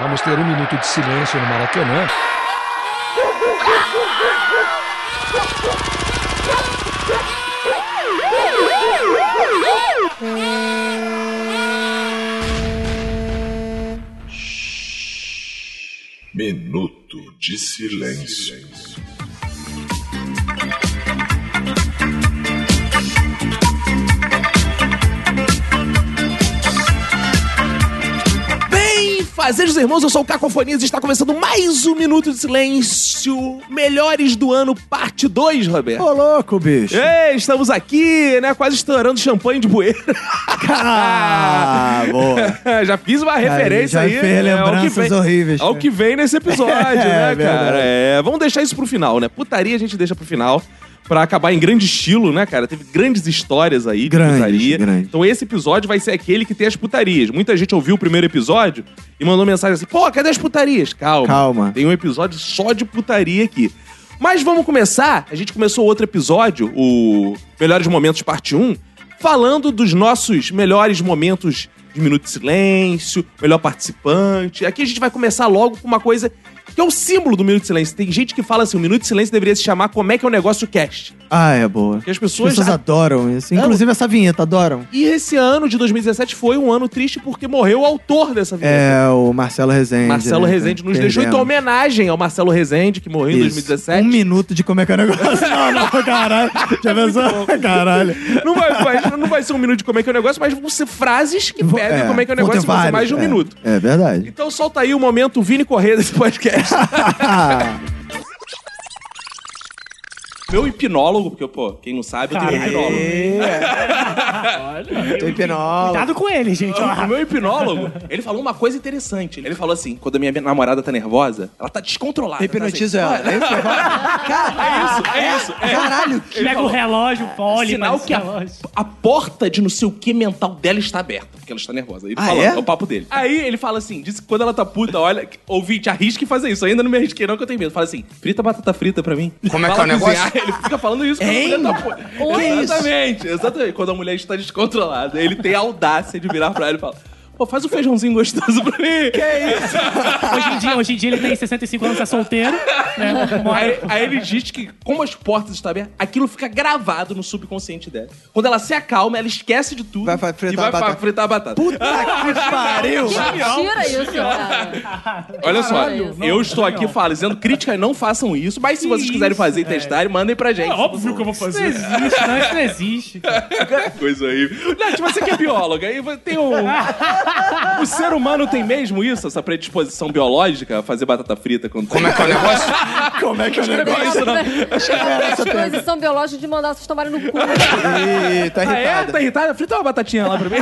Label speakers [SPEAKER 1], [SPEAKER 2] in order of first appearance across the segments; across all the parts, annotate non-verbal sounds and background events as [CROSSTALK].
[SPEAKER 1] Vamos ter um minuto de silêncio no Maracanã.
[SPEAKER 2] Minuto de silêncio.
[SPEAKER 3] Bem, fazejos irmãos, eu sou o Cacofonias e está começando mais um Minuto de Silêncio. Melhores do ano, parte 2, Roberto.
[SPEAKER 4] Ô, louco, bicho.
[SPEAKER 3] Ei, estamos aqui, né? Quase estourando champanhe de bueira.
[SPEAKER 4] Ah,
[SPEAKER 3] [LAUGHS]
[SPEAKER 4] boa.
[SPEAKER 3] já fiz uma referência
[SPEAKER 4] já
[SPEAKER 3] aí.
[SPEAKER 4] fez
[SPEAKER 3] né, ao que
[SPEAKER 4] lembranças
[SPEAKER 3] vem,
[SPEAKER 4] horríveis,
[SPEAKER 3] Ao
[SPEAKER 4] né?
[SPEAKER 3] que vem nesse episódio, né,
[SPEAKER 4] [LAUGHS] É,
[SPEAKER 3] cara?
[SPEAKER 4] verdade.
[SPEAKER 3] É, vamos deixar isso pro final, né? Putaria a gente deixa pro final. Pra acabar em grande estilo, né, cara? Teve grandes histórias aí de
[SPEAKER 4] Grandes,
[SPEAKER 3] putaria.
[SPEAKER 4] grandes.
[SPEAKER 3] Então esse episódio vai ser aquele que tem as putarias. Muita gente ouviu o primeiro episódio e mandou mensagem assim: pô, cadê as putarias? Calma.
[SPEAKER 4] Calma.
[SPEAKER 3] Tem um episódio só de putaria aqui. Mas vamos começar. A gente começou outro episódio, o Melhores Momentos Parte 1, falando dos nossos melhores momentos de Minuto de Silêncio, melhor participante. Aqui a gente vai começar logo com uma coisa que é o símbolo do Minuto de Silêncio. Tem gente que fala assim: o Minuto de Silêncio deveria se chamar Como é que é o negócio cast.
[SPEAKER 4] Ah, é boa.
[SPEAKER 3] Porque as
[SPEAKER 4] As
[SPEAKER 3] pessoas.
[SPEAKER 4] pessoas adoram isso. Inclusive essa vinheta, adoram.
[SPEAKER 3] E esse ano de 2017 foi um ano triste porque morreu o autor dessa vinheta.
[SPEAKER 4] É, o Marcelo Rezende.
[SPEAKER 3] Marcelo
[SPEAKER 4] né?
[SPEAKER 3] Rezende nos
[SPEAKER 4] Perdemos.
[SPEAKER 3] deixou, então, homenagem ao Marcelo Rezende, que morreu em
[SPEAKER 4] Isso.
[SPEAKER 3] 2017.
[SPEAKER 4] Um minuto de como é que é o
[SPEAKER 3] [LAUGHS]
[SPEAKER 4] negócio. Não, não, caralho. Já pensou? Caralho.
[SPEAKER 3] Não vai, vai- não vai ser um minuto de como é que é o negócio, mas vão ser frases que pedem como é que é o
[SPEAKER 4] vão ter
[SPEAKER 3] negócio e vão ser
[SPEAKER 4] vários,
[SPEAKER 3] mais de um
[SPEAKER 4] é.
[SPEAKER 3] minuto.
[SPEAKER 4] É verdade.
[SPEAKER 3] Então solta aí o momento Vini Corrêa desse podcast. [LAUGHS] Meu hipnólogo, porque, pô, quem não sabe, eu tenho um hipnólogo.
[SPEAKER 4] Tem penola.
[SPEAKER 5] Cuidado com ele, gente. ó.
[SPEAKER 3] O meu hipnólogo, ele falou uma coisa interessante. Ele falou assim, quando a minha namorada tá nervosa, ela tá descontrolada.
[SPEAKER 4] Hipnotiza
[SPEAKER 3] tá assim,
[SPEAKER 4] ela. É
[SPEAKER 3] [LAUGHS]
[SPEAKER 4] isso que eu falo? Cara,
[SPEAKER 3] É isso, é isso.
[SPEAKER 4] Caralho.
[SPEAKER 5] Pega o relógio, o pole,
[SPEAKER 3] É, Sinal
[SPEAKER 5] mas
[SPEAKER 3] que a,
[SPEAKER 5] relógio.
[SPEAKER 3] a porta de não sei o que mental dela está aberta, porque ela está nervosa. Ele
[SPEAKER 4] Ah,
[SPEAKER 3] fala,
[SPEAKER 4] é?
[SPEAKER 3] o papo dele. Aí ele fala assim: diz que quando ela tá puta, olha, ouvinte, arrisque fazer isso. Ainda não me arrisquei, não, que eu tenho medo. Fala assim: frita batata frita pra mim. Como é que é o negócio? [LAUGHS] Ele fica falando isso quando a mulher tá puta. Exatamente, exatamente. Quando a mulher está descontrolada, ele tem a audácia de virar pra ela e falar. Pô, faz um feijãozinho gostoso pra mim. Que É isso?
[SPEAKER 5] [LAUGHS] Hoje em, dia, hoje em dia ele tem 65 anos, é solteiro. Né? Mora-
[SPEAKER 3] Aí, aí ele diz que, como as portas estão abertas, aquilo fica gravado no subconsciente dela. Quando ela se acalma, ela esquece de tudo
[SPEAKER 4] Vai pra fritar
[SPEAKER 3] e vai
[SPEAKER 4] a batata.
[SPEAKER 3] pra fritar a batata.
[SPEAKER 4] Puta
[SPEAKER 3] [LAUGHS]
[SPEAKER 4] que pariu.
[SPEAKER 6] Tira isso, cara.
[SPEAKER 3] Olha só,
[SPEAKER 6] Caralho,
[SPEAKER 3] eu estou aqui fazendo crítica, não façam isso, mas se vocês quiserem fazer e testarem, mandem pra gente.
[SPEAKER 5] É óbvio que eu vou fazer. Isso não existe, não, é- isso não existe.
[SPEAKER 3] [LAUGHS] Coisa aí. Nath, você que é bióloga, aí tem um. O ser humano tem mesmo isso, essa predisposição biológica a fazer batata frita quando Como é que é o [LAUGHS] negócio?
[SPEAKER 4] Como é que é o
[SPEAKER 3] Não,
[SPEAKER 4] negócio?
[SPEAKER 3] isso não.
[SPEAKER 6] Disposição biológica de mandar vocês tomarem no cu.
[SPEAKER 4] Ih, tá
[SPEAKER 3] Ah, é?
[SPEAKER 4] irritada.
[SPEAKER 3] Tá irritada? Frita uma batatinha lá
[SPEAKER 4] [LAUGHS]
[SPEAKER 3] pra mim.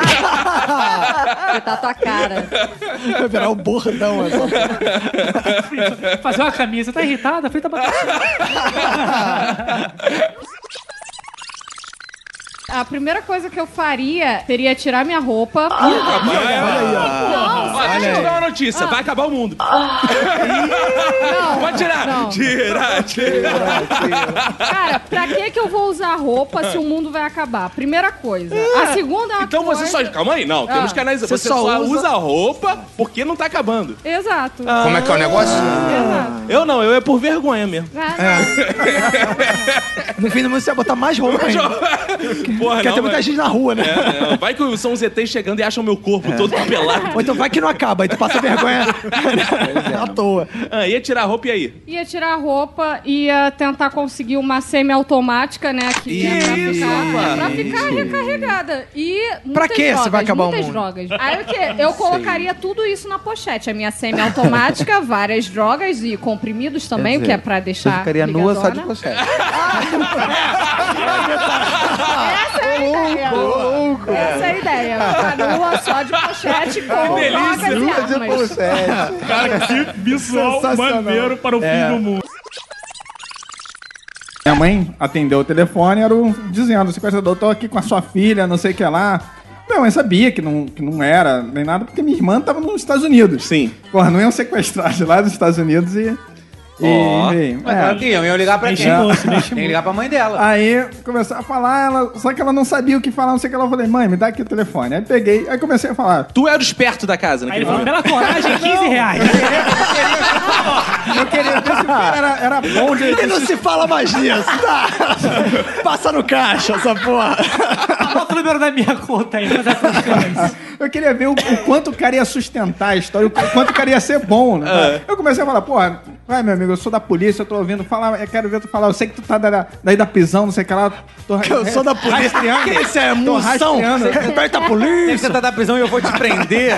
[SPEAKER 6] Tá a tua cara.
[SPEAKER 4] Vai virar o bordão agora.
[SPEAKER 5] Fazer uma camisa, tá irritada? Frita batata.
[SPEAKER 7] A primeira coisa que eu faria seria tirar minha roupa.
[SPEAKER 8] Ah!
[SPEAKER 3] Ó, deixa eu te dar uma notícia. Vai acabar o mundo.
[SPEAKER 4] Ah.
[SPEAKER 3] [LAUGHS] Pode tirar.
[SPEAKER 7] Não.
[SPEAKER 3] Tira, tira.
[SPEAKER 7] Cara, pra que que eu vou usar roupa se o mundo vai acabar? Primeira coisa.
[SPEAKER 8] Ah,
[SPEAKER 7] A segunda é uma
[SPEAKER 3] Então
[SPEAKER 7] coisa...
[SPEAKER 3] você só... Calma aí. Não, temos canais... Você, só,
[SPEAKER 4] Ah, só
[SPEAKER 3] usa...
[SPEAKER 4] usa- Ah.
[SPEAKER 3] roupa porque não tá acabando.
[SPEAKER 7] Exato.
[SPEAKER 8] Como é que é o negócio?
[SPEAKER 7] Exato.
[SPEAKER 3] Eu não, eu é por vergonha mesmo.
[SPEAKER 7] Ah,
[SPEAKER 4] No fim do mundo você vai botar mais roupa ainda.
[SPEAKER 3] Porra,
[SPEAKER 4] Porque
[SPEAKER 3] não,
[SPEAKER 4] tem muita
[SPEAKER 3] mas-
[SPEAKER 4] gente na rua, né? É.
[SPEAKER 3] É, é, vai que são os ETs chegando e acham meu corpo todo pelado.
[SPEAKER 4] Ou então vai que não acaba, aí tu
[SPEAKER 3] [LAUGHS]
[SPEAKER 4] passa vergonha [LAUGHS] à toa.
[SPEAKER 3] Ah, ia tirar a roupa e aí?
[SPEAKER 7] Ia tirar a roupa, ia tentar conseguir uma semi-automática, né? Que é pra
[SPEAKER 3] Isso,
[SPEAKER 7] ficar, é pra
[SPEAKER 3] rapaz.
[SPEAKER 7] ficar recarregada. E muitas
[SPEAKER 4] Pra quê?
[SPEAKER 7] drogas,
[SPEAKER 4] Se vai acabar o
[SPEAKER 7] muitas
[SPEAKER 4] mundo.
[SPEAKER 7] drogas. Aí o quê?
[SPEAKER 4] [LAUGHS]
[SPEAKER 7] Eu colocaria tudo isso na pochete. A minha
[SPEAKER 4] [LAUGHS]
[SPEAKER 7] semi-automática, várias drogas e comprimidos também, o que é pra deixar
[SPEAKER 4] Você ficaria nua só de
[SPEAKER 7] ligadona.
[SPEAKER 4] pochete.
[SPEAKER 7] Essa é a ideia. Ficar nua só de
[SPEAKER 9] [LAUGHS]
[SPEAKER 7] pochete com drogas e
[SPEAKER 4] tá
[SPEAKER 7] armas.
[SPEAKER 4] pochete.
[SPEAKER 5] Cara, que visual
[SPEAKER 4] é. Sensacional.
[SPEAKER 5] maneiro para o fim do mundo.
[SPEAKER 9] Minha mãe atendeu o telefone, era um, dizendo, o sequestrador, tô aqui com a sua filha, não sei o que lá. Minha mãe sabia que não, que não era nem nada, porque minha irmã tava nos Estados Unidos.
[SPEAKER 3] Sim.
[SPEAKER 9] Porra, não iam sequestrar de lá dos Estados Unidos e...
[SPEAKER 3] Ó.
[SPEAKER 9] E, enfim,
[SPEAKER 8] Mas
[SPEAKER 9] é.
[SPEAKER 8] claro que iam, iam ligar pra
[SPEAKER 5] Mexe
[SPEAKER 8] quem?
[SPEAKER 5] moço, mexe
[SPEAKER 8] Tem que ligar pra mãe dela.
[SPEAKER 9] Aí começar a falar, ela, só que ela não sabia o que falar, não sei o que. Ela eu falei, mãe, me dá aqui o telefone. Aí peguei, aí comecei a falar.
[SPEAKER 3] Tu era o esperto da casa, né?
[SPEAKER 5] Aí ele falou, pela coragem, 15 reais.
[SPEAKER 9] Eu queria ver se o cara era, era bom de.
[SPEAKER 4] E não se fala mais disso, tá? Passa no caixa essa porra.
[SPEAKER 5] Anota o número da minha conta aí, mas é essas coisas.
[SPEAKER 9] Eu queria ver o, o quanto o cara ia sustentar a história, o quanto o cara ia ser bom. né?
[SPEAKER 4] É.
[SPEAKER 9] Eu comecei a falar, porra, vai meu amigo, eu sou da polícia, eu tô ouvindo falar, eu quero ver tu falar, eu sei que tu tá da- daí da prisão, não sei o que lá. Tô,
[SPEAKER 4] Eu sou da polícia.
[SPEAKER 9] Rastreando.
[SPEAKER 4] Que isso é
[SPEAKER 9] Tô
[SPEAKER 4] munição?
[SPEAKER 9] rastreando.
[SPEAKER 4] Perto da
[SPEAKER 8] Tem que
[SPEAKER 4] tá polícia.
[SPEAKER 8] sentar da prisão e eu vou te prender.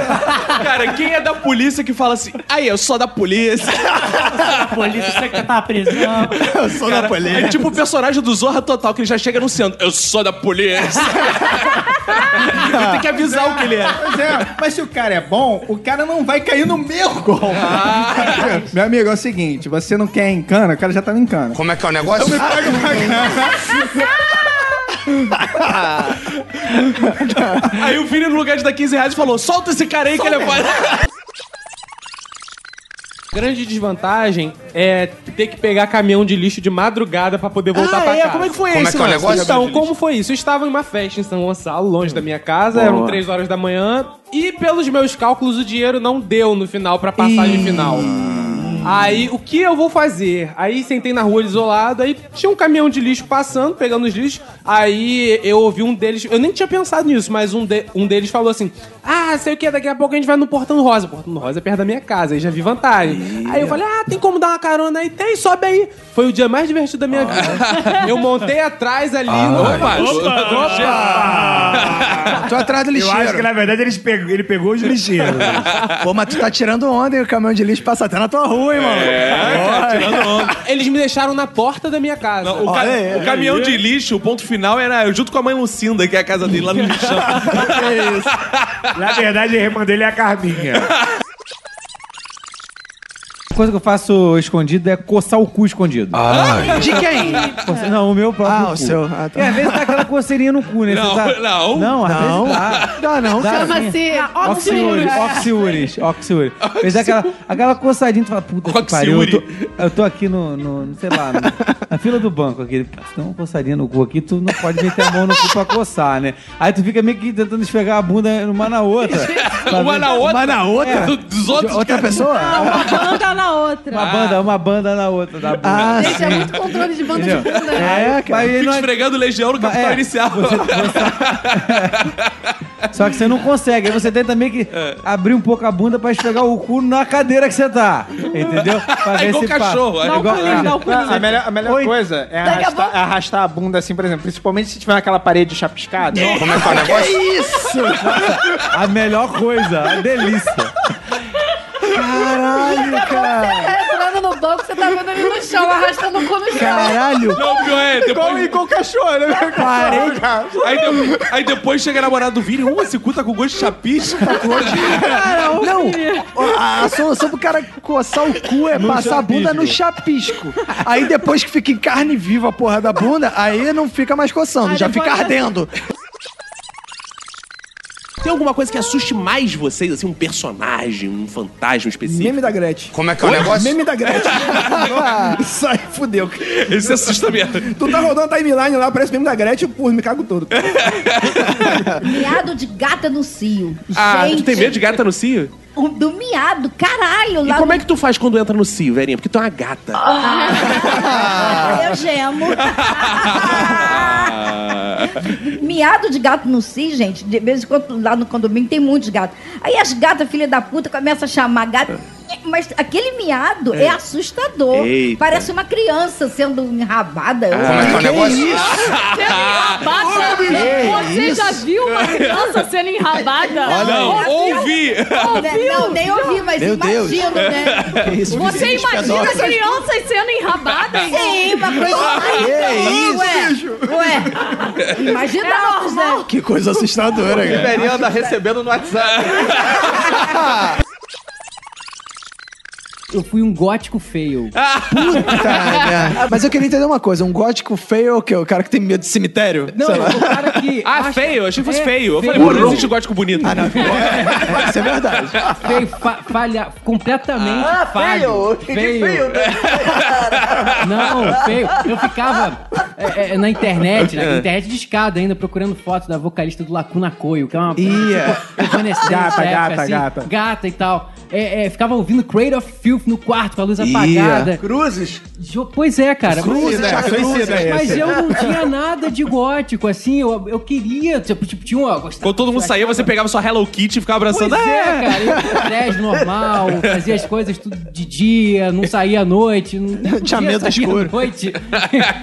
[SPEAKER 3] Cara, quem é da polícia que fala assim, aí, eu sou
[SPEAKER 10] [LAUGHS]
[SPEAKER 3] da polícia?
[SPEAKER 5] A polícia, você que tá na prisão.
[SPEAKER 4] Eu sou da polícia.
[SPEAKER 3] É tipo o personagem do Zorra Total, que ele já chega anunciando, eu sou da [LAUGHS] polícia. ele tem que avisar o que ele é.
[SPEAKER 9] Pois é, mas se o cara é bom, o cara não vai cair no meu gol.
[SPEAKER 4] Ah.
[SPEAKER 9] Meu amigo, é o seguinte, você não quer em cana, o cara já tava em cana.
[SPEAKER 11] Como é que é o negócio?
[SPEAKER 4] Ah,
[SPEAKER 3] Aí o Vini, no lugar de dar 15 reais, falou, solta esse cara aí que ele é... foda."
[SPEAKER 10] Grande desvantagem é ter que pegar caminhão de lixo de madrugada pra poder voltar
[SPEAKER 3] Ah,
[SPEAKER 10] pra
[SPEAKER 3] é?
[SPEAKER 10] casa.
[SPEAKER 3] Como é que foi
[SPEAKER 11] Como é
[SPEAKER 3] esse,
[SPEAKER 11] que é o
[SPEAKER 3] mano?
[SPEAKER 11] negócio?
[SPEAKER 10] Então, como foi isso? Eu estava em uma festa em São Gonçalo, longe da minha casa, um eram 3 horas da manhã, e pelos meus cálculos o dinheiro não deu no final pra passagem final. Aí, o que eu vou fazer? Aí sentei na rua isolado, aí tinha um caminhão de lixo passando, pegando os lixos. Aí eu ouvi um deles, eu nem tinha pensado nisso, mas um, de- um deles falou assim: Ah, sei o que, daqui a pouco a gente vai no Portão Rosa. Portão Rosa é perto da minha casa, aí já vi vantagem. Aí eu falei: Ah, tem como dar uma carona aí? Tem, sobe aí. Foi o dia mais divertido da minha vida. Eu montei atrás ali. opa,
[SPEAKER 11] Tô atrás do
[SPEAKER 4] Eu acho que,
[SPEAKER 11] lixeiro.
[SPEAKER 4] na verdade, eles pegou, ele pegou os lixeiros. [LAUGHS] Pô, mas tu tá tirando onda e o caminhão de lixo passa até na tua rua, hein, mano?
[SPEAKER 10] Eles me deixaram na porta da minha casa.
[SPEAKER 3] Não, o, ca-
[SPEAKER 4] Olha aí,
[SPEAKER 3] o caminhão de lixo, o ponto final era eu junto com a mãe Lucinda, que é a casa dele lá no lixão.
[SPEAKER 4] Na verdade, a irmã dele é a Carminha.
[SPEAKER 8] A coisa que eu faço escondido é coçar o cu escondido.
[SPEAKER 3] Ah.
[SPEAKER 8] Ah,
[SPEAKER 11] Ai,
[SPEAKER 8] De quem? Não, o meu próprio.
[SPEAKER 4] Ah, o
[SPEAKER 8] cu.
[SPEAKER 4] seu. Ah, tá.
[SPEAKER 8] É, às vezes dá aquela coceirinha no cu, né? Você
[SPEAKER 3] Não,
[SPEAKER 8] tá-
[SPEAKER 3] não.
[SPEAKER 8] Não, às
[SPEAKER 4] Não.
[SPEAKER 8] vezes dá.
[SPEAKER 4] Dá não,
[SPEAKER 8] Dá.
[SPEAKER 6] Chama-se
[SPEAKER 8] Oxiúris, oxiúris, oxiúris. Fez aquela, aquela coçadinha, tu fala, puta que pariu, eu tô, eu tô aqui no, no, no, sei lá, no- na fila do banco aqui. Pô, Se tem uma coçadinha no cu aqui, tu não pode meter a mão no cu pra coçar, né? Aí tu fica meio que tentando esfregar a bunda uma
[SPEAKER 3] [LAUGHS]
[SPEAKER 8] na outra. Tá pra
[SPEAKER 3] Uma
[SPEAKER 10] vendo?
[SPEAKER 3] na outra.
[SPEAKER 4] Uma na outra?
[SPEAKER 3] do- dos outros.
[SPEAKER 4] Outra pessoa?
[SPEAKER 6] uma banda na outra.
[SPEAKER 10] Uma banda, uma banda na outra da bunda.
[SPEAKER 4] Ah,
[SPEAKER 6] Gente, é muito controle de banda de bunda.
[SPEAKER 8] É, cara.
[SPEAKER 10] Mas ele
[SPEAKER 3] Fica
[SPEAKER 10] não é-
[SPEAKER 3] esfregando legião no capital
[SPEAKER 10] é,
[SPEAKER 3] inicial.
[SPEAKER 10] Só que você não consegue. Aí você tenta meio que
[SPEAKER 3] É.
[SPEAKER 10] abrir um pouco a bunda pra esfregar o cu na cadeira que você tá.
[SPEAKER 3] [LAUGHS]
[SPEAKER 10] Entendeu? Pra
[SPEAKER 3] É igual
[SPEAKER 10] passa.
[SPEAKER 3] cachorro, é
[SPEAKER 10] Igual-
[SPEAKER 6] Dá o pulinho, dá o
[SPEAKER 9] A
[SPEAKER 8] Ah,
[SPEAKER 6] pulinho.
[SPEAKER 9] melhor, a melhor
[SPEAKER 10] Oi.
[SPEAKER 9] coisa é
[SPEAKER 6] Daqui a
[SPEAKER 9] arrastar,
[SPEAKER 6] pouco-
[SPEAKER 9] arrastar a bunda assim, por exemplo. Principalmente se tiver aquela parede chapiscada.
[SPEAKER 11] como é que é o negócio?
[SPEAKER 10] A melhor coisa, a delícia.
[SPEAKER 6] Tá entrando no banco, você tá vendo ele no chão, arrastando o cu no chão.
[SPEAKER 4] Caralho.
[SPEAKER 3] Não, pior é,
[SPEAKER 9] Igual,
[SPEAKER 3] depois,
[SPEAKER 9] igual cachorro, né? meu
[SPEAKER 4] Parei.
[SPEAKER 9] cara?
[SPEAKER 3] aí, de- aí depois chega a namorada do Vini, uma esse cu tá com gosto de chapis.
[SPEAKER 4] Tá
[SPEAKER 3] [LAUGHS]
[SPEAKER 4] Não, a, a solução pro cara coçar o cu é passar a bunda no chapisco. Aí depois que fica em carne viva a porra da bunda, aí não fica mais coçando,
[SPEAKER 5] Ah,
[SPEAKER 6] Aí
[SPEAKER 4] já
[SPEAKER 6] depois-
[SPEAKER 4] fica ardendo.
[SPEAKER 3] Tem alguma coisa que assuste mais vocês, assim, um personagem, um fantasma específico?
[SPEAKER 4] da Gretchen.
[SPEAKER 11] Como é que é o negócio?
[SPEAKER 4] Meme da
[SPEAKER 12] [LAUGHS]
[SPEAKER 4] Gretchen. Isso aí fudeu.
[SPEAKER 3] Esse assusta mesmo.
[SPEAKER 4] Tu tá rodando a timeline lá, parece meme da Gretchen, porra, me cago todo.
[SPEAKER 13] Miado de gata no cio.
[SPEAKER 3] Ah,
[SPEAKER 13] Gente,
[SPEAKER 3] tu tem medo de gata no cio?
[SPEAKER 13] o- do miado, caralho.
[SPEAKER 3] E
[SPEAKER 13] lá
[SPEAKER 3] como
[SPEAKER 13] no- [LAUGHS] Ah.
[SPEAKER 3] é que tu faz quando entra no cio, velhinha? Porque tu é uma gata.
[SPEAKER 13] Eu gemo. miado de gato no cio, gente. De vez em quando lá no condomínio tem muitos gatos. Aí as gatas, filha da puta, começa a chamar gato. Mas aquele miado é, assustador.
[SPEAKER 3] Eita. Ah,
[SPEAKER 13] Parece uma criança sendo enrabada.
[SPEAKER 11] Como é que é o negócio?
[SPEAKER 7] Bata, você já viu uma criança sendo enrabada?
[SPEAKER 3] Não, ouvi!
[SPEAKER 13] Né? Não, nem ouvi, mas
[SPEAKER 4] Meu Deus.
[SPEAKER 13] imagino, né?
[SPEAKER 4] [LAUGHS]
[SPEAKER 7] Você imagina crianças sendo enrabadas?
[SPEAKER 13] Sim,
[SPEAKER 4] [LAUGHS]
[SPEAKER 13] uma coisa. Ué, ué. Imagina nós, né?
[SPEAKER 4] Que coisa assustadora, cara.
[SPEAKER 3] tá
[SPEAKER 8] Perianda recebendo no WhatsApp.
[SPEAKER 14] Eu fui um gótico
[SPEAKER 3] [LAUGHS]
[SPEAKER 14] fail.
[SPEAKER 3] Ah.
[SPEAKER 15] Puta, Mas eu queria entender uma coisa: um gótico feio é o quê? O cara que tem medo de cemitério? Não,
[SPEAKER 3] Ah, feio? Eu achei que fosse
[SPEAKER 14] É,
[SPEAKER 3] feio. Eu
[SPEAKER 14] feio.
[SPEAKER 3] falei, pô, não existe gótico bonito. Ah, não.
[SPEAKER 15] Isso é verdade.
[SPEAKER 14] [LAUGHS] Feio, fa- falha, completamente
[SPEAKER 9] Ah,
[SPEAKER 14] falho.
[SPEAKER 9] feio, entendi, feio, né?
[SPEAKER 14] [LAUGHS] Não, feio. Eu ficava é, é, na internet, na
[SPEAKER 9] É.
[SPEAKER 14] internet de escada ainda, procurando fotos da vocalista do Lacuna Coil, que é uma
[SPEAKER 9] Ia.
[SPEAKER 14] tipo, evanescente,
[SPEAKER 9] Gata,
[SPEAKER 14] rap,
[SPEAKER 9] gata, gata.
[SPEAKER 14] assim, Gata e tal. É, é, ficava ouvindo Cradle of Filth no quarto, com a luz
[SPEAKER 9] Ia.
[SPEAKER 14] apagada.
[SPEAKER 9] Cruzes?
[SPEAKER 14] Jo- Pois é, cara.
[SPEAKER 9] Cruzes,
[SPEAKER 14] mas,
[SPEAKER 9] já cruzes, é
[SPEAKER 14] mas
[SPEAKER 9] esse.
[SPEAKER 14] eu não tinha nada de gótico, assim. Eu, eu queria, tipo, tipo, tinha uma... gostava-
[SPEAKER 3] Quando todo mundo saía, você pegava sua Hello Kitty e ficava abraçando. "Ah!"
[SPEAKER 14] Pois
[SPEAKER 15] né?
[SPEAKER 14] é, cara. Eu tinha trash normal, fazia as coisas tudo de dia, não saía à noite. Não nem
[SPEAKER 15] [LAUGHS] Tinha
[SPEAKER 14] podia
[SPEAKER 15] medo do
[SPEAKER 14] sair à
[SPEAKER 15] escuro.
[SPEAKER 14] noite.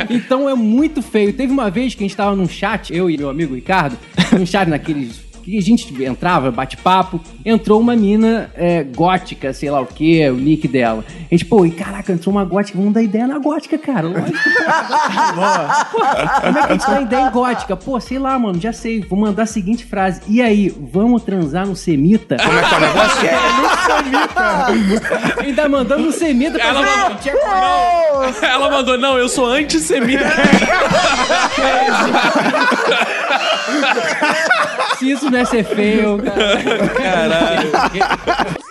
[SPEAKER 14] Então é muito feio. Teve uma vez que a gente tava num chat, eu e meu amigo Ricardo, num chat naqueles... Que a gente entrava, bate-papo, entrou uma mina é, gótica, sei lá o que, o nick dela. A gente, pô, e caraca, entrou uma gótica, vamos dar ideia na gótica, cara. Lógico. Como é que a gente dá ideia em gótica? Pô, sei lá, mano, já sei. Vou mandar a seguinte frase. E aí, vamos transar no semita? Como é que é o negócio? semita. Ainda mandando no semita pra
[SPEAKER 3] Ela
[SPEAKER 14] gente.
[SPEAKER 3] mandou-
[SPEAKER 14] Tinha coragem.
[SPEAKER 3] Ela mandou, não, eu sou antissemita.
[SPEAKER 14] Se isso não é ser feio, cara. [LAUGHS]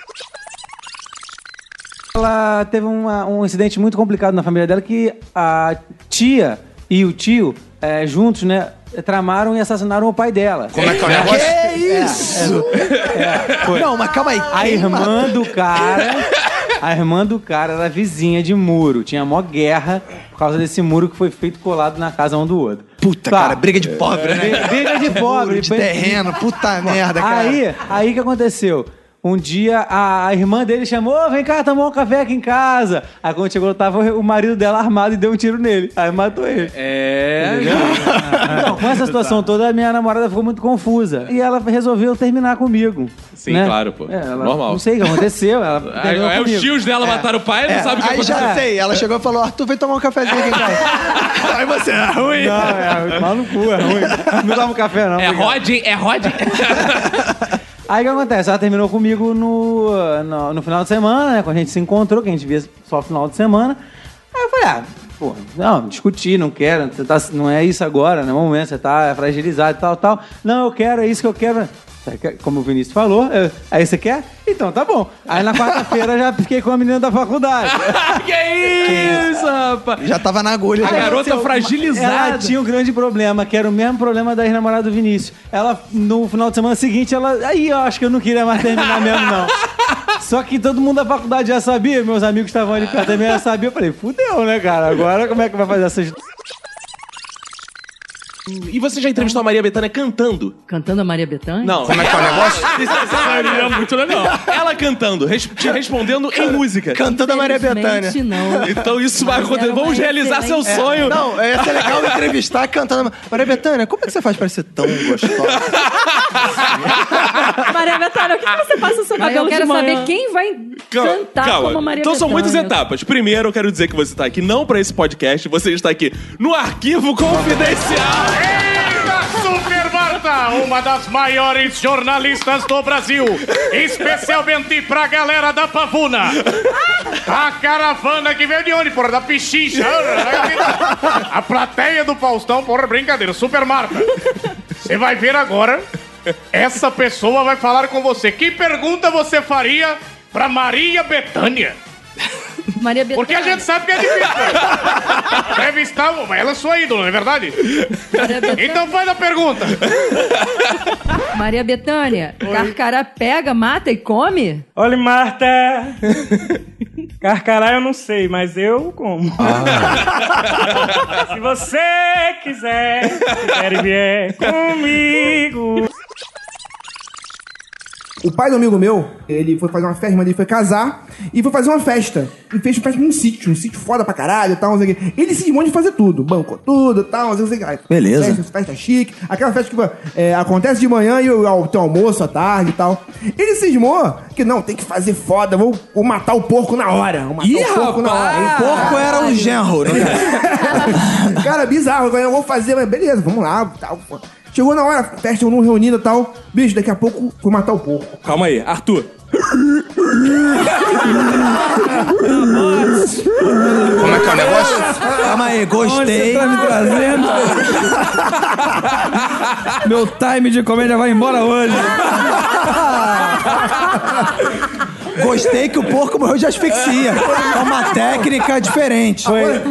[SPEAKER 8] Ela teve uma- um incidente muito complicado na família dela que a tia e o tio, eh, juntos, né, tramaram e assassinaram o pai dela. Como é que é o negócio?
[SPEAKER 15] Que isso? Não, mas calma aí.
[SPEAKER 8] A
[SPEAKER 15] quem
[SPEAKER 8] irmã
[SPEAKER 15] matou?
[SPEAKER 8] do cara. A irmã do cara era vizinha de muro. Tinha mó guerra por causa desse muro que foi feito colado na casa um do outro. Puta,
[SPEAKER 15] cara, briga de pobre, né?
[SPEAKER 8] Briga de pobre.
[SPEAKER 15] De
[SPEAKER 8] bem-
[SPEAKER 15] terreno, puta merda, cara.
[SPEAKER 8] Aí, aí que aconteceu? Um dia a, a irmã dele chamou, "Ô, vem cá tomar um café aqui em casa. Aí quando chegou, tava o marido dela armado e deu um tiro nele. Aí matou ele.
[SPEAKER 3] É.
[SPEAKER 15] Ah.
[SPEAKER 8] Então, com essa situação toda, a minha namorada ficou muito confusa. E ela resolveu terminar comigo.
[SPEAKER 3] Sim,
[SPEAKER 8] né?
[SPEAKER 3] claro, pô.
[SPEAKER 8] É, ela-
[SPEAKER 3] Normal.
[SPEAKER 8] Não sei o que aconteceu. Ela
[SPEAKER 3] Aí,
[SPEAKER 8] terminou
[SPEAKER 3] aí É,
[SPEAKER 8] comigo.
[SPEAKER 3] os tios dela mataram o pai, não
[SPEAKER 8] É,
[SPEAKER 3] sabe o que
[SPEAKER 8] aí
[SPEAKER 3] aconteceu.
[SPEAKER 8] já
[SPEAKER 15] Sei, ela chegou e falou: Arthur, vem tomar um cafezinho aqui em casa. Aí você, é ruim.
[SPEAKER 8] Não, é, mal no cu, é ruim. Não toma café, não.
[SPEAKER 3] É
[SPEAKER 8] obrigado.
[SPEAKER 3] Rod, hein? é Rod.
[SPEAKER 8] Aí o que acontece? Ela terminou comigo no, no, no final de semana, né? Quando a gente se encontrou, que a gente via só final de semana. Aí eu falei, ah, pô, não, discutir, não quero, você tá, não é isso agora, não é o momento, você tá fragilizado e tal, tal. Não, eu quero, é isso que eu quero. Você quer- Como o Vinícius falou, eu, aí você quer? Então tá bom. Aí na quarta-feira eu já fiquei com a menina da faculdade.
[SPEAKER 3] que isso, rapaz!
[SPEAKER 15] Já tava na agulha.
[SPEAKER 8] A garota fragilizada. Ela tinha um grande problema, que era o mesmo problema da ex-namorada do Vinícius. Ela, no final de semana seguinte, ela. Aí eu acho que eu não queria mais [LAUGHS] terminar mesmo, não. Só que todo mundo da faculdade já sabia, meus amigos estavam ali perto também já sabia. Eu falei, fudeu, né, cara? Agora como é que vai fazer [LAUGHS] essas.
[SPEAKER 3] E você já entrevistou a Maria Bethânia cantando?
[SPEAKER 6] Cantando a Maria Bethânia?
[SPEAKER 3] Não.
[SPEAKER 6] Como é que é o negócio?
[SPEAKER 3] [LAUGHS] Isso é muito legal. Ela cantando, res- te respondendo em música.
[SPEAKER 15] Cantando a Maria Bethânia.
[SPEAKER 6] Infelizmente, não.
[SPEAKER 3] Então isso vai
[SPEAKER 6] Mas
[SPEAKER 3] acontecer.
[SPEAKER 6] era uma
[SPEAKER 3] Vamos realizar seu
[SPEAKER 6] excelente-
[SPEAKER 3] sonho.
[SPEAKER 15] É, Não, ia
[SPEAKER 3] [LAUGHS]
[SPEAKER 15] ser legal entrevistar cantando. Maria Bethânia, como é que você faz pra ser tão gostosa?
[SPEAKER 6] Maria Bethânia, o que que você passa o seu
[SPEAKER 16] Mas
[SPEAKER 6] cabelo
[SPEAKER 16] eu quero
[SPEAKER 6] de manhã?
[SPEAKER 16] saber quem vai cantar como a Maria
[SPEAKER 3] Então são muitas
[SPEAKER 16] Bethânia.
[SPEAKER 3] etapas. Primeiro, eu quero dizer que você está aqui não para esse podcast, você está aqui no Arquivo Confidencial.
[SPEAKER 17] Super Marta, uma das maiores jornalistas do Brasil, especialmente pra galera da Pavuna. A caravana que veio de onde, porra? Da Pichincha. A plateia do Faustão, porra, brincadeira. Super Marta, você vai ver agora, essa pessoa vai falar com você. Que pergunta você faria pra Maria Bethânia?
[SPEAKER 6] Maria Bethânia.
[SPEAKER 17] Porque a gente sabe que é difícil. Deve estar. mas Ela é sua ídola, não é verdade? Então faz a pergunta.
[SPEAKER 6] Maria Bethânia, Carcará pega, mata e come?
[SPEAKER 4] Olha, Marta! Carcará eu não sei, mas eu como. Se você quiser, quiser e vier comigo.
[SPEAKER 12] O pai do amigo meu, ele foi fazer uma festa, mas ele foi casar e foi fazer uma festa. E fez uma festa num sítio, um sítio foda pra caralho e tal, não sei o quê. Ele se desmonte de fazer tudo, bancou tudo e tal, não sei o que.
[SPEAKER 15] Beleza.
[SPEAKER 12] Festa, festa chique, aquela festa que é, acontece de manhã e o- ao- tem almoço à tarde e tal. Ele cismou que não, tem que fazer foda, vou, vou matar o porco na hora. Vou matar
[SPEAKER 15] Ih,
[SPEAKER 12] o porco na hora.
[SPEAKER 15] O porco era um genro, né, cara?
[SPEAKER 12] [LAUGHS] Cara, bizarro. Eu vou fazer, mas beleza, vamos lá. Tal, pô. Chegou na hora, festa, eu não reunindo e tal. Bicho, daqui a pouco fui matar o porco. [LAUGHS]
[SPEAKER 3] Calma aí, Arthur.
[SPEAKER 18] Como é que é o negócio?
[SPEAKER 4] Calma aí, gostei. tá me trazendo? Meu time de comédia vai embora hoje.
[SPEAKER 15] Gostei que o porco morreu de asfixia. É uma técnica diferente.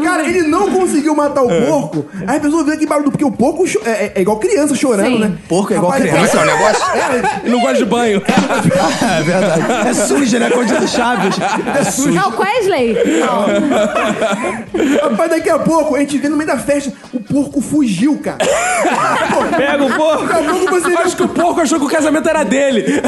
[SPEAKER 12] Cara, ele não conseguiu matar o
[SPEAKER 4] É.
[SPEAKER 12] porco. Aí a pessoa vê que barulho, porque o porco cho- é, é- é igual criança chorando,
[SPEAKER 4] Sim.
[SPEAKER 12] né?
[SPEAKER 4] Porco é igual criança.
[SPEAKER 15] um
[SPEAKER 12] Como é que é o [LAUGHS] negócio?
[SPEAKER 4] Eu não gosto de banho.
[SPEAKER 15] É verdade. É suja, né? Como diz o Chaves. É suja.
[SPEAKER 19] Não, Wesley.
[SPEAKER 12] Rapaz, daqui a pouco a gente vê no meio da festa, o porco fugiu, cara.
[SPEAKER 4] Pega o porco.
[SPEAKER 12] Daqui a pouco você vê
[SPEAKER 4] Acho que o porco achou que o casamento era dele.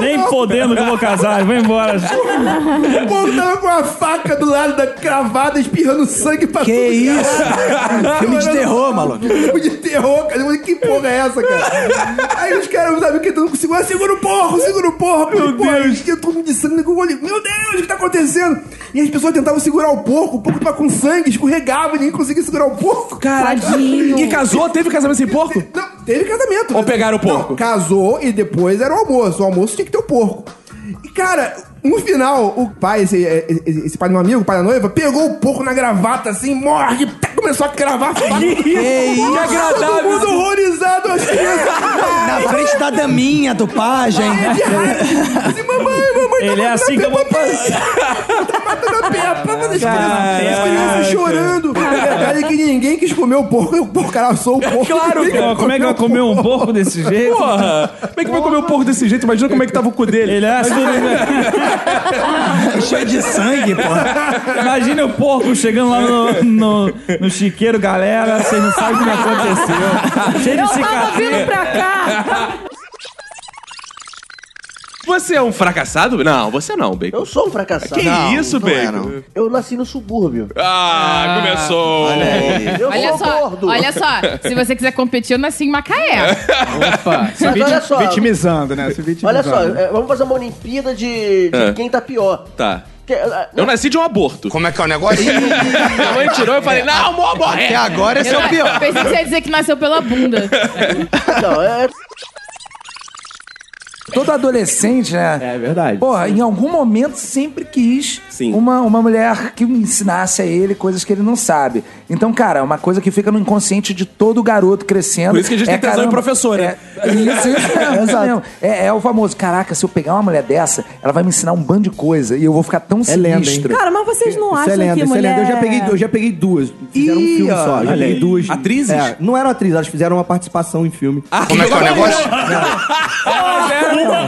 [SPEAKER 12] Nem
[SPEAKER 4] podendo que eu vou casar, vou embora.
[SPEAKER 12] O povo tava com a faca do lado da cravada, espirrando sangue pra que
[SPEAKER 15] isso?
[SPEAKER 12] [LAUGHS]
[SPEAKER 15] Filme de terror, maluco.
[SPEAKER 12] Filme de terror, cara. Eu falei, Que porra é essa, cara? Aí os caras, sabe, que tentando segurar. "Ah, Segura o porro, segura o porro. Meu Deus. Eu tô de sangue com o olho. Meu Deus, o que tá acontecendo? E as pessoas tentavam segurar o porco. O porco tava com sangue, escorregava e ninguém conseguia segurar o porco.
[SPEAKER 4] Caralho. E casou? Teve casamento sem porco?
[SPEAKER 12] Não, teve casamento.
[SPEAKER 4] Ou pegaram o porco?
[SPEAKER 12] Não, casou e depois era o almoço. O almoço tinha que ter o porco. E, cara, no final, o pai, esse, esse- esse pai de um amigo, o pai da noiva, pegou o porco na gravata, assim, morre, pá, começou a cravar faca.
[SPEAKER 15] isso?
[SPEAKER 12] Todo
[SPEAKER 15] agradável.
[SPEAKER 12] mundo horrorizado, assim. as crianças.
[SPEAKER 15] Na frente da daminha do pajem.
[SPEAKER 12] Assim,
[SPEAKER 4] Ele
[SPEAKER 12] tá
[SPEAKER 4] é assim que eu vou fazer.
[SPEAKER 12] As
[SPEAKER 15] é.
[SPEAKER 12] crianças assim, chorando. A verdade é que ninguém quis comer o porco, o porco cara assou o porco.
[SPEAKER 4] Claro,
[SPEAKER 12] Ninguém
[SPEAKER 4] pô, como é que vai comer um porco desse jeito? Porra! Como é que vai comer um porco desse jeito? Imagina como é que tava o cu dele. Ele é ácido, [LAUGHS]
[SPEAKER 15] Cheio de sangue, pô.
[SPEAKER 4] Imagina o porco chegando lá no, no, no chiqueiro, galera, vocês não sabem o que me aconteceu. Cheio de cicatriz.
[SPEAKER 3] Você é um fracassado? Não, você não, Bacon.
[SPEAKER 20] Eu sou um fracassado.
[SPEAKER 3] Que isso,
[SPEAKER 20] não é,
[SPEAKER 3] Bacon?
[SPEAKER 20] não. Eu nasci no subúrbio.
[SPEAKER 3] Ah, começou.
[SPEAKER 20] olha aí. Eu
[SPEAKER 21] olha
[SPEAKER 20] sou
[SPEAKER 21] só,
[SPEAKER 20] gordo.
[SPEAKER 21] olha só, se você quiser competir, eu nasci em Macaé.
[SPEAKER 9] Opa, se
[SPEAKER 20] Mas
[SPEAKER 9] vit-
[SPEAKER 20] olha só.
[SPEAKER 9] vitimizando, né? Se vitimizando.
[SPEAKER 20] Olha só, é, vamos fazer uma Olimpíada de, de
[SPEAKER 3] É.
[SPEAKER 20] quem tá pior.
[SPEAKER 3] Tá.
[SPEAKER 20] Que- ah,
[SPEAKER 3] Eu nasci de um aborto. Como é que é o negócio? Minha mãe tirou e eu falei, não, amor, amor.
[SPEAKER 20] Até agora esse é o pior.
[SPEAKER 21] Pensei que você ia dizer que nasceu pela bunda.
[SPEAKER 20] Não, é.
[SPEAKER 11] [LAUGHS]
[SPEAKER 4] Todo adolescente, né? É verdade. Porra, em algum momento sempre quis Uma, uma mulher que ensinasse a ele coisas que ele não sabe.
[SPEAKER 11] Então, cara, é uma coisa que fica no inconsciente de todo garoto crescendo.
[SPEAKER 4] Por isso que a gente
[SPEAKER 11] é,
[SPEAKER 4] tem tesão em professor, né?
[SPEAKER 11] É, isso, isso
[SPEAKER 4] [LAUGHS]
[SPEAKER 11] mesmo, isso mesmo. É, é o famoso, caraca, se eu pegar uma mulher dessa, ela vai me ensinar um bando de coisa e eu vou ficar
[SPEAKER 4] É
[SPEAKER 11] tão
[SPEAKER 9] lenda,
[SPEAKER 11] sinistro.
[SPEAKER 9] hein?
[SPEAKER 22] Cara,
[SPEAKER 11] Cara,
[SPEAKER 22] mas vocês não
[SPEAKER 9] Isso
[SPEAKER 22] acham
[SPEAKER 9] é lenda,
[SPEAKER 22] que
[SPEAKER 9] isso é
[SPEAKER 22] mulher...
[SPEAKER 9] lenda. Eu já peguei, eu já peguei duas. Fizeram
[SPEAKER 11] Ih,
[SPEAKER 9] um filme
[SPEAKER 11] ó,
[SPEAKER 9] só. Já
[SPEAKER 11] olha
[SPEAKER 9] peguei
[SPEAKER 11] aí.
[SPEAKER 9] duas.
[SPEAKER 11] Atrizes?
[SPEAKER 9] É, não eram atrizes, elas fizeram uma participação em filme.
[SPEAKER 4] Ah,
[SPEAKER 18] Como é que é o negócio?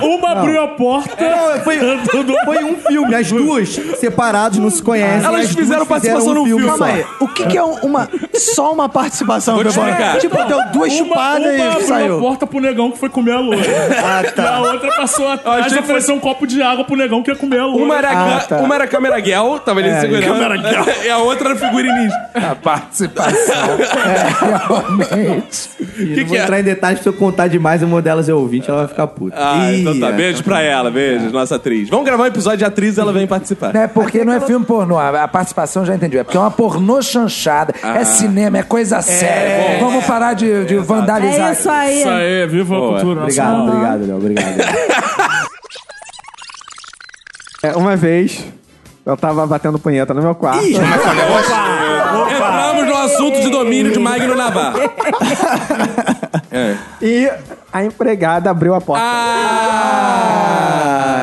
[SPEAKER 9] Uma, abriu a porta.
[SPEAKER 4] [LAUGHS]
[SPEAKER 20] É,
[SPEAKER 9] foi,
[SPEAKER 4] é
[SPEAKER 9] foi um filme. As duas separados não se conhecem.
[SPEAKER 15] Elas
[SPEAKER 9] as duas um
[SPEAKER 15] fizeram participação num filme
[SPEAKER 9] só.
[SPEAKER 15] Calma aí. O que, que é uma. Só uma participação,
[SPEAKER 9] Vou te
[SPEAKER 15] Bebora?
[SPEAKER 9] explicar.
[SPEAKER 15] Tipo, deu duas chupadas
[SPEAKER 2] uma
[SPEAKER 15] e
[SPEAKER 2] abriu a
[SPEAKER 15] saiu.
[SPEAKER 2] porta pro negão que foi comer a loura.
[SPEAKER 15] Ah, tá.
[SPEAKER 2] Na outra passou atrás
[SPEAKER 3] achei
[SPEAKER 2] e
[SPEAKER 3] que
[SPEAKER 2] ofereceu um copo de água pro negão que ia comer a loura.
[SPEAKER 3] Uma era, ca- uma era câmera girl, tava ele
[SPEAKER 2] Ah, É,
[SPEAKER 3] segurando.
[SPEAKER 2] câmera
[SPEAKER 3] girl. [LAUGHS] E a outra era [LAUGHS] figurinista.
[SPEAKER 11] A participação.
[SPEAKER 20] [LAUGHS]
[SPEAKER 9] Realmente.
[SPEAKER 3] Que
[SPEAKER 9] E
[SPEAKER 3] que
[SPEAKER 9] É. não vou
[SPEAKER 3] é?
[SPEAKER 9] entrar em detalhes, se eu contar demais uma delas é ouvinte, ela vai ficar puta.
[SPEAKER 3] Ah, então tá.
[SPEAKER 20] é.
[SPEAKER 9] Ih,
[SPEAKER 3] Beijo pra ela, beijo, nossa atriz. Vamos gravar um episódio de atriz ela vem participar.
[SPEAKER 11] Né, porque não é filme pornô, a a participação já entendi. É porque é uma pornô chanchada,
[SPEAKER 20] Ah.
[SPEAKER 11] é cinema, é coisa séria.
[SPEAKER 20] É.
[SPEAKER 11] Vamos parar de, de vandalizar.
[SPEAKER 22] É isso aí. Isso aí,
[SPEAKER 2] viva
[SPEAKER 22] a cultura
[SPEAKER 9] Obrigado,
[SPEAKER 22] nacional.
[SPEAKER 9] obrigado, Léo, obrigado. É, uma vez, eu tava batendo punheta no meu quarto.
[SPEAKER 3] Entramos no assunto de domínio de Magno Navarro. É.
[SPEAKER 9] E a empregada abriu a porta.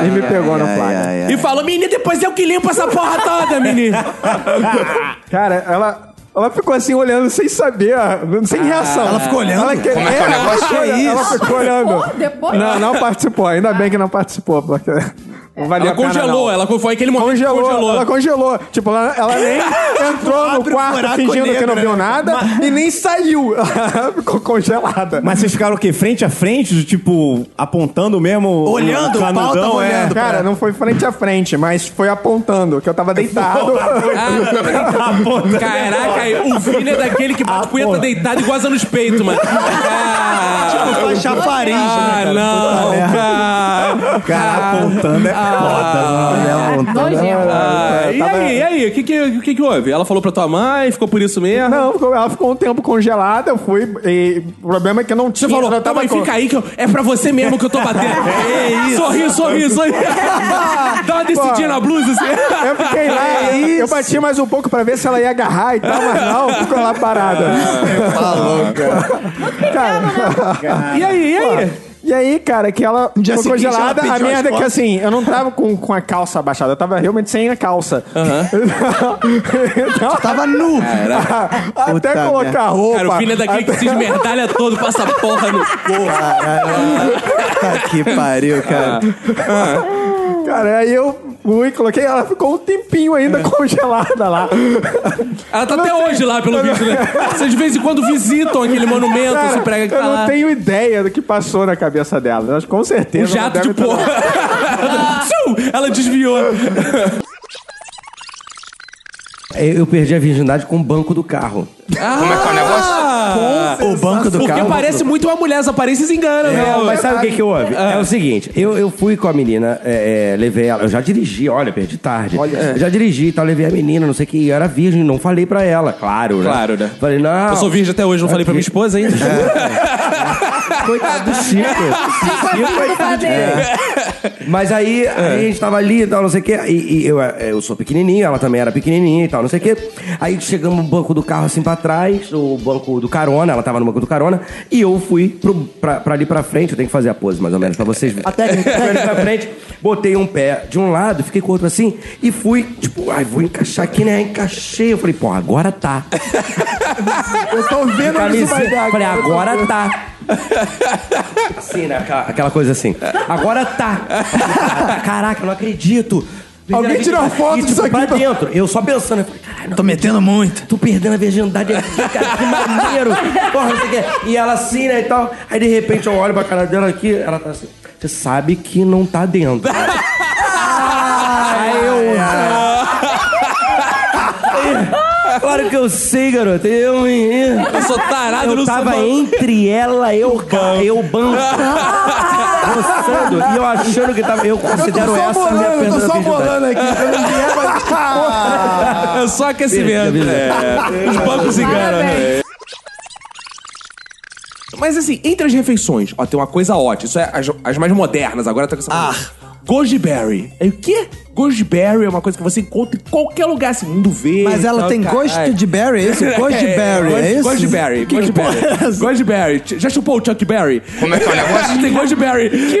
[SPEAKER 9] e me pegou no placa.
[SPEAKER 4] E falou, menina, depois eu que limpo essa porra toda, menina.
[SPEAKER 9] Cara, ela. Ela ficou assim olhando sem saber, ó, sem reação.
[SPEAKER 4] Ah, ela ficou olhando?
[SPEAKER 9] Ela que...
[SPEAKER 4] Como é que é o negócio?
[SPEAKER 9] Ela,
[SPEAKER 4] Que
[SPEAKER 9] ela
[SPEAKER 4] isso?
[SPEAKER 9] ficou olhando.
[SPEAKER 4] Participou depois?
[SPEAKER 9] Não, não participou. Ainda bem que não participou. Porque...
[SPEAKER 3] É.
[SPEAKER 9] Não valeu
[SPEAKER 4] Ela
[SPEAKER 9] a pena,
[SPEAKER 4] congelou,
[SPEAKER 9] não.
[SPEAKER 4] ela foi aquele momento que
[SPEAKER 9] congelou,
[SPEAKER 4] congelou.
[SPEAKER 9] Ela congelou. Tipo, ela, ela nem entrou no
[SPEAKER 4] Abre o
[SPEAKER 9] quarto
[SPEAKER 4] buraco
[SPEAKER 9] fingindo que
[SPEAKER 4] negro,
[SPEAKER 9] não viu
[SPEAKER 4] né?
[SPEAKER 9] nada e nem saiu. [LAUGHS] Ela ficou congelada.
[SPEAKER 23] Mas vocês ficaram o quê? Frente a frente? Tipo, apontando mesmo? o
[SPEAKER 9] o
[SPEAKER 23] canudão, é.
[SPEAKER 9] Cara, não foi frente a frente, mas foi apontando, que eu
[SPEAKER 4] É,
[SPEAKER 9] tava deitado.
[SPEAKER 3] Ah, Caraca, aí, o Vini é daquele que bate punheta deitado e goza nos peitos, mano. Ah,
[SPEAKER 15] Tipo, faz chafariz, né,
[SPEAKER 3] Ah,
[SPEAKER 15] cara?
[SPEAKER 3] não,
[SPEAKER 15] Puta merda.
[SPEAKER 3] cara.
[SPEAKER 23] Cara, apontando é
[SPEAKER 3] Ah, Ah,
[SPEAKER 24] não,
[SPEAKER 3] não,
[SPEAKER 24] não.
[SPEAKER 3] Ah,
[SPEAKER 24] Eu
[SPEAKER 3] e
[SPEAKER 24] tava-
[SPEAKER 3] aí, e aí? O que que, o que que houve? Ela falou pra tua mãe, ficou por isso mesmo?
[SPEAKER 9] Não, ficou- ela ficou um tempo congelada, eu fui. e o problema é que eu não tinha.
[SPEAKER 3] Você falou,
[SPEAKER 9] eu
[SPEAKER 3] tá, mãe,
[SPEAKER 9] com-
[SPEAKER 3] fica aí que eu- é pra você mesmo que eu tô batendo.
[SPEAKER 9] [LAUGHS] É isso.
[SPEAKER 3] Sorriso, sorriso, sorriso. [LAUGHS] Dá uma descidinha
[SPEAKER 9] Pô,
[SPEAKER 3] na Tá blusa. Assim.
[SPEAKER 9] [LAUGHS] Eu fiquei lá,
[SPEAKER 3] É
[SPEAKER 9] eu bati mais um pouco pra ver se ela ia agarrar e tal, mas não, ficou lá parada.
[SPEAKER 3] É,
[SPEAKER 15] [LAUGHS]
[SPEAKER 3] Falou, cara.
[SPEAKER 9] E aí, e aí? E aí, cara, que Um ela
[SPEAKER 3] No dia
[SPEAKER 9] ficou
[SPEAKER 3] seguinte, ela
[SPEAKER 9] congelada. A
[SPEAKER 3] pediu as
[SPEAKER 9] merda é que
[SPEAKER 3] fotos.
[SPEAKER 9] assim, eu não tava com, com a calça abaixada, eu tava realmente sem a calça. então, tava nu. Até
[SPEAKER 3] Puta
[SPEAKER 9] colocar
[SPEAKER 3] merda.
[SPEAKER 9] a roupa.
[SPEAKER 3] Cara, o filho é daquele que se esmerdalha todo, passa porra no corpo.
[SPEAKER 1] Tá que pariu, cara.
[SPEAKER 9] Cara, aí eu fui, coloquei, ela ficou um tempinho
[SPEAKER 3] É.
[SPEAKER 9] ainda congelada lá.
[SPEAKER 3] Ela tá até hoje lá, pelo visto, né? Vocês de vez em quando visitam aquele monumento,
[SPEAKER 9] Cara,
[SPEAKER 3] se prega que
[SPEAKER 9] eu
[SPEAKER 3] tá
[SPEAKER 9] não
[SPEAKER 3] lá.
[SPEAKER 9] tenho ideia do que passou na cabeça dela. Mas com certeza.
[SPEAKER 3] Um jato de porra. [LAUGHS] Tchum! Ela desviou.
[SPEAKER 1] Eu perdi a virgindade com o banco do carro.
[SPEAKER 3] Como é que é o negócio?
[SPEAKER 1] Com o banco do
[SPEAKER 3] Ah! Porque
[SPEAKER 1] carro.
[SPEAKER 3] parece muito uma mulher, as aparências enganam, né?
[SPEAKER 1] Não, É, mas sabe o que que houve?
[SPEAKER 3] Ah.
[SPEAKER 1] É o seguinte, eu, eu fui com a menina, é, é, levei ela, eu já dirigi, olha, perdi tarde.
[SPEAKER 3] Olha.
[SPEAKER 1] Eu já dirigi, então levei a menina, não sei o que, e eu era virgem, não falei pra ela, claro, né?
[SPEAKER 3] Claro, né?
[SPEAKER 1] Falei, não.
[SPEAKER 3] Eu sou virgem até hoje, não falei pra minha esposa ainda.
[SPEAKER 1] Coitado do
[SPEAKER 14] [LAUGHS]
[SPEAKER 3] [LAUGHS]
[SPEAKER 1] Chico.
[SPEAKER 14] Chico
[SPEAKER 1] É. Mas aí,
[SPEAKER 12] É.
[SPEAKER 1] aí a gente tava ali e tal, não sei o quê. E, e eu, eh, eu sou pequenininho, ela também era pequenininha e tal, não sei o quê. Aí chegamos no banco do carro assim pra trás, o banco do carona, ela tava no banco do carona. E eu fui pro, pra, pra ali pra frente, eu tenho que fazer a pose mais ou menos pra vocês verem. A técnica
[SPEAKER 9] assim, [LAUGHS]
[SPEAKER 1] fui ali pra frente, botei um pé de um lado, fiquei com o outro assim. E fui, tipo, ai, vou encaixar aqui, né? Encaixei. Eu falei, pô, agora tá.
[SPEAKER 12] Eu tô vendo onde isso vai dar.
[SPEAKER 1] Falei,
[SPEAKER 12] cara.
[SPEAKER 1] agora tá. Assim, né? Aquela, aquela coisa assim. Agora tá.
[SPEAKER 12] [LAUGHS]
[SPEAKER 1] Caraca, eu não acredito.
[SPEAKER 12] Alguém tirou
[SPEAKER 1] uma
[SPEAKER 12] foto disso aqui
[SPEAKER 1] Pra
[SPEAKER 12] pra-
[SPEAKER 1] dentro. Eu só pensando. Eu falei, caralho, tô metendo muito. Tô perdendo a virgindade aqui, cara.
[SPEAKER 12] [LAUGHS]
[SPEAKER 1] Que maneiro. Porra, não sei o quê. E ela assim, né, e tal. Aí, de repente, eu olho pra cara dela aqui. Ela tá assim. Você sabe que não
[SPEAKER 12] [LAUGHS]
[SPEAKER 1] tá dentro. Aí eu. [LAUGHS] Claro que eu sei, garoto. Eu, menino.
[SPEAKER 3] Eu sou tarado
[SPEAKER 1] eu
[SPEAKER 3] no
[SPEAKER 1] tava
[SPEAKER 3] samba.
[SPEAKER 1] entre ela, eu, banco. eu,
[SPEAKER 12] [LAUGHS]
[SPEAKER 1] banco. Roçando, e eu achando que tava. Eu considero
[SPEAKER 12] eu tô
[SPEAKER 1] essa
[SPEAKER 12] só
[SPEAKER 1] minha
[SPEAKER 12] bolando, eu tô
[SPEAKER 1] perda da
[SPEAKER 12] só
[SPEAKER 1] virgindade.
[SPEAKER 12] bolando aqui. Eu não vier,
[SPEAKER 1] [LAUGHS]
[SPEAKER 12] mas...
[SPEAKER 3] É só aquecimento. É. Os bancos enganam, né? Mas assim, entre as refeições, ó, tem uma coisa ótima. Isso é as, as mais modernas, agora tá com essa. Ah! Goji berry. É o quê? Goji berry é uma coisa que você encontra em qualquer lugar, assim, mundo verde.
[SPEAKER 1] Mas ela tem gosto de berry, é
[SPEAKER 3] [LAUGHS]
[SPEAKER 1] isso? Goji berry, é isso?
[SPEAKER 3] Goji berry,
[SPEAKER 1] Que
[SPEAKER 3] goji
[SPEAKER 1] porra
[SPEAKER 3] berry. Goji berry. Já chupou o Chuck Berry? Como é que é o negócio? [LAUGHS] Tem goji berry. Que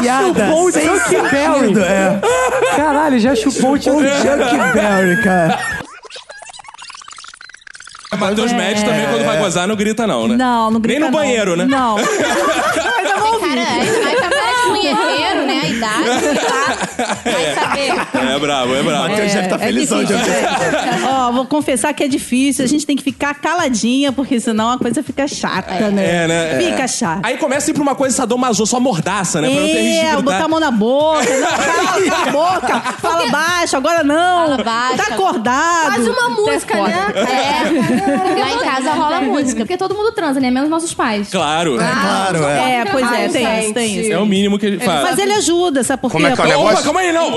[SPEAKER 3] [LAUGHS]
[SPEAKER 1] Piada
[SPEAKER 3] Chupou o
[SPEAKER 1] sem
[SPEAKER 3] Chuck
[SPEAKER 1] sentido,
[SPEAKER 3] Berry.
[SPEAKER 1] é.
[SPEAKER 25] Caralho, já chupou o Chuck
[SPEAKER 1] Berry, cara.
[SPEAKER 3] Matheus
[SPEAKER 16] É.
[SPEAKER 3] Médici também, quando vai gozar, não grita, não, né?
[SPEAKER 16] Não, não grita
[SPEAKER 3] Nem no
[SPEAKER 16] não.
[SPEAKER 3] banheiro, né?
[SPEAKER 16] Não. Mas eu vou ouvir.
[SPEAKER 15] Vai
[SPEAKER 16] é
[SPEAKER 15] saber de punheteiro, né? A idade, sei lá. Vai saber.
[SPEAKER 3] [LAUGHS] É bravo, é bravo.
[SPEAKER 15] Matheus deve tá felizão de
[SPEAKER 21] difícil, né? gente. Ó, vou confessar que é difícil. A gente tem que ficar caladinha, porque senão a coisa fica chata, né?
[SPEAKER 3] É, né?
[SPEAKER 21] Fica
[SPEAKER 3] É.
[SPEAKER 21] chata.
[SPEAKER 3] Aí começa a ir pra uma coisa sadomaso, só mordaça, né? Pra não ter
[SPEAKER 21] É, botar a
[SPEAKER 3] rigididade.
[SPEAKER 21] mão na boca, não, cala, cala a boca, fala baixo, agora não, tá acordado.
[SPEAKER 4] Faz uma música, né?
[SPEAKER 21] É.
[SPEAKER 4] Porque
[SPEAKER 21] Lá em
[SPEAKER 4] todo-
[SPEAKER 21] casa
[SPEAKER 4] rola música, porque todo mundo transa, né? Menos nossos pais.
[SPEAKER 3] Claro.
[SPEAKER 4] Ah,
[SPEAKER 3] claro,
[SPEAKER 21] é. É, pois é, tem isso, tem isso.
[SPEAKER 3] É o mínimo que ele faz.
[SPEAKER 21] Mas ele ajuda, sabe por quê?
[SPEAKER 3] Como é que é o
[SPEAKER 21] Opa,
[SPEAKER 3] negócio? Calma aí, não.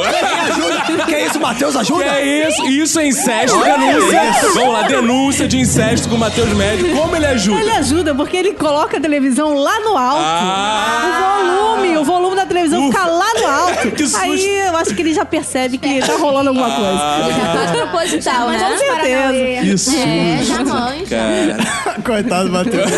[SPEAKER 21] Que é isso, Matheus ajuda?
[SPEAKER 3] Que é isso? Isso é incesto,
[SPEAKER 21] Olha
[SPEAKER 3] denúncia.
[SPEAKER 21] isso.
[SPEAKER 3] Vamos lá, denúncia de incesto com o Matheus Médici. Como ele ajuda?
[SPEAKER 21] Ele ajuda porque ele coloca a televisão lá no alto.
[SPEAKER 3] Ah!
[SPEAKER 21] O volume, o volume da televisão fica lá
[SPEAKER 3] [LAUGHS]
[SPEAKER 21] no alto.
[SPEAKER 15] Que susto.
[SPEAKER 21] Aí eu acho que ele já percebe que tá
[SPEAKER 3] Ah!
[SPEAKER 21] rolando alguma coisa.
[SPEAKER 15] Já
[SPEAKER 21] [LAUGHS]
[SPEAKER 15] faz proposital, né?
[SPEAKER 21] Com certeza.
[SPEAKER 15] Que susto. É, já manja.
[SPEAKER 1] Coitado, Matheus.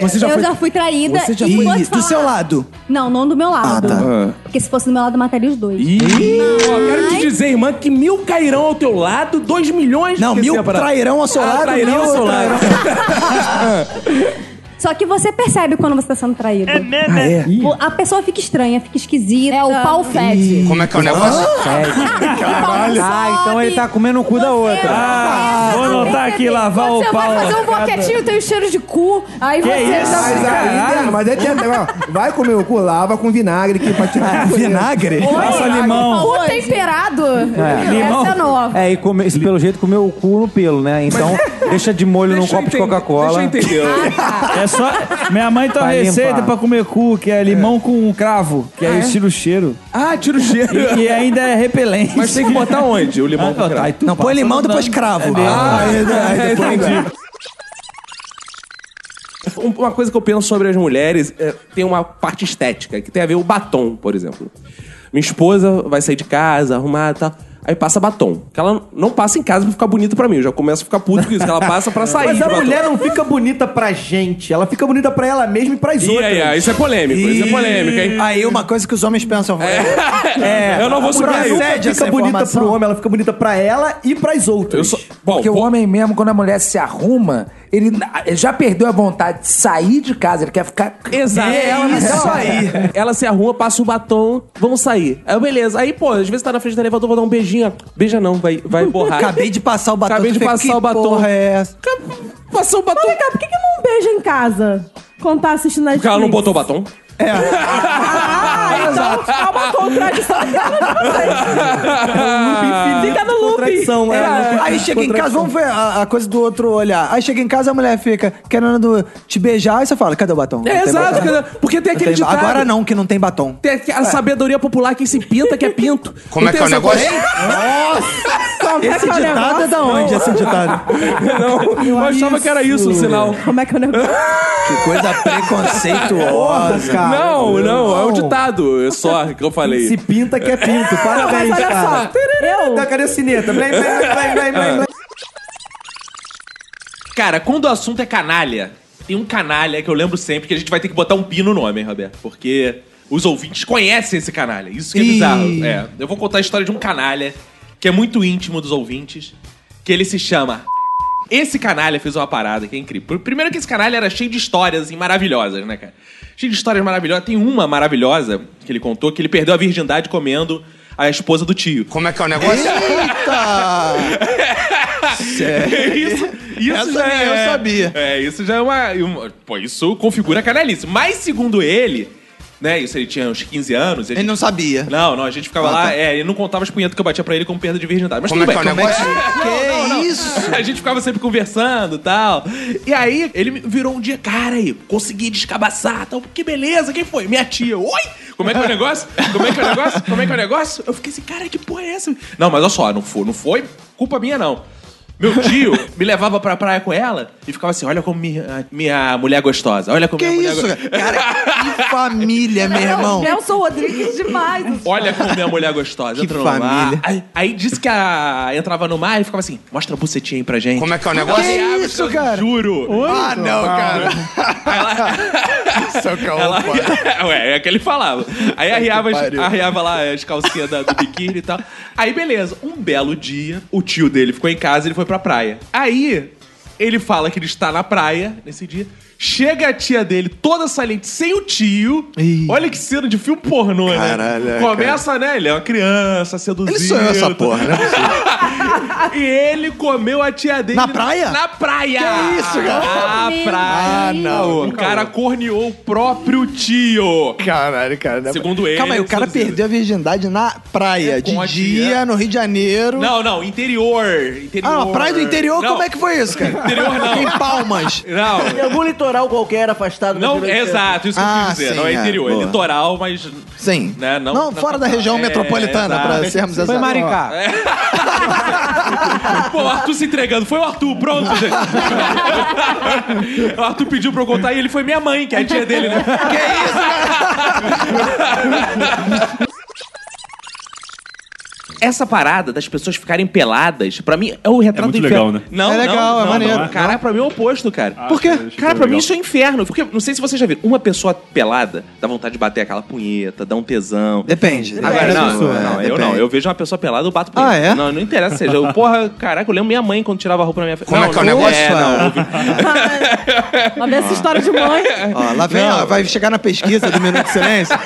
[SPEAKER 15] Você já
[SPEAKER 4] eu
[SPEAKER 15] foi-
[SPEAKER 4] já fui traída.
[SPEAKER 15] Você já
[SPEAKER 4] e
[SPEAKER 15] foi-
[SPEAKER 4] vou te
[SPEAKER 15] Ih, do
[SPEAKER 4] falar-
[SPEAKER 15] seu lado?
[SPEAKER 4] Não, não do meu lado.
[SPEAKER 3] Ah.
[SPEAKER 4] Porque se fosse do meu lado, eu mataria os dois.
[SPEAKER 3] Ih, ó, quero te dizer, irmã, que mil cairão ao teu lado, dois milhões...
[SPEAKER 4] Não,
[SPEAKER 3] que
[SPEAKER 4] mil
[SPEAKER 3] separar.
[SPEAKER 4] trairão ao seu
[SPEAKER 3] Ah,
[SPEAKER 4] lado,
[SPEAKER 3] trairão
[SPEAKER 4] mil
[SPEAKER 3] ao seu lado. [LAUGHS]
[SPEAKER 4] Só que você percebe quando você tá sendo traído. É mesmo?
[SPEAKER 3] Ah, é?
[SPEAKER 4] A pessoa fica estranha, fica esquisita. É, o pau fede.
[SPEAKER 3] Como é que é o negócio?
[SPEAKER 8] Caralho. Ah, então ele tá comendo o cu da outra. Ah, vou anotar aqui, lavar o
[SPEAKER 4] Você
[SPEAKER 8] pau.
[SPEAKER 4] vai fazer um boquetinho, tem um cheiro de cu, aí
[SPEAKER 12] Que
[SPEAKER 4] você...
[SPEAKER 12] isso, mas aí, né, mas aí tem ó, Vai comer o cu, lava com vinagre aqui pra tirar.
[SPEAKER 8] Vinagre? Passa limão.
[SPEAKER 4] Cu temperado.
[SPEAKER 8] É,
[SPEAKER 4] Essa é nova.
[SPEAKER 8] [LAUGHS] É, e come- esse, pelo jeito comeu o cu no pelo, né? Então Deixa de molho num copo de Coca-Cola.
[SPEAKER 21] Deixa eu
[SPEAKER 8] [LAUGHS]
[SPEAKER 21] entender.
[SPEAKER 8] É só. Minha mãe
[SPEAKER 4] então
[SPEAKER 8] tem uma
[SPEAKER 21] Pra
[SPEAKER 8] receita
[SPEAKER 21] limpar.
[SPEAKER 8] pra comer cu, que é limão com cravo, que
[SPEAKER 21] Ah,
[SPEAKER 8] aí
[SPEAKER 21] é?
[SPEAKER 8] tira o cheiro.
[SPEAKER 21] Ah, tira o
[SPEAKER 8] E, e ainda é repelente.
[SPEAKER 21] Mas tem que botar onde o limão
[SPEAKER 8] Ah,
[SPEAKER 21] com
[SPEAKER 8] tá,
[SPEAKER 21] cravo?
[SPEAKER 8] aí tu
[SPEAKER 21] Não, põe
[SPEAKER 8] passa
[SPEAKER 21] limão,
[SPEAKER 8] no
[SPEAKER 21] depois
[SPEAKER 8] dano.
[SPEAKER 21] cravo.
[SPEAKER 8] É
[SPEAKER 21] Ah,
[SPEAKER 8] mesmo.
[SPEAKER 21] é verdade,
[SPEAKER 8] É,
[SPEAKER 21] depois
[SPEAKER 8] entendi.
[SPEAKER 21] Um- Uma coisa que eu penso sobre as mulheres é, tem uma parte estética, que tem a ver o batom, por exemplo. Minha esposa vai sair de casa, arrumar e tal. Aí passa batom. Que ela não passa em casa pra ficar bonita pra mim. Eu já começo a ficar puto com isso. Que ela
[SPEAKER 9] é.
[SPEAKER 21] passa
[SPEAKER 8] [LAUGHS]
[SPEAKER 21] pra sair.
[SPEAKER 20] Mas
[SPEAKER 21] de
[SPEAKER 20] a
[SPEAKER 21] batom.
[SPEAKER 20] mulher não fica bonita pra gente, ela fica bonita pra ela mesma e pras
[SPEAKER 21] Ih,
[SPEAKER 20] outras.
[SPEAKER 21] aí, aí, isso é polêmico, isso é polêmico, hein?
[SPEAKER 15] Aí uma coisa que os homens pensam.
[SPEAKER 21] É. Eu não vou
[SPEAKER 20] a
[SPEAKER 21] subir
[SPEAKER 20] mulher
[SPEAKER 21] aí.
[SPEAKER 20] nunca
[SPEAKER 21] Cede essa
[SPEAKER 20] fica bonita
[SPEAKER 21] informação.
[SPEAKER 20] pro homem, ela fica bonita pra ela e pras outras.
[SPEAKER 11] Porque o homem mesmo, quando a mulher se arruma, ele ele já perdeu a vontade de sair de casa, ele quer ficar.
[SPEAKER 21] Exato.
[SPEAKER 11] É
[SPEAKER 21] ela
[SPEAKER 11] isso
[SPEAKER 21] ela- [LAUGHS]
[SPEAKER 11] aí.
[SPEAKER 21] Ela se arruma, passa o batom, vamos sair. Aí, beleza. Aí, pô, às vezes tá na frente do elevador, vou dar um beijinho. ó. Beija não, vai,
[SPEAKER 15] [LAUGHS]
[SPEAKER 21] vai borrar.
[SPEAKER 15] Acabei de passar o batom.
[SPEAKER 21] Acabei de
[SPEAKER 15] tu fica,
[SPEAKER 21] passar
[SPEAKER 15] "Que
[SPEAKER 21] o batom.
[SPEAKER 15] porra é essa?"
[SPEAKER 21] Passou o batom.
[SPEAKER 4] Mas, vem cá, por que, que não beija em casa? Quando tá assistindo Netflix?
[SPEAKER 21] Porque ela não botou o batom.
[SPEAKER 4] Ah, então é uma contradição dela de vocês. Fica no looping.
[SPEAKER 15] É, aí chega em casa, vamos ver a, a coisa do outro olhar. Aí chega em casa, a mulher fica querendo te beijar, aí você fala, cadê o batom?
[SPEAKER 21] É,
[SPEAKER 15] Não tem
[SPEAKER 21] exato,
[SPEAKER 15] batom.
[SPEAKER 21] cadê- porque tem
[SPEAKER 15] Não
[SPEAKER 21] aquele ditado.
[SPEAKER 15] "Ah, Agora não, É. que não tem batom.
[SPEAKER 21] Tem aqui a sabedoria popular que se pinta que é pinto.
[SPEAKER 15] Como
[SPEAKER 21] Não
[SPEAKER 15] é que
[SPEAKER 21] tem
[SPEAKER 15] é o
[SPEAKER 21] essa
[SPEAKER 15] negócio?
[SPEAKER 4] Como é
[SPEAKER 15] Esse
[SPEAKER 4] que é o
[SPEAKER 15] ditado
[SPEAKER 4] negócio?
[SPEAKER 15] é da onde, esse ditado?
[SPEAKER 21] Não, eu achava que era isso o sinal.
[SPEAKER 4] Como é que é o negócio?
[SPEAKER 15] Que
[SPEAKER 21] [LAUGHS]
[SPEAKER 15] coisa preconceituosa.
[SPEAKER 21] Não, não, é um ditado é só que eu falei. Se
[SPEAKER 20] pinta que é
[SPEAKER 21] [LAUGHS]
[SPEAKER 20] pinto.
[SPEAKER 6] Ah,
[SPEAKER 20] Parabéns,
[SPEAKER 4] Mas olha
[SPEAKER 20] cara.
[SPEAKER 4] só, eu...
[SPEAKER 20] Não, cadê a sineta? Blém, blém, blém,
[SPEAKER 3] [LAUGHS]
[SPEAKER 20] blém, blém, blém.
[SPEAKER 3] Cara, quando o assunto é canalha, tem um canalha que eu lembro sempre que a gente vai ter que botar um pi no nome, hein, Roberto? Porque os ouvintes conhecem esse canalha. Isso que é
[SPEAKER 26] Ih.
[SPEAKER 3] bizarro. É, eu vou contar a história de um canalha que é muito íntimo dos ouvintes, que ele se chama. [LAUGHS] Esse canalha fez uma parada que é incrível. Primeiro que esse canalha era cheio de histórias assim, maravilhosas, né, cara? Cheio de histórias maravilhosas. Tem uma maravilhosa que ele contou que ele perdeu a virgindade comendo a esposa do tio. Como é que é o
[SPEAKER 15] Eita!
[SPEAKER 3] [LAUGHS] É isso, isso
[SPEAKER 15] Essa
[SPEAKER 3] já
[SPEAKER 15] nem
[SPEAKER 3] é,
[SPEAKER 15] eu sabia.
[SPEAKER 3] É, isso já é uma, uma- Pô, isso configura canalice. Mas segundo ele, né? Isso ele tinha uns 15 anos. Ele
[SPEAKER 15] não sabia.
[SPEAKER 3] Não, não, a gente ficava
[SPEAKER 15] Ah,
[SPEAKER 3] lá,
[SPEAKER 15] tá.
[SPEAKER 3] é, ele não contava as punhetas que eu batia pra ele como perda de virgindade. Mas
[SPEAKER 15] Como
[SPEAKER 3] tudo
[SPEAKER 15] é que
[SPEAKER 3] bem.
[SPEAKER 15] é o negócio?
[SPEAKER 3] Que
[SPEAKER 15] isso?
[SPEAKER 3] [LAUGHS] A gente ficava sempre conversando e tal. E aí, ele me virou um dia, cara, aí, consegui descabaçar tal. Que beleza, quem foi? Minha tia. Oi! Como é que é o negócio? Como é que é o negócio? Como é que é o negócio? Eu fiquei assim, cara, que porra é essa? Não, mas olha só, não foi, não foi culpa minha, não. Meu tio me levava pra praia com ela e ficava assim: olha como minha, minha mulher gostosa, olha como
[SPEAKER 15] Que
[SPEAKER 3] minha
[SPEAKER 15] isso,
[SPEAKER 3] mulher
[SPEAKER 15] [LAUGHS] cara? Cara, que família, meu irmão.
[SPEAKER 4] Nelson Rodrigues demais.
[SPEAKER 3] Olha como minha mulher é gostosa. Entrou no mar.
[SPEAKER 15] família.
[SPEAKER 3] Aí, aí disse que a, entrava no mar e ficava assim: mostra a bucetinha aí pra gente. Como é que é o
[SPEAKER 15] negócio? Que isso, cara?
[SPEAKER 3] Juro.
[SPEAKER 15] Ah, não, cara. [LAUGHS] Isso é o que eu
[SPEAKER 3] Ela... [LAUGHS] Ué, é que ele falava. Aí arriava, as-
[SPEAKER 15] pariu.
[SPEAKER 3] arriava lá as calcinhas da- do biquíni e tal. Aí, beleza. Um belo dia, o tio dele ficou em casa e ele foi pra praia. Aí, ele fala que ele está na praia nesse dia. Chega a tia dele toda saliente, sem o tio. Olha que cena de filme pornô,
[SPEAKER 15] Caralho,
[SPEAKER 3] né?
[SPEAKER 15] é,
[SPEAKER 3] Começa, né? Ele é uma criança, seduzido.
[SPEAKER 15] Ele sonhou essa porra, né?
[SPEAKER 3] [LAUGHS] e ele comeu a tia dele...
[SPEAKER 15] Na praia?
[SPEAKER 3] Na praia!
[SPEAKER 15] Que isso, cara?
[SPEAKER 3] Na
[SPEAKER 15] Meu
[SPEAKER 3] praia!
[SPEAKER 15] Ah, não.
[SPEAKER 3] O cara corneou o próprio tio!
[SPEAKER 15] Caralho, cara. né?
[SPEAKER 3] Segundo ele...
[SPEAKER 15] Calma aí, o cara
[SPEAKER 3] seduzido.
[SPEAKER 15] perdeu a virgindade na praia,
[SPEAKER 3] Com a
[SPEAKER 15] de
[SPEAKER 3] tia.
[SPEAKER 15] dia, no Rio de Janeiro.
[SPEAKER 3] Não, não, interior. interior.
[SPEAKER 15] Ah, não, praia do interior,
[SPEAKER 3] Não.
[SPEAKER 15] como é que foi isso, cara?
[SPEAKER 3] Interior não.
[SPEAKER 15] Em Palmas.
[SPEAKER 3] Não.
[SPEAKER 20] Em algum litoral qualquer afastado
[SPEAKER 3] Não, exato, isso que eu
[SPEAKER 15] Ah,
[SPEAKER 3] quis dizer.
[SPEAKER 15] sim,
[SPEAKER 3] não é
[SPEAKER 15] é,
[SPEAKER 3] interior, é,
[SPEAKER 15] boa.
[SPEAKER 3] litoral, mas.
[SPEAKER 15] Sim.
[SPEAKER 3] Né, não,
[SPEAKER 15] Não, fora da região metropolitana, pra sermos
[SPEAKER 3] exatos.
[SPEAKER 15] exatos.
[SPEAKER 3] [LAUGHS] Pô, o Arthur se entregando. Foi o Arthur, pronto, gente. o Arthur pediu pra eu contar e ele foi minha mãe, que é a tia dele,
[SPEAKER 15] [LAUGHS]
[SPEAKER 3] né? Que isso, Essa parada das pessoas ficarem peladas, pra mim, é o retrato
[SPEAKER 27] muito
[SPEAKER 3] do inferno.
[SPEAKER 27] legal, né?
[SPEAKER 3] Não,
[SPEAKER 15] É
[SPEAKER 3] não,
[SPEAKER 15] legal, é
[SPEAKER 3] não,
[SPEAKER 15] maneiro.
[SPEAKER 3] não. Cara, pra mim é o oposto, cara. Por
[SPEAKER 15] quê?
[SPEAKER 3] Cara, pra mim isso é inferno. Porque, não sei se vocês já viram, uma pessoa pelada dá vontade de bater aquela punheta, dá um tesão.
[SPEAKER 15] Depende.
[SPEAKER 3] Agora,
[SPEAKER 15] Depende da
[SPEAKER 3] não,
[SPEAKER 15] pessoa.
[SPEAKER 3] não,
[SPEAKER 15] É,
[SPEAKER 3] eu
[SPEAKER 15] depende.
[SPEAKER 3] não. Eu vejo uma pessoa pelada, eu bato
[SPEAKER 15] Ah, é?
[SPEAKER 3] Não, não interessa. Seja, eu, porra, caraca, eu lembro minha mãe quando tirava a roupa na minha frente.
[SPEAKER 15] Como
[SPEAKER 3] Não,
[SPEAKER 15] é que é o
[SPEAKER 3] não,
[SPEAKER 15] negócio?
[SPEAKER 3] É, não, ouvi-
[SPEAKER 4] Lá vem essa história de mãe.
[SPEAKER 15] Ó, lá vem, ó, vai chegar na pesquisa do Minuto de Silêncio,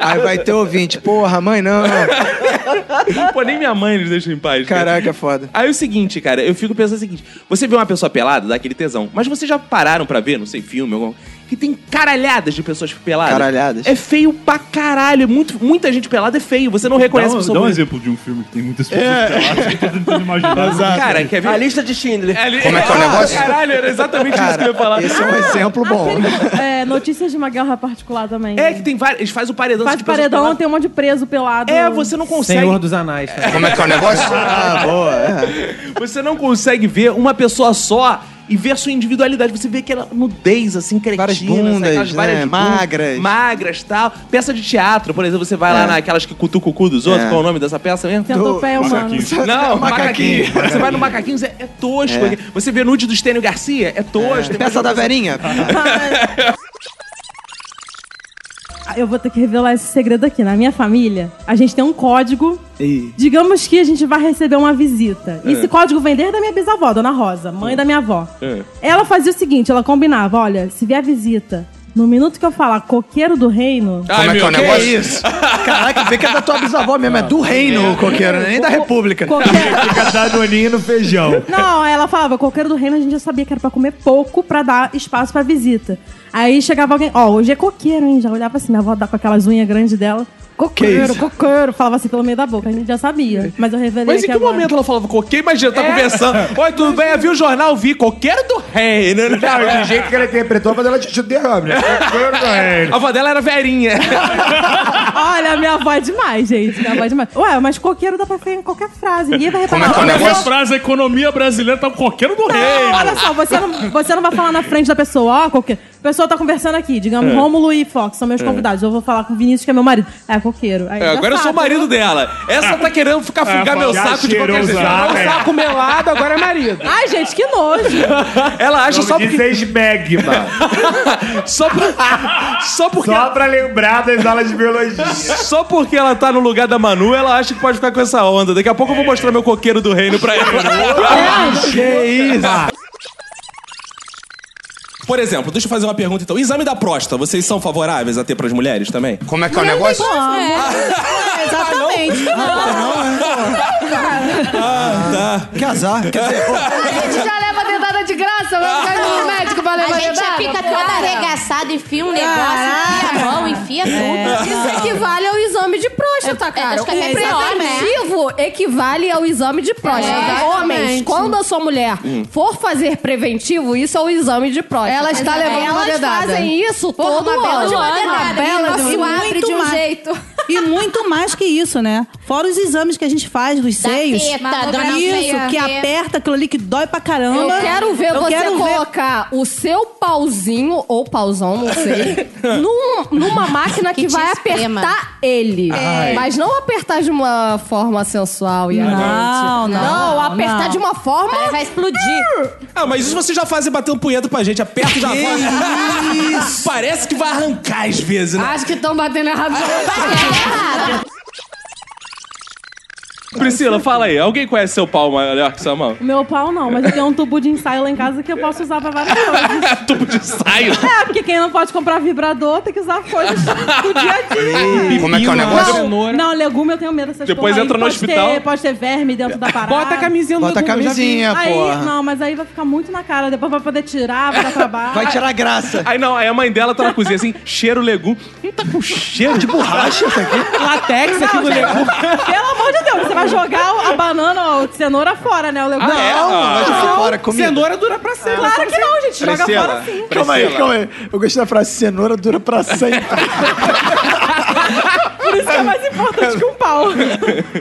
[SPEAKER 15] aí vai ter ouvinte. Porra, mãe, não.
[SPEAKER 3] [LAUGHS] Pô, nem minha mãe nos deixa em paz. cara.
[SPEAKER 15] Caraca, foda.
[SPEAKER 3] Aí é o seguinte, cara, eu fico pensando o seguinte: você vê uma pessoa pelada, dá aquele tesão, mas vocês já pararam pra ver, não sei, filme, alguma, que tem caralhadas de pessoas peladas. Caralhadas. É feio pra caralho. é Muito, muita gente pelada é feio. Você não reconhece
[SPEAKER 28] dá,
[SPEAKER 3] a
[SPEAKER 28] um-
[SPEAKER 3] pessoa
[SPEAKER 28] dá um
[SPEAKER 3] bonita.
[SPEAKER 28] exemplo de um filme que tem muitas pessoas
[SPEAKER 3] É.
[SPEAKER 28] peladas. Eu tô
[SPEAKER 3] [LAUGHS]
[SPEAKER 28] tentando imaginar.
[SPEAKER 3] Cara, quer ver?
[SPEAKER 28] A
[SPEAKER 3] lista de Schindler.
[SPEAKER 28] Como é que é o negócio?
[SPEAKER 3] Caralho, era exatamente isso que eu ia falar.
[SPEAKER 15] esse é um exemplo bom.
[SPEAKER 21] É, notícias de uma guerra particular também.
[SPEAKER 3] É, que tem várias. Eles fazem o paredão.
[SPEAKER 21] Faz
[SPEAKER 3] de pessoas
[SPEAKER 21] paredão,
[SPEAKER 3] peladas.
[SPEAKER 21] tem um monte de preso pelado.
[SPEAKER 3] É, você não consegue.
[SPEAKER 21] Senhor
[SPEAKER 3] dos
[SPEAKER 8] anais.
[SPEAKER 3] Como é que é o negócio? [LAUGHS] ah, boa. Você não consegue ver uma pessoa só e ver a sua individualidade. Você vê aquela nudez, assim, cretina.
[SPEAKER 9] Várias
[SPEAKER 3] sabe?
[SPEAKER 9] bundas,
[SPEAKER 3] Aquelas várias
[SPEAKER 9] né?
[SPEAKER 3] bundas,
[SPEAKER 9] Magras.
[SPEAKER 3] Magras, tal. Peça de teatro, por exemplo, você vai lá naquelas que cutuca o cu dos outros.
[SPEAKER 9] É.
[SPEAKER 3] Qual é o nome dessa peça mesmo?
[SPEAKER 21] Centopeia humana.
[SPEAKER 3] Macaquinho. Não, macaquinho. Você vai no macaquinho, é, é tosco.
[SPEAKER 9] É.
[SPEAKER 3] Você vê nude do Estênio Garcia, é tosco.
[SPEAKER 9] É. Peça da Verinha.
[SPEAKER 21] Ah, Eu vou ter que revelar esse segredo aqui. Na minha família, a gente tem um código. Digamos que a gente vai receber uma visita. E
[SPEAKER 14] É.
[SPEAKER 21] Esse código vem desde a minha bisavó, Dona Rosa, mãe da minha avó. Ela fazia o seguinte, ela combinava, olha, se vier visita, no minuto que eu falar coqueiro do reino...
[SPEAKER 15] Como é que é o negócio? isso?
[SPEAKER 21] Caraca,
[SPEAKER 15] vê que é da tua bisavó mesmo, é do reino o coqueiro, né? nem da república.
[SPEAKER 3] Ah,
[SPEAKER 28] Fica danoninho no feijão.
[SPEAKER 21] Não, ela falava, coqueiro do reino a gente já sabia que era pra comer pouco pra dar espaço pra visita. Aí chegava alguém, ó, hoje é coqueiro, hein? Já olhava assim, minha avó dá com aquelas unhas grandes dela. Coqueiro,
[SPEAKER 3] isso?
[SPEAKER 21] coqueiro, falava assim pelo meio da boca, a gente já sabia. Mas eu revelei
[SPEAKER 3] Mas em
[SPEAKER 21] aqui
[SPEAKER 3] que
[SPEAKER 21] agora.
[SPEAKER 3] momento ela falava coqueiro? Imagina, tá
[SPEAKER 21] É.
[SPEAKER 3] conversando. Oi, tudo bem? Eu vi o jornal, vi coqueiro do rei. [LAUGHS] Né?
[SPEAKER 4] Não, do jeito que ela interpretou, mas ela te derrame, né? Coqueiro do rei.
[SPEAKER 3] A avó dela era verinha.
[SPEAKER 21] [LAUGHS] Olha, minha avó é demais, gente. Minha avó é demais. Ué, mas coqueiro dá pra fazer em qualquer frase. Ninguém
[SPEAKER 3] é
[SPEAKER 21] vai reparar.
[SPEAKER 2] Olha
[SPEAKER 21] Não,
[SPEAKER 2] essa frase, a economia brasileira tá coqueiro do rei.
[SPEAKER 21] Olha só, você não, você não vai falar na frente da pessoa, ó, coqueiro. A pessoa tá conversando aqui, digamos,
[SPEAKER 3] É.
[SPEAKER 21] Rômulo e Fox são meus
[SPEAKER 3] É.
[SPEAKER 21] convidados. Eu vou falar com o Vinícius, que é meu marido. É, coqueiro. Aí
[SPEAKER 3] É,
[SPEAKER 21] já
[SPEAKER 3] agora eu sou o
[SPEAKER 21] sabe,
[SPEAKER 3] marido
[SPEAKER 21] né?
[SPEAKER 3] dela. Essa tá querendo
[SPEAKER 4] [LAUGHS]
[SPEAKER 3] ficar
[SPEAKER 21] É,
[SPEAKER 3] fugar meu
[SPEAKER 21] já
[SPEAKER 3] saco de qualquer
[SPEAKER 4] cheirou
[SPEAKER 3] jeito.
[SPEAKER 4] já, né?
[SPEAKER 3] saco melado, agora é marido.
[SPEAKER 21] Ai, gente, que nojo.
[SPEAKER 3] Ela acha só porque...
[SPEAKER 4] Diz esmegma.
[SPEAKER 3] [LAUGHS] só, pra... só porque... Só
[SPEAKER 4] pra lembrar das aulas de biologia.
[SPEAKER 3] Só porque ela tá no lugar da Manu, ela acha que pode ficar com essa onda. Daqui a pouco eu vou mostrar meu coqueiro do reino pra
[SPEAKER 4] [LAUGHS]
[SPEAKER 3] ela.
[SPEAKER 15] Que isso?
[SPEAKER 29] Por exemplo, deixa eu fazer uma pergunta então. Exame da próstata, vocês são favoráveis a ter pras mulheres também?
[SPEAKER 4] Como é Ah,
[SPEAKER 29] Não,
[SPEAKER 21] É, exatamente.
[SPEAKER 29] Ah, tá.
[SPEAKER 30] Casar, quer dizer,
[SPEAKER 16] A gente já leva dedada de graça, vai ficar com o médico pra levar
[SPEAKER 31] A gente já
[SPEAKER 16] dedada,
[SPEAKER 31] fica
[SPEAKER 16] pô.
[SPEAKER 31] todo arregaçado, enfia um negócio, enfia a mão, enfia tudo.
[SPEAKER 6] Ah. Isso equivale ao exame de próstata, cara.
[SPEAKER 31] acho que é
[SPEAKER 6] o
[SPEAKER 31] pior, né?
[SPEAKER 6] preventivo equivale ao exame de próstata.
[SPEAKER 31] É, exatamente.
[SPEAKER 6] Homens, quando a sua mulher
[SPEAKER 31] Hum.
[SPEAKER 6] for fazer preventivo, isso é o exame de próstata. é
[SPEAKER 16] Ela está levando uma
[SPEAKER 6] Elas
[SPEAKER 16] dedada.
[SPEAKER 6] fazem isso
[SPEAKER 16] Porra,
[SPEAKER 6] todo
[SPEAKER 16] uma bela
[SPEAKER 6] ano.
[SPEAKER 16] de uma dedada,
[SPEAKER 6] bela
[SPEAKER 16] né?
[SPEAKER 6] de
[SPEAKER 16] E
[SPEAKER 6] uma-
[SPEAKER 16] abre de um jeito.
[SPEAKER 32] E muito mais que isso, né? Fora os exames que a gente faz dos
[SPEAKER 6] Da
[SPEAKER 32] seios.
[SPEAKER 6] teta, dona
[SPEAKER 32] isso,
[SPEAKER 6] Alceia.
[SPEAKER 32] que aperta aquilo ali que dói pra
[SPEAKER 6] Eu
[SPEAKER 32] caramba.
[SPEAKER 6] quero ver
[SPEAKER 32] Eu
[SPEAKER 6] você
[SPEAKER 32] quero ver-
[SPEAKER 6] colocar o seu pauzinho, ou pauzão, não sei, num- numa máquina que,
[SPEAKER 31] Que te
[SPEAKER 6] vai
[SPEAKER 31] esprema.
[SPEAKER 6] apertar ele.
[SPEAKER 31] Ai.
[SPEAKER 6] Mas não apertar de uma forma sensual e
[SPEAKER 31] Não,
[SPEAKER 6] elegante.
[SPEAKER 31] não,
[SPEAKER 6] Não, apertar
[SPEAKER 31] não.
[SPEAKER 6] de uma forma... vai explodir.
[SPEAKER 29] Ah, mas isso vocês já fazem batendo punheta pra gente, aperta já
[SPEAKER 6] Que
[SPEAKER 29] faz. Parece que vai arrancar às vezes, né?
[SPEAKER 16] Acho que estão batendo errado.
[SPEAKER 3] [LAUGHS]
[SPEAKER 21] É,
[SPEAKER 3] Priscila, fala aí. Alguém conhece seu pau melhor que sua mão?
[SPEAKER 21] O Meu pau não, mas eu tenho um tubo de ensaio lá em casa que eu posso usar pra várias coisas.
[SPEAKER 3] Tubo de ensaio?
[SPEAKER 21] É, porque quem não pode comprar vibrador tem que usar coisas do dia a dia. né?
[SPEAKER 3] Como é que é o negócio?
[SPEAKER 21] Não, não, legume eu tenho medo dessas
[SPEAKER 3] Depois
[SPEAKER 21] porra aí.
[SPEAKER 3] entra no
[SPEAKER 21] pode
[SPEAKER 3] hospital.
[SPEAKER 21] Ter, pode ter verme dentro da parada.
[SPEAKER 3] Bota a camisinha
[SPEAKER 6] no Bota a legume, eu já vi. camisinha,
[SPEAKER 21] aí,
[SPEAKER 6] porra.
[SPEAKER 21] Não, mas aí vai ficar muito na cara. Depois vai poder tirar, vai dar trabalho.
[SPEAKER 6] tirar graça.
[SPEAKER 3] Ah, Aí não, aí a mãe dela tá na cozinha assim, cheiro legume. Não tá com cheiro de borracha isso aqui? Latex
[SPEAKER 21] Não, gente, Pelo amor de Deus, você vai jogar a banana, a cenoura fora, né? O legume.
[SPEAKER 15] Ah, é? Ah, vai jogar fora, comida.
[SPEAKER 21] Cenoura dura pra sempre. é, Claro que não, gente. Joga
[SPEAKER 15] Priscila,
[SPEAKER 21] fora assim. sim.
[SPEAKER 15] Calma aí, calma aí. Eu gostei da frase cenoura dura pra sempre.
[SPEAKER 21] [LAUGHS] Por isso que é mais importante que um pau.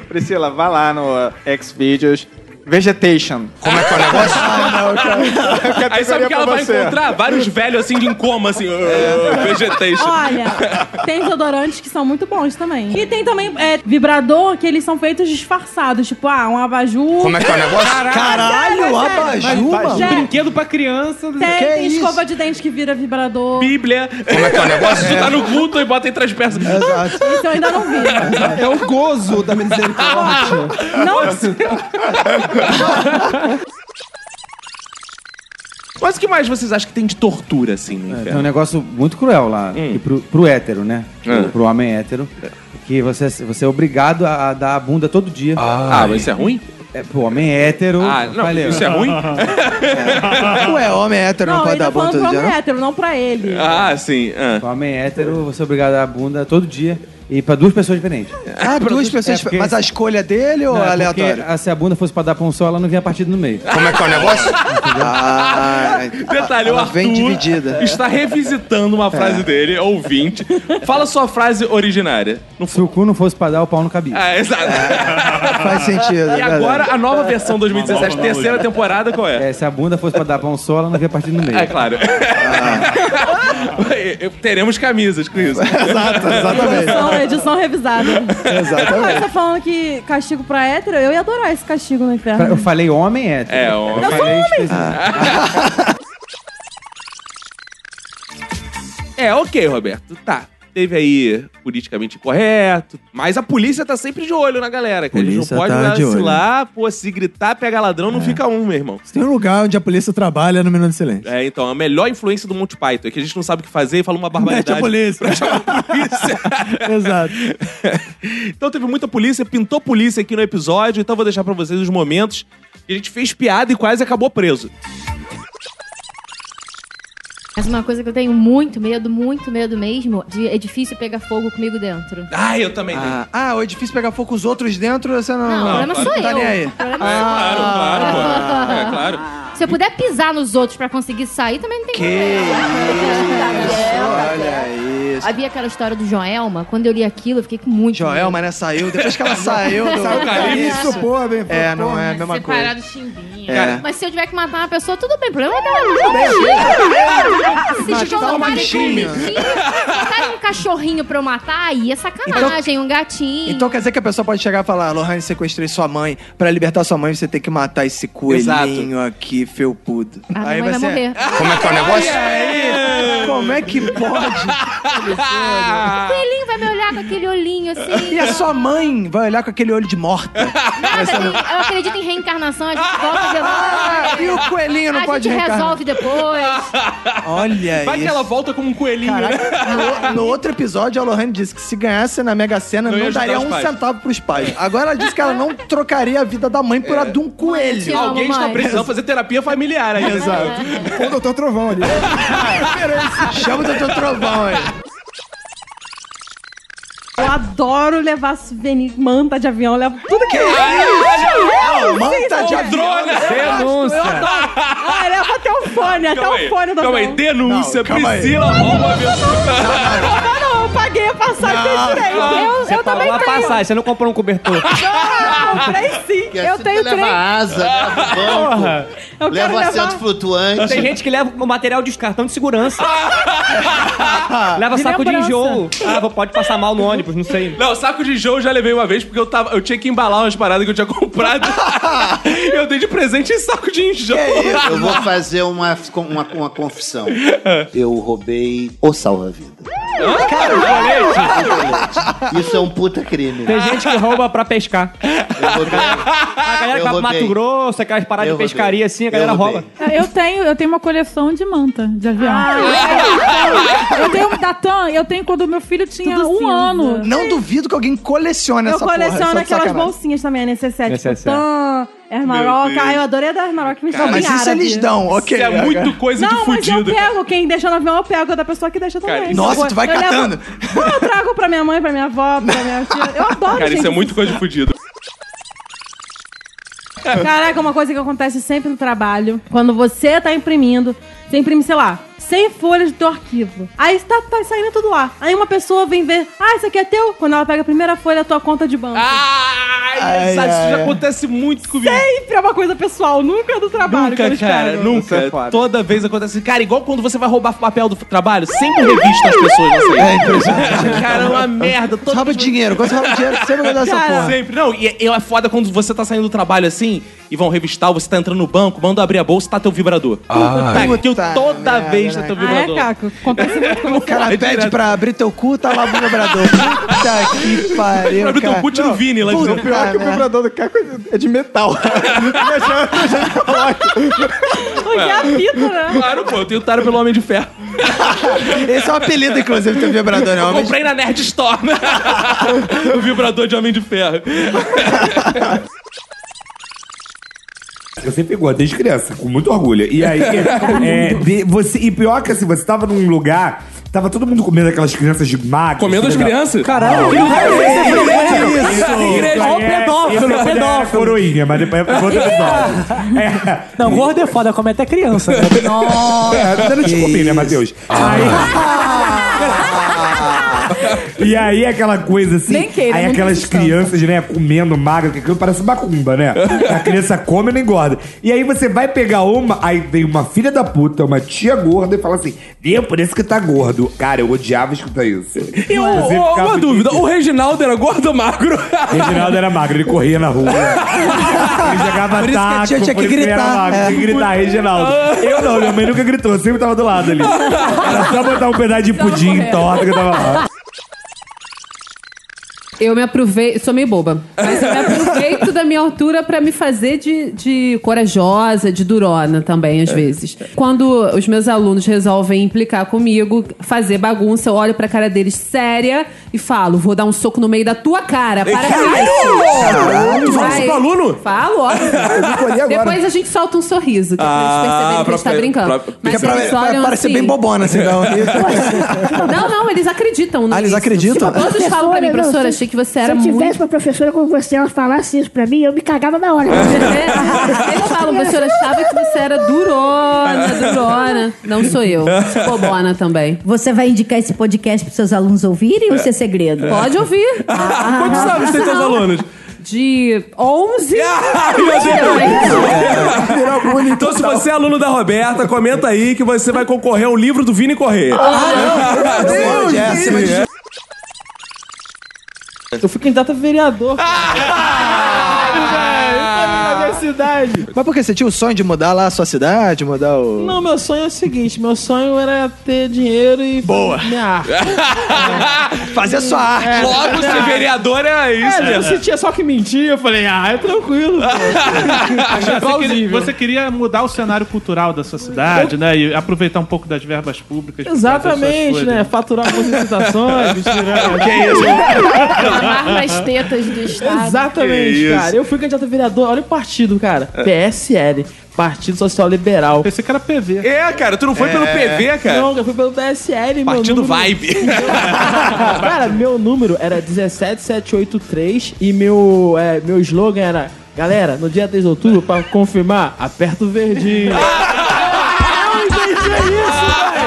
[SPEAKER 9] Priscila, vá lá no Xvideos. Vegetation. Como é que é o negócio?
[SPEAKER 3] Ah, Aí sabe
[SPEAKER 9] categoria
[SPEAKER 3] que ela
[SPEAKER 9] pra
[SPEAKER 3] vai
[SPEAKER 9] você.
[SPEAKER 3] encontrar vários velhos assim de em coma, assim, "Ah, vegetation.
[SPEAKER 21] Olha, tem desodorantes que são muito bons também. E tem também é, vibrador que eles são feitos disfarçados. Tipo, ah, um abajur.
[SPEAKER 4] Como é que é o negócio? Caralho, abajur, mano.
[SPEAKER 21] Brinquedo pra criança. é né? Tem,
[SPEAKER 4] Que
[SPEAKER 21] tem
[SPEAKER 4] isso?
[SPEAKER 21] escova de dente que vira vibrador.
[SPEAKER 3] Bíblia. Como é que é o negócio? Tu tá no culto e bota entre as peças.
[SPEAKER 21] Isso eu ainda não vi.
[SPEAKER 3] É o gozo da misericórdia. Mas o que mais vocês acham que tem de tortura, assim, no
[SPEAKER 8] É um
[SPEAKER 3] inferno? Hum.
[SPEAKER 8] negócio muito cruel lá, que pro, pro hétero, né?
[SPEAKER 3] É.
[SPEAKER 8] Pro homem hétero. Que você, você é obrigado a, a dar a bunda todo dia.
[SPEAKER 3] Ah, mas isso é ruim?
[SPEAKER 8] É, pô, homem hétero. É.
[SPEAKER 3] Ah, não,
[SPEAKER 8] valeu.
[SPEAKER 3] isso é
[SPEAKER 8] [LAUGHS]
[SPEAKER 3] ruim?
[SPEAKER 8] Ué, homem hétero
[SPEAKER 21] Não, ele tá falando pro homem hétero, não pra ele.
[SPEAKER 3] Ah, sim.
[SPEAKER 8] Homem hétero, você é obrigado a dar a bunda todo dia. E pra duas pessoas diferentes. É
[SPEAKER 15] Ah, duas pessoas. Mas a escolha dele ou
[SPEAKER 8] Não, é
[SPEAKER 15] aleatório?
[SPEAKER 8] porque, ah, se a bunda fosse pra dar pra um só, ela não vinha partida no meio. Como
[SPEAKER 15] é que é o negócio? Ah,
[SPEAKER 3] Detalhe, o
[SPEAKER 8] ela
[SPEAKER 3] Arthur
[SPEAKER 8] vem dividida. É.
[SPEAKER 3] está revisitando uma frase dele, ouvinte. Fala sua frase originária.
[SPEAKER 8] Se o cu não fosse pra dar, o pau não cabia.
[SPEAKER 3] Ah, exato.
[SPEAKER 8] faz sentido,
[SPEAKER 3] E
[SPEAKER 8] é
[SPEAKER 3] agora
[SPEAKER 8] verdade.
[SPEAKER 3] a nova versão 2017,
[SPEAKER 8] Uma nova
[SPEAKER 3] terceira temporada, qual é?
[SPEAKER 8] É, se a bunda fosse pra dar pra um só, ela não vinha partida no meio.
[SPEAKER 3] É claro.
[SPEAKER 8] Ah.
[SPEAKER 3] [LAUGHS] Teremos camisas com
[SPEAKER 8] [LAUGHS]
[SPEAKER 3] isso.
[SPEAKER 15] Exato,
[SPEAKER 21] Edição, edição revisada.
[SPEAKER 3] Exatamente.
[SPEAKER 21] Mas você falando que castigo pra hétero, eu ia adorar esse castigo no
[SPEAKER 8] Pra- Eu
[SPEAKER 21] inferno.
[SPEAKER 8] falei homem hétero.
[SPEAKER 3] É, homem.
[SPEAKER 8] Eu
[SPEAKER 21] Eu sou
[SPEAKER 8] falei
[SPEAKER 21] homem.
[SPEAKER 15] Ah.
[SPEAKER 3] É, ok, Roberto. Tá. Teve aí politicamente incorreto, mas a polícia tá sempre de olho na galera, que a gente não
[SPEAKER 15] Polícia
[SPEAKER 3] pode
[SPEAKER 15] tá de É.
[SPEAKER 3] vacilar, pô, se gritar, pega ladrão, não fica um, meu irmão.
[SPEAKER 15] Tem um lugar onde a polícia trabalha no Minuto de Silêncio.
[SPEAKER 3] É, então, a melhor influência do Monty Python é que a gente não sabe o que fazer e fala uma barbaridade.
[SPEAKER 15] Mete a polícia. [LAUGHS] Exato.
[SPEAKER 3] [LAUGHS] Então teve muita polícia, pintou polícia aqui no episódio, então vou deixar pra vocês os momentos que a gente fez piada e quase acabou preso.
[SPEAKER 16] Mas uma coisa que eu tenho muito medo, muito medo mesmo, de edifício pegar fogo comigo dentro.
[SPEAKER 3] Ah, eu também.
[SPEAKER 15] Ah, ah, o edifício pegar fogo com os outros dentro, você não.
[SPEAKER 16] Não, o problema
[SPEAKER 15] não,
[SPEAKER 16] sou
[SPEAKER 15] tá
[SPEAKER 16] eu.
[SPEAKER 15] nem aí.
[SPEAKER 16] O problema
[SPEAKER 15] Ah,
[SPEAKER 3] É, Claro, pô. É, claro.
[SPEAKER 16] Se eu puder pisar nos outros pra conseguir sair, também não tem problema.
[SPEAKER 15] Olha isso.
[SPEAKER 16] Havia aquela história do Joelma, quando eu li aquilo, eu fiquei com muito
[SPEAKER 15] Joelma, né, saiu. Depois que ela saiu do.
[SPEAKER 16] Saiu do Calypso,
[SPEAKER 15] Isso, pô, bem, É, não é a mesma coisa.
[SPEAKER 9] Separado chimbinho.
[SPEAKER 15] É.
[SPEAKER 16] Mas se eu tiver que matar uma pessoa, tudo bem. O problema é
[SPEAKER 15] Tudo
[SPEAKER 16] dela.
[SPEAKER 15] bem.
[SPEAKER 16] Se um
[SPEAKER 15] Matar uma
[SPEAKER 16] colocarem
[SPEAKER 15] bichinha.
[SPEAKER 16] comidinha, colocarem um cachorrinho pra eu matar, aí é sacanagem. um gatinho.
[SPEAKER 15] Então quer dizer que a pessoa pode chegar e falar: Lohane, sequestrei sua mãe. Pra libertar sua mãe, você tem que matar esse coelhinho aqui, felpudo.
[SPEAKER 16] a minha mãe vai morrer.
[SPEAKER 15] Como é que é o negócio? Como é que pode?
[SPEAKER 16] O coelhinho vai me olhar com aquele olhinho assim.
[SPEAKER 15] E é a sua mãe vai olhar com aquele olho de morta.
[SPEAKER 16] Nada, tem- eu acredito em reencarnação, a gente volta depois.
[SPEAKER 15] e o coelhinho não
[SPEAKER 16] a
[SPEAKER 15] pode
[SPEAKER 16] gente
[SPEAKER 15] reencarnar?
[SPEAKER 16] resolve depois.
[SPEAKER 15] Olha
[SPEAKER 3] Vai que
[SPEAKER 15] isso.
[SPEAKER 3] ela volta como um coelhinho,
[SPEAKER 15] Caraca, no, no outro episódio, a Lohane disse que se ganhasse na Mega Sena,
[SPEAKER 3] Não
[SPEAKER 15] não,
[SPEAKER 3] ia ajudar
[SPEAKER 15] daria
[SPEAKER 3] os
[SPEAKER 15] um
[SPEAKER 3] pais. É.
[SPEAKER 15] centavo pros pais. Agora ela disse que ela não trocaria a vida da mãe por a de um coelho.
[SPEAKER 3] Alguém está precisando fazer terapia familiar aí. né? Exato.
[SPEAKER 15] Ou o Doutor Trovão ali. [LAUGHS] Chama o Doutor Trovão aí.
[SPEAKER 21] Eu adoro levar souvenir, manta de avião, eu levo tudo que eu
[SPEAKER 15] Não, manta de avião.
[SPEAKER 21] Eu adoro. Ah, leva até o fone, até o fone do
[SPEAKER 3] Calma aí,
[SPEAKER 21] avião.
[SPEAKER 3] denúncia,
[SPEAKER 15] calma aí.
[SPEAKER 3] Priscila rouba a
[SPEAKER 21] Não, não, não, eu paguei a passagem
[SPEAKER 4] Não,
[SPEAKER 21] tem direito.
[SPEAKER 4] não.
[SPEAKER 21] Eu,
[SPEAKER 4] Você
[SPEAKER 21] eu também
[SPEAKER 4] pagou a
[SPEAKER 21] tenho.
[SPEAKER 4] passagem, você não comprou um cobertor.
[SPEAKER 21] [LAUGHS] Não, comprei sim.
[SPEAKER 4] Que
[SPEAKER 21] eu
[SPEAKER 4] assim
[SPEAKER 21] tenho
[SPEAKER 4] tu leva
[SPEAKER 21] três.
[SPEAKER 4] asa,
[SPEAKER 14] né,
[SPEAKER 4] leva banco,
[SPEAKER 21] Porra, eu
[SPEAKER 4] leva
[SPEAKER 21] quero
[SPEAKER 4] assento
[SPEAKER 21] levar-
[SPEAKER 4] flutuante. Tem gente que leva o material de cartão de
[SPEAKER 13] [LAUGHS]
[SPEAKER 4] segurança. leva
[SPEAKER 21] De
[SPEAKER 4] saco
[SPEAKER 21] lembrança.
[SPEAKER 4] de enjoo. Ah, vou- pode passar mal no ônibus, não sei.
[SPEAKER 3] Não, saco de enjoo eu já levei uma vez, porque eu, tava, eu tinha que embalar umas paradas que eu tinha
[SPEAKER 15] [LAUGHS]
[SPEAKER 3] comprado. eu dei de presente em saco de enjoo.
[SPEAKER 21] É
[SPEAKER 4] isso?
[SPEAKER 20] Eu vou fazer uma, uma, uma confissão. Eu roubei o salva-vida.
[SPEAKER 4] Cara, o colete.
[SPEAKER 20] Isso é um puta crime.
[SPEAKER 4] Tem gente que rouba pra pescar. A galera que vai pro Mato Grosso, aquelas paradas de pescaria assim, a galera rouba.
[SPEAKER 1] Ah, Eu tenho, eu tenho uma coleção de manta de avião.
[SPEAKER 21] Ah,
[SPEAKER 1] eu tenho um da TAM, eu tenho quando meu filho tinha
[SPEAKER 21] Tudo
[SPEAKER 1] um
[SPEAKER 21] cinza.
[SPEAKER 1] ano.
[SPEAKER 15] Não duvido que alguém colecione
[SPEAKER 21] Eu
[SPEAKER 15] essa porra. é
[SPEAKER 21] coleciono
[SPEAKER 15] só de
[SPEAKER 21] aquelas
[SPEAKER 15] sacanagem.
[SPEAKER 21] bolsinhas também, a necessaire.
[SPEAKER 15] NSS.
[SPEAKER 21] Tipo, Tan,
[SPEAKER 15] Meu
[SPEAKER 21] Hermaroca.
[SPEAKER 15] Deus.
[SPEAKER 21] Ah, eu adorei a da Hermaroca que me
[SPEAKER 15] Cara,
[SPEAKER 21] chamou
[SPEAKER 15] mas isso eles dão, ok.
[SPEAKER 3] Isso é muito coisa de
[SPEAKER 21] Não, mas eu
[SPEAKER 3] fudido.
[SPEAKER 21] pego. Quem deixa no avião, eu pego. É da pessoa que deixa também.
[SPEAKER 3] Cara, nossa,
[SPEAKER 21] Tipo,
[SPEAKER 3] tu vai
[SPEAKER 21] eu levo-
[SPEAKER 3] catando.
[SPEAKER 21] Não, eu trago pra minha mãe, pra minha avó, pra minha tia.
[SPEAKER 3] [LAUGHS]
[SPEAKER 21] Eu adoro,
[SPEAKER 3] Cara,
[SPEAKER 21] gente.
[SPEAKER 3] isso é muito coisa de fudido.
[SPEAKER 21] Caraca, é uma coisa que acontece sempre no trabalho, quando você tá imprimindo, você imprime, sei lá, 100 folhas do teu arquivo. Aí tá, tá saindo tudo lá. Aí uma pessoa vem ver, ah, isso aqui é teu? Quando ela pega a primeira folha, é a tua conta de banco.
[SPEAKER 3] Ai, sabe, isso já acontece muito comigo.
[SPEAKER 21] Sempre é uma coisa pessoal, nunca é do trabalho. que
[SPEAKER 3] Nunca,
[SPEAKER 21] eles
[SPEAKER 3] cara,
[SPEAKER 21] pegam.
[SPEAKER 15] é
[SPEAKER 3] nunca. Toda vez acontece. Cara, igual quando você vai roubar papel do trabalho, sempre revista as pessoas na saída.
[SPEAKER 15] É impressionante.
[SPEAKER 3] Cara, é uma merda. Todo
[SPEAKER 15] Rouba dinheiro. Quando você rouba dinheiro, sempre vai dar essa
[SPEAKER 3] Cara,
[SPEAKER 15] porra.
[SPEAKER 3] Sempre. Não, e é, e é foda quando você tá saindo do trabalho assim e vão revistar, ou você tá entrando no banco, manda abrir a bolsa, tá teu vibrador.
[SPEAKER 15] Ai.
[SPEAKER 3] Puta, que Tá, eu
[SPEAKER 15] Puta
[SPEAKER 3] toda
[SPEAKER 15] merda,
[SPEAKER 3] vez tá
[SPEAKER 15] né?
[SPEAKER 3] teu
[SPEAKER 15] Ah,
[SPEAKER 3] vibrador.
[SPEAKER 15] é,
[SPEAKER 21] Caco, acontece
[SPEAKER 3] [LAUGHS]
[SPEAKER 21] muito com
[SPEAKER 15] O cara
[SPEAKER 3] É
[SPEAKER 15] pede
[SPEAKER 3] direto.
[SPEAKER 15] pra abrir teu cu, tá lá no vibrador.
[SPEAKER 3] [LAUGHS]
[SPEAKER 15] Puta que pariu,
[SPEAKER 3] Pra abrir teu
[SPEAKER 15] cara.
[SPEAKER 3] cu, tira o Vini lá de
[SPEAKER 15] Puta né?
[SPEAKER 3] dentro.
[SPEAKER 15] merda.
[SPEAKER 3] Pior que o vibrador
[SPEAKER 15] do Caco é de
[SPEAKER 21] [LAUGHS]
[SPEAKER 15] metal.
[SPEAKER 21] Porque é a fita, né?
[SPEAKER 3] Claro, pô, eu tenho taro pelo Homem de Ferro.
[SPEAKER 15] Esse é um apelido, inclusive, teu vibrador, né?
[SPEAKER 3] Eu
[SPEAKER 15] Homem de-
[SPEAKER 3] comprei na Nerd Store. [LAUGHS] o vibrador de Homem de Ferro.
[SPEAKER 28] estética, você pegou desde criança, com muito orgulho. E aí, é, de- você, e pior que assim, você tava num lugar, tava todo mundo comendo aquelas crianças de magro.
[SPEAKER 14] Comendo as crianças?
[SPEAKER 28] Caralho,
[SPEAKER 14] que
[SPEAKER 28] Igreja,
[SPEAKER 21] Ó, o pedófilo,
[SPEAKER 28] é,
[SPEAKER 21] pedófilo.
[SPEAKER 28] coroinha, mas depois é outro episódio.
[SPEAKER 21] Não, gordo é foda, come até criança. Né?
[SPEAKER 28] É, você não te comi, né, Matheus?
[SPEAKER 14] Ah. [LAUGHS]
[SPEAKER 28] Aí... E aí aquela coisa assim,
[SPEAKER 21] Nem queira,
[SPEAKER 28] aí
[SPEAKER 21] não
[SPEAKER 28] aquelas
[SPEAKER 21] tem
[SPEAKER 28] crianças, né, comendo magra, que aquilo parece macumba, né? A criança come e não engorda. E aí você vai pegar uma, aí vem uma filha da puta, uma tia gorda e fala assim, viu, por isso que tá gordo. Cara, eu odiava escutar
[SPEAKER 14] [LAUGHS]
[SPEAKER 28] isso.
[SPEAKER 14] E o-
[SPEAKER 28] Você
[SPEAKER 14] o-
[SPEAKER 28] ficava
[SPEAKER 14] um uma dúvida, o Reginaldo era gordo ou magro?
[SPEAKER 28] Reginaldo era magro, ele corria na rua.
[SPEAKER 14] [LAUGHS]
[SPEAKER 28] Ele jogava
[SPEAKER 14] Por isso que a
[SPEAKER 28] taco,
[SPEAKER 14] tia tinha que
[SPEAKER 28] por isso ele era
[SPEAKER 14] gritar,
[SPEAKER 28] magro,
[SPEAKER 14] é.
[SPEAKER 28] Tinha
[SPEAKER 14] [LAUGHS]
[SPEAKER 28] que gritar, Reginaldo. Eu não, minha mãe nunca gritou, eu sempre tava do lado ali. Era só botar um pedaço de pudim em torta que eu tava lá.
[SPEAKER 21] Eu me aprovei, sou meio boba, mas eu me aproveito da minha altura pra me fazer de, de corajosa, de durona também, às [LAUGHS] vezes. Quando os meus alunos resolvem implicar comigo, fazer bagunça, eu olho pra cara deles séria e falo: vou dar um soco no meio da tua cara. É Para com isso!
[SPEAKER 14] Caralho! Tu fala isso
[SPEAKER 21] Vai.
[SPEAKER 14] pro aluno?
[SPEAKER 21] Falo, ó. Depois a gente solta um sorriso, que
[SPEAKER 14] Ah,
[SPEAKER 21] ah, pra eles perceberem que a gente
[SPEAKER 14] pra-
[SPEAKER 21] tá brincando.
[SPEAKER 14] pra-
[SPEAKER 15] é
[SPEAKER 21] mas
[SPEAKER 33] pra-
[SPEAKER 21] eles
[SPEAKER 33] pra-
[SPEAKER 21] olham
[SPEAKER 33] parecer
[SPEAKER 21] assim,
[SPEAKER 33] bem bobona, assim, não.
[SPEAKER 21] Não, não, eles acreditam.
[SPEAKER 33] Ah, eles
[SPEAKER 21] nisso.
[SPEAKER 33] acreditam?
[SPEAKER 21] Tipo, todos falam pra mim, professora, achei que você era
[SPEAKER 6] Se eu
[SPEAKER 21] muito...
[SPEAKER 6] tivesse uma professora como você, ela falasse isso pra mim, eu me cagava na [LAUGHS] hora.
[SPEAKER 21] Eles falam, você achava que você era durona, durona. Não sou eu, sou bobona também.
[SPEAKER 13] Você vai indicar esse podcast pros seus alunos ouvirem ou isso é segredo?
[SPEAKER 21] Pode ouvir.
[SPEAKER 13] Quantos
[SPEAKER 14] anos tem teus alunos?
[SPEAKER 21] De
[SPEAKER 14] [LAUGHS]
[SPEAKER 21] 11...
[SPEAKER 14] Então, se você é aluno da Roberta, comenta aí que você vai concorrer ao livro do Vini Correia.
[SPEAKER 33] Ah, não. Meu
[SPEAKER 3] É
[SPEAKER 33] Deus, Jéssica.
[SPEAKER 21] Eu fui candidato a vereador.
[SPEAKER 3] Ah!
[SPEAKER 4] cidade.
[SPEAKER 15] Mas por que? Você tinha o sonho de mudar lá a sua cidade, mudar o...
[SPEAKER 4] Não, meu sonho é o seguinte: meu sonho era ter dinheiro e.
[SPEAKER 15] Boa.
[SPEAKER 4] Minha arte.
[SPEAKER 3] [LAUGHS]
[SPEAKER 15] Fazer a sua arte.
[SPEAKER 4] fazer
[SPEAKER 15] Logo,
[SPEAKER 4] minha
[SPEAKER 15] ser
[SPEAKER 4] arte.
[SPEAKER 15] vereador é isso,
[SPEAKER 4] É,
[SPEAKER 15] né?
[SPEAKER 4] eu sentia só que mentia, eu falei, ah, é tranquilo. [LAUGHS] pô.
[SPEAKER 15] [LAUGHS]
[SPEAKER 4] Achei
[SPEAKER 2] Você queria,
[SPEAKER 4] plausível.
[SPEAKER 2] você queria mudar o cenário cultural da sua cidade, né? E aproveitar um pouco das verbas públicas. pra fazer as suas
[SPEAKER 4] Exatamente,
[SPEAKER 2] coisas.
[SPEAKER 4] né? Faturar algumas
[SPEAKER 3] [LAUGHS]
[SPEAKER 4] citações, tirar.
[SPEAKER 2] Que
[SPEAKER 3] é
[SPEAKER 2] isso?
[SPEAKER 4] assim.
[SPEAKER 34] Amar nas tetas do Estado.
[SPEAKER 4] Exatamente,
[SPEAKER 34] Que
[SPEAKER 4] cara.
[SPEAKER 34] isso.
[SPEAKER 4] Eu fui candidato a vereador, olha o partido, cara.
[SPEAKER 3] É.
[SPEAKER 4] PSL, Partido Social Liberal. Pensei que era É. PV.
[SPEAKER 3] É, cara, tu não foi pelo PV, cara?
[SPEAKER 4] Não, eu fui pelo PSL, meu
[SPEAKER 3] Partido
[SPEAKER 4] número-
[SPEAKER 3] Vibe.
[SPEAKER 4] Cara, meu número era 17783 e meu,
[SPEAKER 3] [LAUGHS]
[SPEAKER 4] é, [LAUGHS] meu slogan era: Galera, no dia 3 de outubro, pra confirmar, aperta
[SPEAKER 3] [LAUGHS]
[SPEAKER 4] o verdinho.
[SPEAKER 3] Ah,
[SPEAKER 4] Eu entendi isso, velho.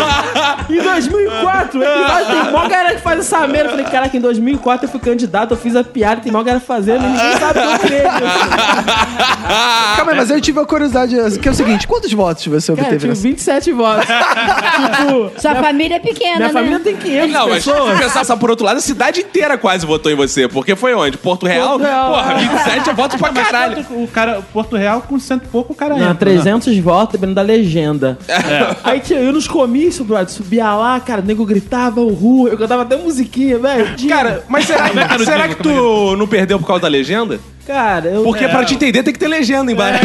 [SPEAKER 4] Em 2004, ele faz- tem mó galera que faz essa merda. Eu falei, caraca, em 2004 eu fui candidato, eu fiz a piada, tem mó galera fazendo, e ninguém sabe o que eu
[SPEAKER 3] [LAUGHS]
[SPEAKER 4] creio.
[SPEAKER 15] Calma aí, mas eu tive uma curiosidade, que é o seguinte, quantos votos você
[SPEAKER 4] Cara, eu
[SPEAKER 15] obteve
[SPEAKER 4] tive
[SPEAKER 15] nessa?
[SPEAKER 4] 27 votos. tipo,
[SPEAKER 13] Sua
[SPEAKER 4] minha-
[SPEAKER 13] família é pequena,
[SPEAKER 4] minha
[SPEAKER 13] né?
[SPEAKER 4] família tem 500
[SPEAKER 3] Não, mas se
[SPEAKER 4] pessoas.
[SPEAKER 3] você pensar só por outro lado, a cidade inteira quase votou em você. Porque foi onde? Porto Real?
[SPEAKER 2] Porto Real,
[SPEAKER 3] Porra,
[SPEAKER 2] é.
[SPEAKER 3] 27 é voto pra
[SPEAKER 2] Mas
[SPEAKER 3] caralho.
[SPEAKER 2] Porto- O cara, Porto Real com cento e pouco, o cara
[SPEAKER 4] Não,
[SPEAKER 2] entra, né?
[SPEAKER 4] 300 votos dependendo da legenda. É. [LAUGHS]
[SPEAKER 3] É.
[SPEAKER 4] Aí tinha eu nos comícios, brother. Subia lá, cara, o nego gritava, urru. Eu cantava até musiquinha, velho. é Cara,
[SPEAKER 3] Mas será, que- será que tu não perdeu por causa da legenda?
[SPEAKER 4] Cara, eu.
[SPEAKER 3] Porque pra te entender tem que ter legenda embaixo.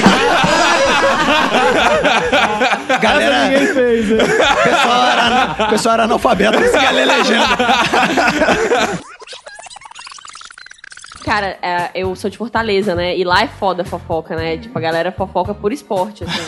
[SPEAKER 4] Galera, ninguém fez, né?
[SPEAKER 15] Pessoal era, pessoal era analfabeto, não conseguia ler legenda.
[SPEAKER 35] Cara, é, eu sou de Fortaleza, né? E lá é foda a fofoca, né? Tipo, a galera fofoca por esporte, assim.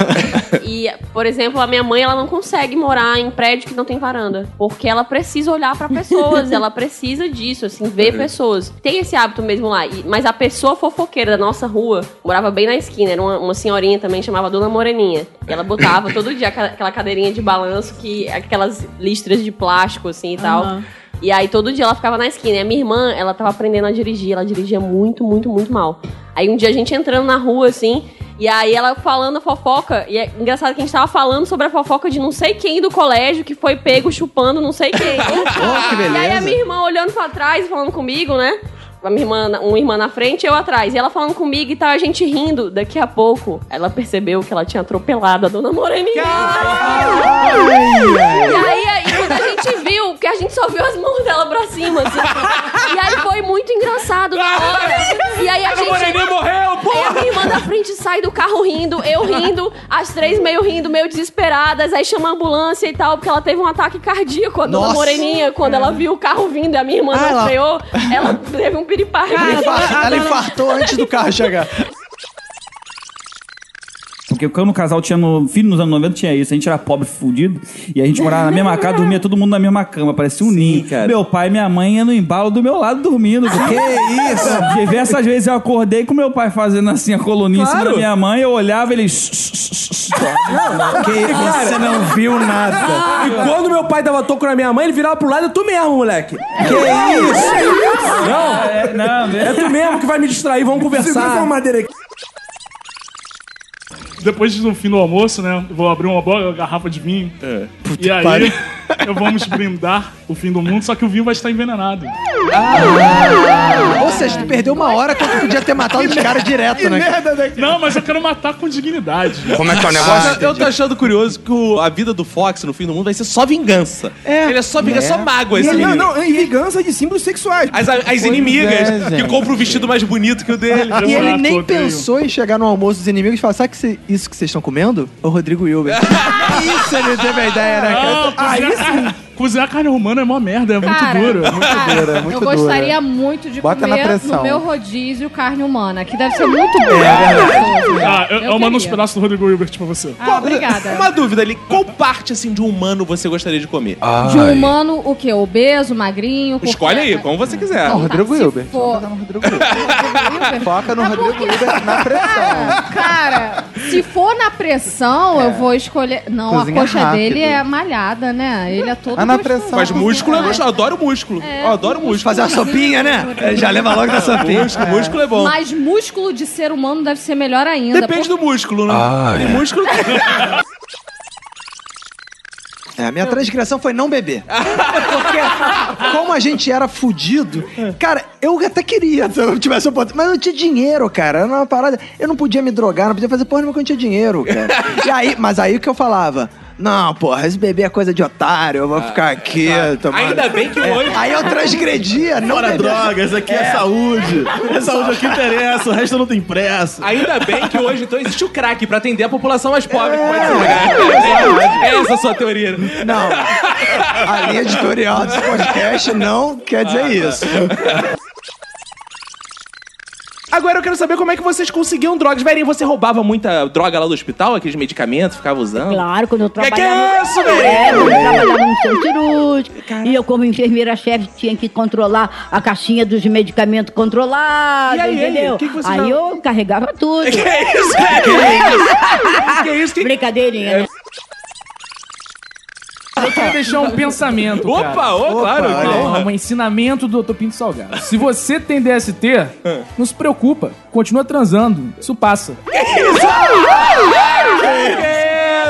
[SPEAKER 35] e, por exemplo, a minha mãe, ela não consegue morar em prédio que não tem varanda. Porque ela precisa olhar pra pessoas, ela precisa disso, assim, ver
[SPEAKER 13] Uhum.
[SPEAKER 35] pessoas. Tem esse hábito mesmo lá. E- mas a pessoa fofoqueira da nossa rua morava bem na esquina. Era uma, uma senhorinha também, chamava Dona Moreninha. E ela botava todo dia aquela- aquela cadeirinha de balanço, que aquelas listras de plástico, assim, e tal.
[SPEAKER 13] Aham.
[SPEAKER 35] E aí todo dia ela ficava na esquina. E a minha irmã, ela tava aprendendo a dirigir, ela dirigia muito, muito, muito mal. Aí um dia a gente entrando na rua, assim, e aí ela falando a fofoca, e é engraçado que a gente tava falando sobre a fofoca de não sei quem do colégio que foi pego chupando não sei
[SPEAKER 13] [LAUGHS]
[SPEAKER 35] quem.
[SPEAKER 13] Oh, que
[SPEAKER 35] E
[SPEAKER 13] beleza.
[SPEAKER 35] aí a minha irmã olhando pra trás, falando comigo, né? A minha irmã, uma irmã na frente, eu atrás. E ela falando comigo e tal, a gente rindo. Daqui a pouco, ela percebeu que ela tinha atropelado a dona Moreninha. E aí, aí, quando a gente viu, porque a gente só viu as mãos dela pra cima, assim. E aí foi muito engraçado. Fora. E aí a
[SPEAKER 14] Ana
[SPEAKER 35] gente.
[SPEAKER 14] Moreninha morreu, porra!
[SPEAKER 35] Aí a minha irmã da frente sai do carro rindo, eu rindo, as três meio rindo, meio desesperadas. Aí chama a ambulância e tal, porque ela teve um ataque cardíaco. A dona
[SPEAKER 13] Nossa.
[SPEAKER 35] Moreninha, quando ela viu o carro vindo e a minha irmã
[SPEAKER 13] Ah,
[SPEAKER 35] não
[SPEAKER 13] ela-
[SPEAKER 35] freou, ela teve um piripaque.
[SPEAKER 15] Ela infartou antes do carro chegar.
[SPEAKER 4] Porque quando o casal tinha no, filho nos anos 90, tinha isso. A gente era pobre, fudido. E a gente morava na mesma
[SPEAKER 13] [LAUGHS]
[SPEAKER 4] casa, dormia todo mundo na mesma cama. Parecia um ninho. Meu pai e minha mãe iam no embalo do meu lado dormindo.
[SPEAKER 35] Que
[SPEAKER 4] [LAUGHS]
[SPEAKER 35] isso?
[SPEAKER 4] Diversas vezes eu acordei com meu pai fazendo assim a coluninha em cima
[SPEAKER 35] Claro.
[SPEAKER 4] da minha mãe. Eu olhava ele...
[SPEAKER 35] Que
[SPEAKER 36] [LAUGHS]
[SPEAKER 35] você não viu nada.
[SPEAKER 36] E quando meu pai dava toco na minha mãe, ele virava pro lado, é tu mesmo, moleque. Que
[SPEAKER 35] isso?
[SPEAKER 36] Não,
[SPEAKER 4] é,
[SPEAKER 2] [LAUGHS]
[SPEAKER 4] não,
[SPEAKER 36] é tu mesmo que vai me distrair, vamos
[SPEAKER 35] Segura
[SPEAKER 36] conversar.
[SPEAKER 35] essa madeira aqui.
[SPEAKER 2] Depois do fim do almoço, né? Vou abrir uma boa garrafa de vinho. e aí,
[SPEAKER 35] pariu.
[SPEAKER 2] [LAUGHS] eu vamos brindar o fim do mundo, só que o vinho vai estar envenenado.
[SPEAKER 15] Ah. Ou seja, tu perdeu uma hora quando tu podia ter matado os caras direto, né?
[SPEAKER 2] Não, mas eu quero matar com dignidade.
[SPEAKER 3] é Ah,
[SPEAKER 2] [LAUGHS]
[SPEAKER 3] Eu, eu tô achando curioso que o- a vida do Fox no fim do mundo vai ser só vingança.
[SPEAKER 35] É.
[SPEAKER 3] Ele é só vingança, só mágoa
[SPEAKER 35] E
[SPEAKER 3] esse
[SPEAKER 35] ele-
[SPEAKER 3] menino.
[SPEAKER 35] Não, não, e vingança de símbolos sexuais.
[SPEAKER 3] As, as
[SPEAKER 35] Pois
[SPEAKER 3] inimigas
[SPEAKER 35] é,
[SPEAKER 3] que
[SPEAKER 35] gente.
[SPEAKER 3] compram o vestido mais bonito que o dele.
[SPEAKER 15] E ele nem
[SPEAKER 3] um.
[SPEAKER 15] pensou em chegar no almoço dos inimigos e falar: sabe que cê- isso que vocês estão comendo? É o Rodrigo Hilbert.
[SPEAKER 3] Ah,
[SPEAKER 15] isso ele teve a ideia, né,
[SPEAKER 2] Não,
[SPEAKER 15] cara?
[SPEAKER 2] cozinhar, carne, [LAUGHS] cozinhar carne romana é mó merda, é muito
[SPEAKER 6] Cara,
[SPEAKER 2] duro. é
[SPEAKER 6] cara, eu gostaria muito de
[SPEAKER 2] Bota na
[SPEAKER 6] comer
[SPEAKER 2] pressão. É, né?
[SPEAKER 6] no meu rodízio carne humana, que deve ser muito bom.
[SPEAKER 2] Ah, eu, eu mando uns pedaços do Rodrigo Hilbert pra você.
[SPEAKER 6] Ah, obrigada.
[SPEAKER 3] Uma dúvida ali, qual parte assim de um humano você gostaria de comer?
[SPEAKER 6] De um humano, o quê? Obeso, magrinho? corpulento?
[SPEAKER 3] Escolhe aí, como
[SPEAKER 36] é.
[SPEAKER 3] você quiser.
[SPEAKER 6] Não,
[SPEAKER 36] ah,
[SPEAKER 6] Rodrigo
[SPEAKER 3] Hilbert.
[SPEAKER 6] Pô,
[SPEAKER 15] Foca no Rodrigo Hilbert na pressão.
[SPEAKER 6] [LAUGHS] cara, se for na pressão,
[SPEAKER 2] É.
[SPEAKER 6] eu vou escolher... Não,
[SPEAKER 3] Cozinha
[SPEAKER 6] a coxa
[SPEAKER 3] rápido.
[SPEAKER 6] dele é malhada, né? Ele é
[SPEAKER 2] Ah,
[SPEAKER 6] todo gostoso.
[SPEAKER 3] Mas músculo é gostoso. Eu adoro músculo. Eu adoro músculo.
[SPEAKER 15] Fazer uma sopinha, né? É, já leva logo da sopinha.
[SPEAKER 3] Músculo, músculo é bom.
[SPEAKER 6] Mas músculo de ser humano deve ser melhor ainda.
[SPEAKER 3] Depende do músculo, né?
[SPEAKER 15] Ah,
[SPEAKER 3] Tem
[SPEAKER 15] é.
[SPEAKER 3] músculo
[SPEAKER 15] É, a minha transgressão foi não beber. Porque como a gente era fudido, cara, eu até queria se eu tivesse oportunidade. Mas eu não tinha dinheiro, cara. Era uma parada. Eu não podia me drogar, não podia fazer porra nenhuma porque eu não tinha dinheiro, cara. E aí, mas aí o que eu falava? Não, porra, esse bebê é coisa de otário, eu vou ficar aqui. tomando-
[SPEAKER 35] Ah, tá.
[SPEAKER 15] É,
[SPEAKER 35] Ainda bem que hoje-
[SPEAKER 15] Aí eu transgredia, não
[SPEAKER 35] Fora
[SPEAKER 15] beber.
[SPEAKER 35] drogas, aqui é, saúde. É saúde aqui interessa, o resto não tem pressa.
[SPEAKER 36] Ainda bem que hoje então existe o crack pra atender a população mais pobre é que pode se
[SPEAKER 35] [LAUGHS]
[SPEAKER 15] exatamente.
[SPEAKER 36] pegar. É essa a sua teoria.
[SPEAKER 15] Não. A linha editorial desse podcast não quer
[SPEAKER 35] Ah, tá.
[SPEAKER 15] dizer isso.
[SPEAKER 36] Agora eu quero saber como é que vocês conseguiam drogas. Verinho, você roubava muita droga lá do hospital, aqueles medicamentos, ficava usando?
[SPEAKER 13] Claro, quando eu
[SPEAKER 36] que
[SPEAKER 13] trabalhava.
[SPEAKER 36] é isso,
[SPEAKER 13] É,
[SPEAKER 36] velho?
[SPEAKER 13] quando eu trabalhava no centro cirúrgico. E eu, como enfermeira-chefe, tinha que controlar a caixinha dos medicamentos controlados,
[SPEAKER 35] E aí,
[SPEAKER 13] entendeu?
[SPEAKER 35] o que que você
[SPEAKER 13] aí
[SPEAKER 35] já-
[SPEAKER 13] eu carregava tudo.
[SPEAKER 35] Que
[SPEAKER 4] é
[SPEAKER 35] é isso,
[SPEAKER 13] Que
[SPEAKER 35] velho?
[SPEAKER 13] isso?
[SPEAKER 35] é
[SPEAKER 13] Brincadeirinha, né?
[SPEAKER 35] Eu quero deixar
[SPEAKER 4] [LAUGHS]
[SPEAKER 35] um pensamento.
[SPEAKER 36] Opa,
[SPEAKER 35] cara.
[SPEAKER 36] ô, claro,
[SPEAKER 35] Opa,
[SPEAKER 3] né?
[SPEAKER 36] que
[SPEAKER 35] ó,
[SPEAKER 36] honra.
[SPEAKER 35] Um ensinamento do Dr. Pinto
[SPEAKER 2] [LAUGHS]
[SPEAKER 35] Salgado. Se você tem DST,
[SPEAKER 3] Ah.
[SPEAKER 35] não se preocupa. Continua transando. Isso passa.
[SPEAKER 3] é
[SPEAKER 36] Que é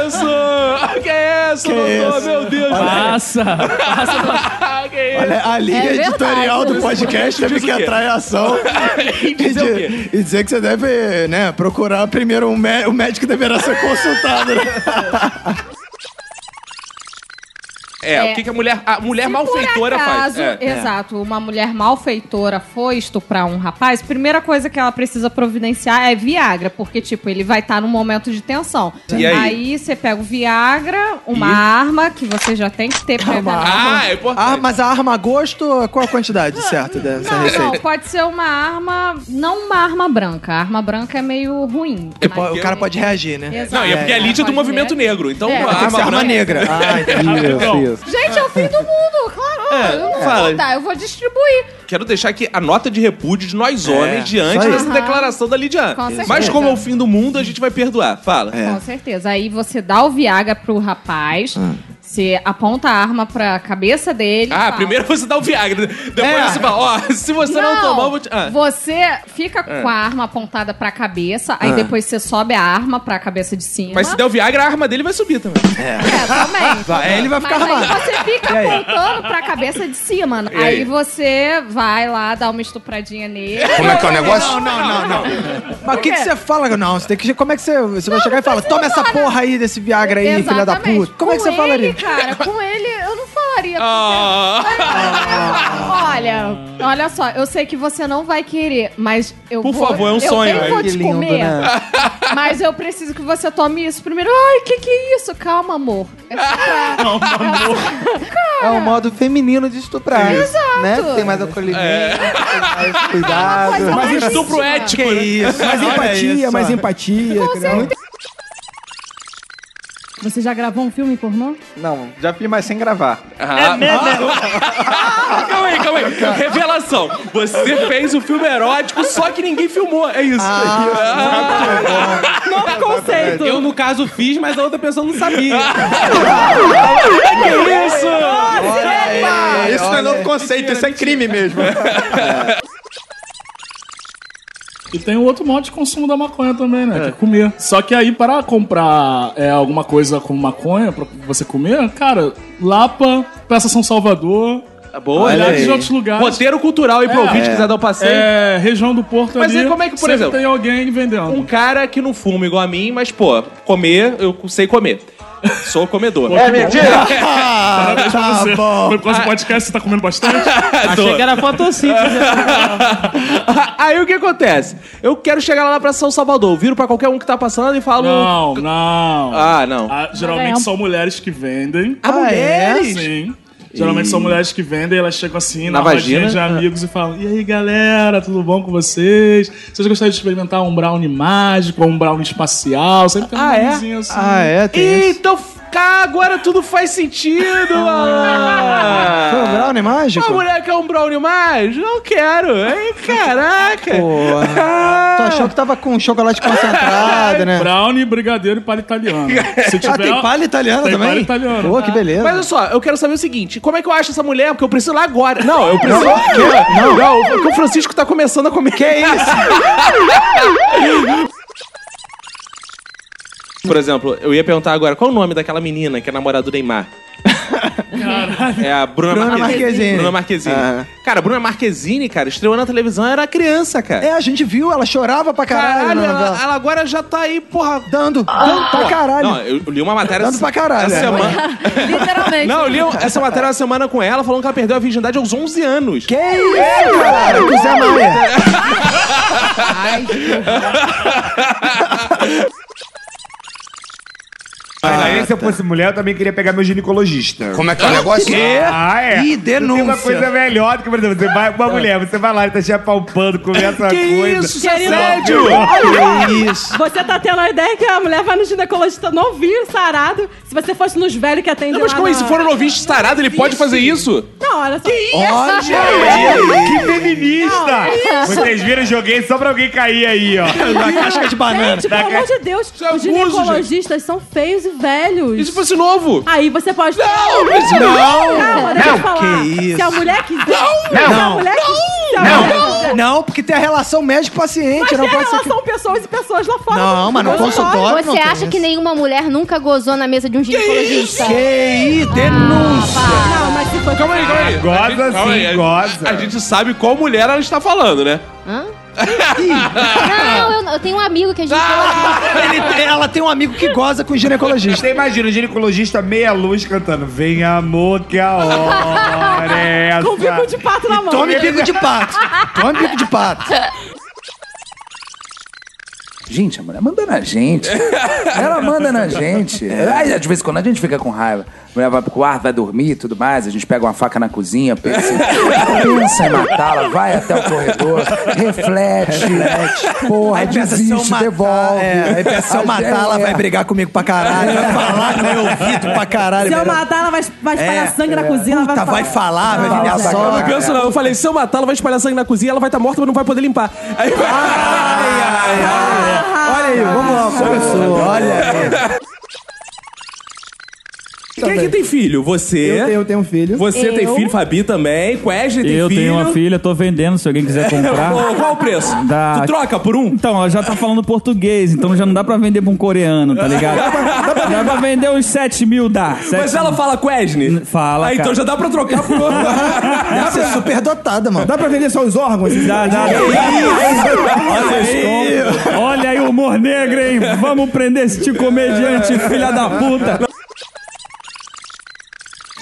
[SPEAKER 36] isso? Ah, Que é isso,
[SPEAKER 2] é
[SPEAKER 36] doutor? Meu Deus,
[SPEAKER 35] Passa.
[SPEAKER 3] [LAUGHS]
[SPEAKER 15] Olha, a linha
[SPEAKER 35] É verdade.
[SPEAKER 15] editorial do podcast teve
[SPEAKER 35] Diz o
[SPEAKER 15] que
[SPEAKER 35] quê?
[SPEAKER 15] atrair a
[SPEAKER 3] [LAUGHS]
[SPEAKER 15] ação e,
[SPEAKER 35] Dizer o
[SPEAKER 15] di- e dizer que você deve né, procurar primeiro um mé- o médico deverá ser consultado. né?
[SPEAKER 3] [LAUGHS] É, o que, que a mulher. A mulher malfeitora
[SPEAKER 6] Por
[SPEAKER 3] faz.
[SPEAKER 6] acaso,
[SPEAKER 3] É.
[SPEAKER 6] Exato. Uma mulher malfeitora foi estuprar um rapaz, primeira coisa que ela precisa providenciar é Viagra, porque, tipo, ele vai estar num momento de tensão.
[SPEAKER 3] E aí?
[SPEAKER 6] você pega o Viagra, uma
[SPEAKER 15] E?
[SPEAKER 6] arma que você já tem que ter pra evitar-
[SPEAKER 15] é importante. Ah, mas a arma a gosto, qual a quantidade certa dessa
[SPEAKER 6] Não,
[SPEAKER 15] receita?
[SPEAKER 6] pode ser uma arma. Não uma arma branca. A arma branca é meio ruim.
[SPEAKER 15] É po- O cara pode reagir, né?
[SPEAKER 6] Exato.
[SPEAKER 3] Não, e é porque a Lídia é do movimento negro. Então,
[SPEAKER 6] É.
[SPEAKER 3] a
[SPEAKER 15] Tem que ser arma
[SPEAKER 3] branca- [LAUGHS] Então,
[SPEAKER 15] negra. Ah,
[SPEAKER 3] Rapidão.
[SPEAKER 6] Gente, é o fim do mundo, claro.
[SPEAKER 3] É,
[SPEAKER 6] eu não vou
[SPEAKER 3] fala.
[SPEAKER 6] contar, eu vou distribuir.
[SPEAKER 3] Quero deixar aqui a nota de repúdio de nós
[SPEAKER 15] É,
[SPEAKER 3] homens diante
[SPEAKER 15] isso aí.
[SPEAKER 3] dessa
[SPEAKER 6] Aham.
[SPEAKER 3] declaração da Lidiane.
[SPEAKER 6] Com
[SPEAKER 3] Mas
[SPEAKER 6] certeza.
[SPEAKER 3] como é o fim do mundo, a gente vai perdoar. Fala.
[SPEAKER 6] Com certeza. Aí você dá o Viagra pro rapaz, você aponta a arma pra cabeça dele.
[SPEAKER 3] Ah, primeiro [LAUGHS] você dá o Viagra. Depois você fala, ó, se você não, tomar, eu vou te. Ah.
[SPEAKER 6] Você fica
[SPEAKER 3] Ah.
[SPEAKER 6] com a arma apontada pra cabeça, aí
[SPEAKER 3] Ah.
[SPEAKER 6] depois você sobe a arma pra cabeça de cima.
[SPEAKER 3] Mas se der o Viagra, a arma dele vai subir também.
[SPEAKER 6] É, também.
[SPEAKER 3] Vai, ele vai ficar
[SPEAKER 6] Mas
[SPEAKER 3] armado.
[SPEAKER 6] aí você
[SPEAKER 3] [LAUGHS]
[SPEAKER 6] fica
[SPEAKER 3] E aí?
[SPEAKER 6] apontando pra cabeça de cima.
[SPEAKER 3] E
[SPEAKER 6] Aí?
[SPEAKER 3] aí?
[SPEAKER 6] você vai lá dar uma estupradinha nele.
[SPEAKER 15] Como é que é o
[SPEAKER 6] negócio?
[SPEAKER 15] Não, não, não, não. Mas o que,
[SPEAKER 6] Por
[SPEAKER 15] que
[SPEAKER 6] quê?
[SPEAKER 15] você fala? Não, você tem que. Como é que você. Você vai chegar e fala, toma essa porra aí desse Viagra aí,
[SPEAKER 6] Exatamente.
[SPEAKER 15] filha da puta. Como é que
[SPEAKER 6] Com
[SPEAKER 15] você falaria?
[SPEAKER 6] ele, cara, com ele eu não falaria.
[SPEAKER 15] Ah.
[SPEAKER 6] Olha, olha só, eu sei que você não vai querer, mas eu
[SPEAKER 3] Por
[SPEAKER 6] vou-
[SPEAKER 3] favor, é um
[SPEAKER 6] eu
[SPEAKER 3] sonho.
[SPEAKER 6] Eu vou
[SPEAKER 3] Que
[SPEAKER 6] te
[SPEAKER 3] lindo,
[SPEAKER 6] comer,
[SPEAKER 3] né?
[SPEAKER 6] mas eu preciso que você tome isso primeiro. Ai, que que é isso? Calma, amor. Calma, amor.
[SPEAKER 12] É um modo feminino de estuprar.
[SPEAKER 6] Exato.
[SPEAKER 12] Né? Tem mais acolhimento,
[SPEAKER 3] É.
[SPEAKER 12] tem mais
[SPEAKER 35] Mas
[SPEAKER 12] cuidado.
[SPEAKER 35] estupro ético,
[SPEAKER 12] Que
[SPEAKER 35] né?
[SPEAKER 12] isso?
[SPEAKER 35] Mais
[SPEAKER 12] Olha
[SPEAKER 35] empatia,
[SPEAKER 12] isso,
[SPEAKER 35] mais
[SPEAKER 12] ó.
[SPEAKER 35] empatia. entendeu?
[SPEAKER 9] Você já gravou um filme pornô?
[SPEAKER 15] Não, já fiz, mas sem gravar.
[SPEAKER 3] Ah, calma aí, calma aí. Revelação. Você fez o filme erótico, só que ninguém filmou. É isso. Ah, é
[SPEAKER 9] Novo conceito.
[SPEAKER 37] Eu, no caso, fiz, mas a outra pessoa não sabia.
[SPEAKER 3] que isso?
[SPEAKER 15] isso não é novo conceito, isso é crime mesmo.
[SPEAKER 2] E tem o outro modo de consumo da maconha também, né? Que é comer. Só que aí, para comprar é, alguma coisa com maconha pra você comer, cara, Lapa, Peça São Salvador.
[SPEAKER 3] Tá Boa,
[SPEAKER 2] aliás,
[SPEAKER 3] olha aí.
[SPEAKER 2] de outros lugares.
[SPEAKER 3] Roteiro cultural aí pro ouvinte que quiser dar um passeio.
[SPEAKER 2] É, região do Porto
[SPEAKER 3] Mas
[SPEAKER 2] ali.
[SPEAKER 3] aí como é que, por
[SPEAKER 2] sempre
[SPEAKER 3] exemplo,
[SPEAKER 2] tem alguém vendendo.
[SPEAKER 3] Um cara que não fuma igual a mim, mas, pô, comer, eu sei comer. Sou comedor. Tá
[SPEAKER 2] Pô, que bom. Parabéns pra você. Foi por causa do podcast, você tá comendo bastante?
[SPEAKER 3] [LAUGHS] Achei que era né?
[SPEAKER 2] fotossíntese.
[SPEAKER 3] [LAUGHS] Aí o que acontece? Eu quero chegar lá pra São Salvador. Eu viro pra qualquer um que tá passando e falo.
[SPEAKER 2] Não, não.
[SPEAKER 3] Ah, não.
[SPEAKER 2] Ah, geralmente são mulheres que vendem.
[SPEAKER 3] Ah, mulheres?
[SPEAKER 2] Sim. Geralmente são
[SPEAKER 3] Ih.
[SPEAKER 2] mulheres que vendem, elas chegam assim
[SPEAKER 3] Na
[SPEAKER 2] na,
[SPEAKER 3] vagina?
[SPEAKER 2] vagina de amigos e falam: E aí galera, tudo bom com vocês? Vocês gostariam de experimentar um brownie mágico ou um brownie espacial? Sempre tem um
[SPEAKER 3] Ah, é?
[SPEAKER 2] nomezinho assim.
[SPEAKER 3] Ah, é? Tem Ih, isso. então cá, agora tudo faz sentido! mano.
[SPEAKER 2] Foi um brownie mágico?
[SPEAKER 3] Uma mulher quer um brownie mágico? Não quero! Ai, caraca!
[SPEAKER 2] Porra.
[SPEAKER 15] Tu achou que tava com um chocolate concentrado, [LAUGHS] né?
[SPEAKER 2] Brownie, brigadeiro e palha
[SPEAKER 3] [LAUGHS]
[SPEAKER 2] italiana. Se tiver, um-
[SPEAKER 15] Ah, tem palha italiana
[SPEAKER 2] tem
[SPEAKER 15] também?
[SPEAKER 2] palha italiana. Ah.
[SPEAKER 15] Pô, que beleza.
[SPEAKER 3] Ah. Mas olha só, eu quero saber o seguinte: como é que eu acho essa mulher? Porque eu preciso lá agora. Não, eu preciso.
[SPEAKER 15] Não,
[SPEAKER 3] lá
[SPEAKER 15] que?
[SPEAKER 3] agora.
[SPEAKER 15] Não.
[SPEAKER 3] não, porque o Francisco tá começando a comer. Que
[SPEAKER 15] isso?
[SPEAKER 3] Por exemplo, eu ia perguntar agora qual o nome daquela menina que é namorada do Neymar. É a Bruna,
[SPEAKER 2] Bruna Marquezine.
[SPEAKER 3] Bruna Marquezine.
[SPEAKER 2] Ah.
[SPEAKER 3] Cara, a Bruna Marquezine, cara, estreou na televisão, era criança, cara.
[SPEAKER 2] É, a gente viu, ela chorava pra
[SPEAKER 15] caralho.
[SPEAKER 3] Caralho,
[SPEAKER 15] na
[SPEAKER 3] ela-
[SPEAKER 15] novela.
[SPEAKER 3] ela agora já tá aí, porra.
[SPEAKER 15] Dando. dando pra caralho.
[SPEAKER 3] Ah! Não, eu li uma matéria.
[SPEAKER 15] Dando pra caralho.
[SPEAKER 17] é.
[SPEAKER 15] né?
[SPEAKER 3] Essa semana.
[SPEAKER 6] [LAUGHS]
[SPEAKER 15] Literalmente.
[SPEAKER 3] Não, eu li um-
[SPEAKER 17] [LAUGHS]
[SPEAKER 3] essa matéria uma semana com ela, falando que ela perdeu a virgindade aos 11 anos. é Que
[SPEAKER 15] isso, caralho? Com o Zé Maia.
[SPEAKER 28] Mas aí, se eu fosse mulher, eu também queria pegar meu ginecologista.
[SPEAKER 15] Como é que é o negócio?
[SPEAKER 28] Quê? Ah, é.
[SPEAKER 15] Ih,
[SPEAKER 28] Tem
[SPEAKER 15] denúncia.
[SPEAKER 28] uma coisa melhor do que, por exemplo, você vai, uma mulher, você vai lá, ele tá te apalpando, começa uma
[SPEAKER 21] Que
[SPEAKER 28] coisa.
[SPEAKER 21] isso, querido?
[SPEAKER 28] é Que isso?
[SPEAKER 21] Você tá tendo a ideia que a mulher vai no ginecologista novinho, sarado. Se você fosse nos velhos que atendem
[SPEAKER 3] Não, mas
[SPEAKER 21] lá
[SPEAKER 3] como é?
[SPEAKER 21] na-
[SPEAKER 3] Se for um ouvinte sarado, ele pode fazer isso?
[SPEAKER 21] Não, olha só. Que
[SPEAKER 3] Olha
[SPEAKER 28] Que feminista! Vocês viram, eu joguei só pra alguém cair aí, ó.
[SPEAKER 21] Da
[SPEAKER 28] casca de banana.
[SPEAKER 21] Gente, pelo amor de Deus, os ginecologistas são feios e velhos. E se
[SPEAKER 3] fosse novo?
[SPEAKER 21] Aí você pode...
[SPEAKER 3] Não!
[SPEAKER 21] Calma,
[SPEAKER 3] isso não!
[SPEAKER 21] deixa eu
[SPEAKER 15] Não,
[SPEAKER 21] falar.
[SPEAKER 15] que isso.
[SPEAKER 21] Se a mulher quiser...
[SPEAKER 15] Não,
[SPEAKER 21] Se a
[SPEAKER 15] não,
[SPEAKER 21] mulher quiser...
[SPEAKER 15] Não, não, porque tem a relação
[SPEAKER 21] Mas
[SPEAKER 15] médico-paciente.
[SPEAKER 21] tem
[SPEAKER 15] Não pode ser.
[SPEAKER 21] relação pessoas e pessoas lá fora.
[SPEAKER 15] Não, mas no consultório.
[SPEAKER 16] Você acha que nenhuma mulher nunca gozou na mesa de um ginecologista? Ah,
[SPEAKER 15] Que denúncia!
[SPEAKER 21] Não, mas se for...
[SPEAKER 3] Calma aí, calma aí.
[SPEAKER 28] Goza
[SPEAKER 3] A gente- calma
[SPEAKER 28] sim,
[SPEAKER 3] aí, a-
[SPEAKER 28] goza.
[SPEAKER 3] A, gente sabe qual mulher ela está falando, né?
[SPEAKER 16] Hã? Não, eu, eu tenho um amigo que é
[SPEAKER 4] Ah,
[SPEAKER 16] ginecologista.
[SPEAKER 15] Ele- [LAUGHS] ela tem um amigo que goza com ginecologista.
[SPEAKER 28] Você imagina, o ginecologista meia luz cantando: Vem amor, que a hora é essa.
[SPEAKER 21] Com bico de pato na mão.
[SPEAKER 15] Tome bico
[SPEAKER 28] [LAUGHS]
[SPEAKER 15] de pato. Tome bico de pato.
[SPEAKER 11] Gente, a mulher manda
[SPEAKER 28] [LAUGHS]
[SPEAKER 11] na gente. Ela manda na gente.
[SPEAKER 28] É.
[SPEAKER 11] Aí, de vez em quando a gente fica com raiva. A mulher vai pro quarto, vai dormir e tudo mais. A gente pega uma faca na cozinha, pensa, assim, pensa em matá-la, vai até o corredor,
[SPEAKER 15] [LAUGHS]
[SPEAKER 11] reflete, porra,
[SPEAKER 15] Aí pensa, se eu
[SPEAKER 11] desiste,
[SPEAKER 15] matar-
[SPEAKER 11] devolve.
[SPEAKER 15] É, aí pensa, se eu
[SPEAKER 11] Aí,
[SPEAKER 15] matar, ela
[SPEAKER 11] é.
[SPEAKER 15] vai brigar comigo pra caralho. Vai falar que meu ouvido pra caralho.
[SPEAKER 21] Se eu
[SPEAKER 15] vai-
[SPEAKER 21] matar, ela vai, vai espalhar
[SPEAKER 15] É,
[SPEAKER 21] sangue na
[SPEAKER 15] é.
[SPEAKER 21] cozinha. ela
[SPEAKER 15] Puta, vai
[SPEAKER 21] Ah,
[SPEAKER 15] falar, vai virar
[SPEAKER 21] velho.
[SPEAKER 15] sogra.
[SPEAKER 3] Eu não penso, não. Eu falei, se eu matar, ela vai espalhar sangue na cozinha, ela vai estar morta, mas não vai poder limpar. Aí vai.
[SPEAKER 15] Olha aí, vamos lá, professor. Olha aí.
[SPEAKER 3] Quem é que tem filho? Você.
[SPEAKER 4] Eu tenho- eu tenho um filho.
[SPEAKER 3] Você tem
[SPEAKER 4] Eu.
[SPEAKER 3] filho, Fabi também. Wesley tem
[SPEAKER 4] eu
[SPEAKER 3] filho.
[SPEAKER 4] tenho uma filha, tô vendendo se
[SPEAKER 3] [LAUGHS]
[SPEAKER 4] alguém quiser comprar.
[SPEAKER 3] Pô, qual o preço?
[SPEAKER 4] Da...
[SPEAKER 3] Tu troca por um?
[SPEAKER 4] Então, ela já tá falando português, então já não dá pra vender pra um coreano, tá ligado? dá pra vender uns 7 mil, dá.
[SPEAKER 3] Mas ela fala Quesne?
[SPEAKER 4] Fala.
[SPEAKER 3] Ah, então já dá pra trocar por
[SPEAKER 15] [LAUGHS]
[SPEAKER 3] outro.
[SPEAKER 4] Dá
[SPEAKER 15] pra super dotada, mano.
[SPEAKER 4] Dá pra vender só os órgãos? Dá, dá. Olha isso. Olha aí o humor negro, hein? Vamos prender esse tio comediante, filha da puta.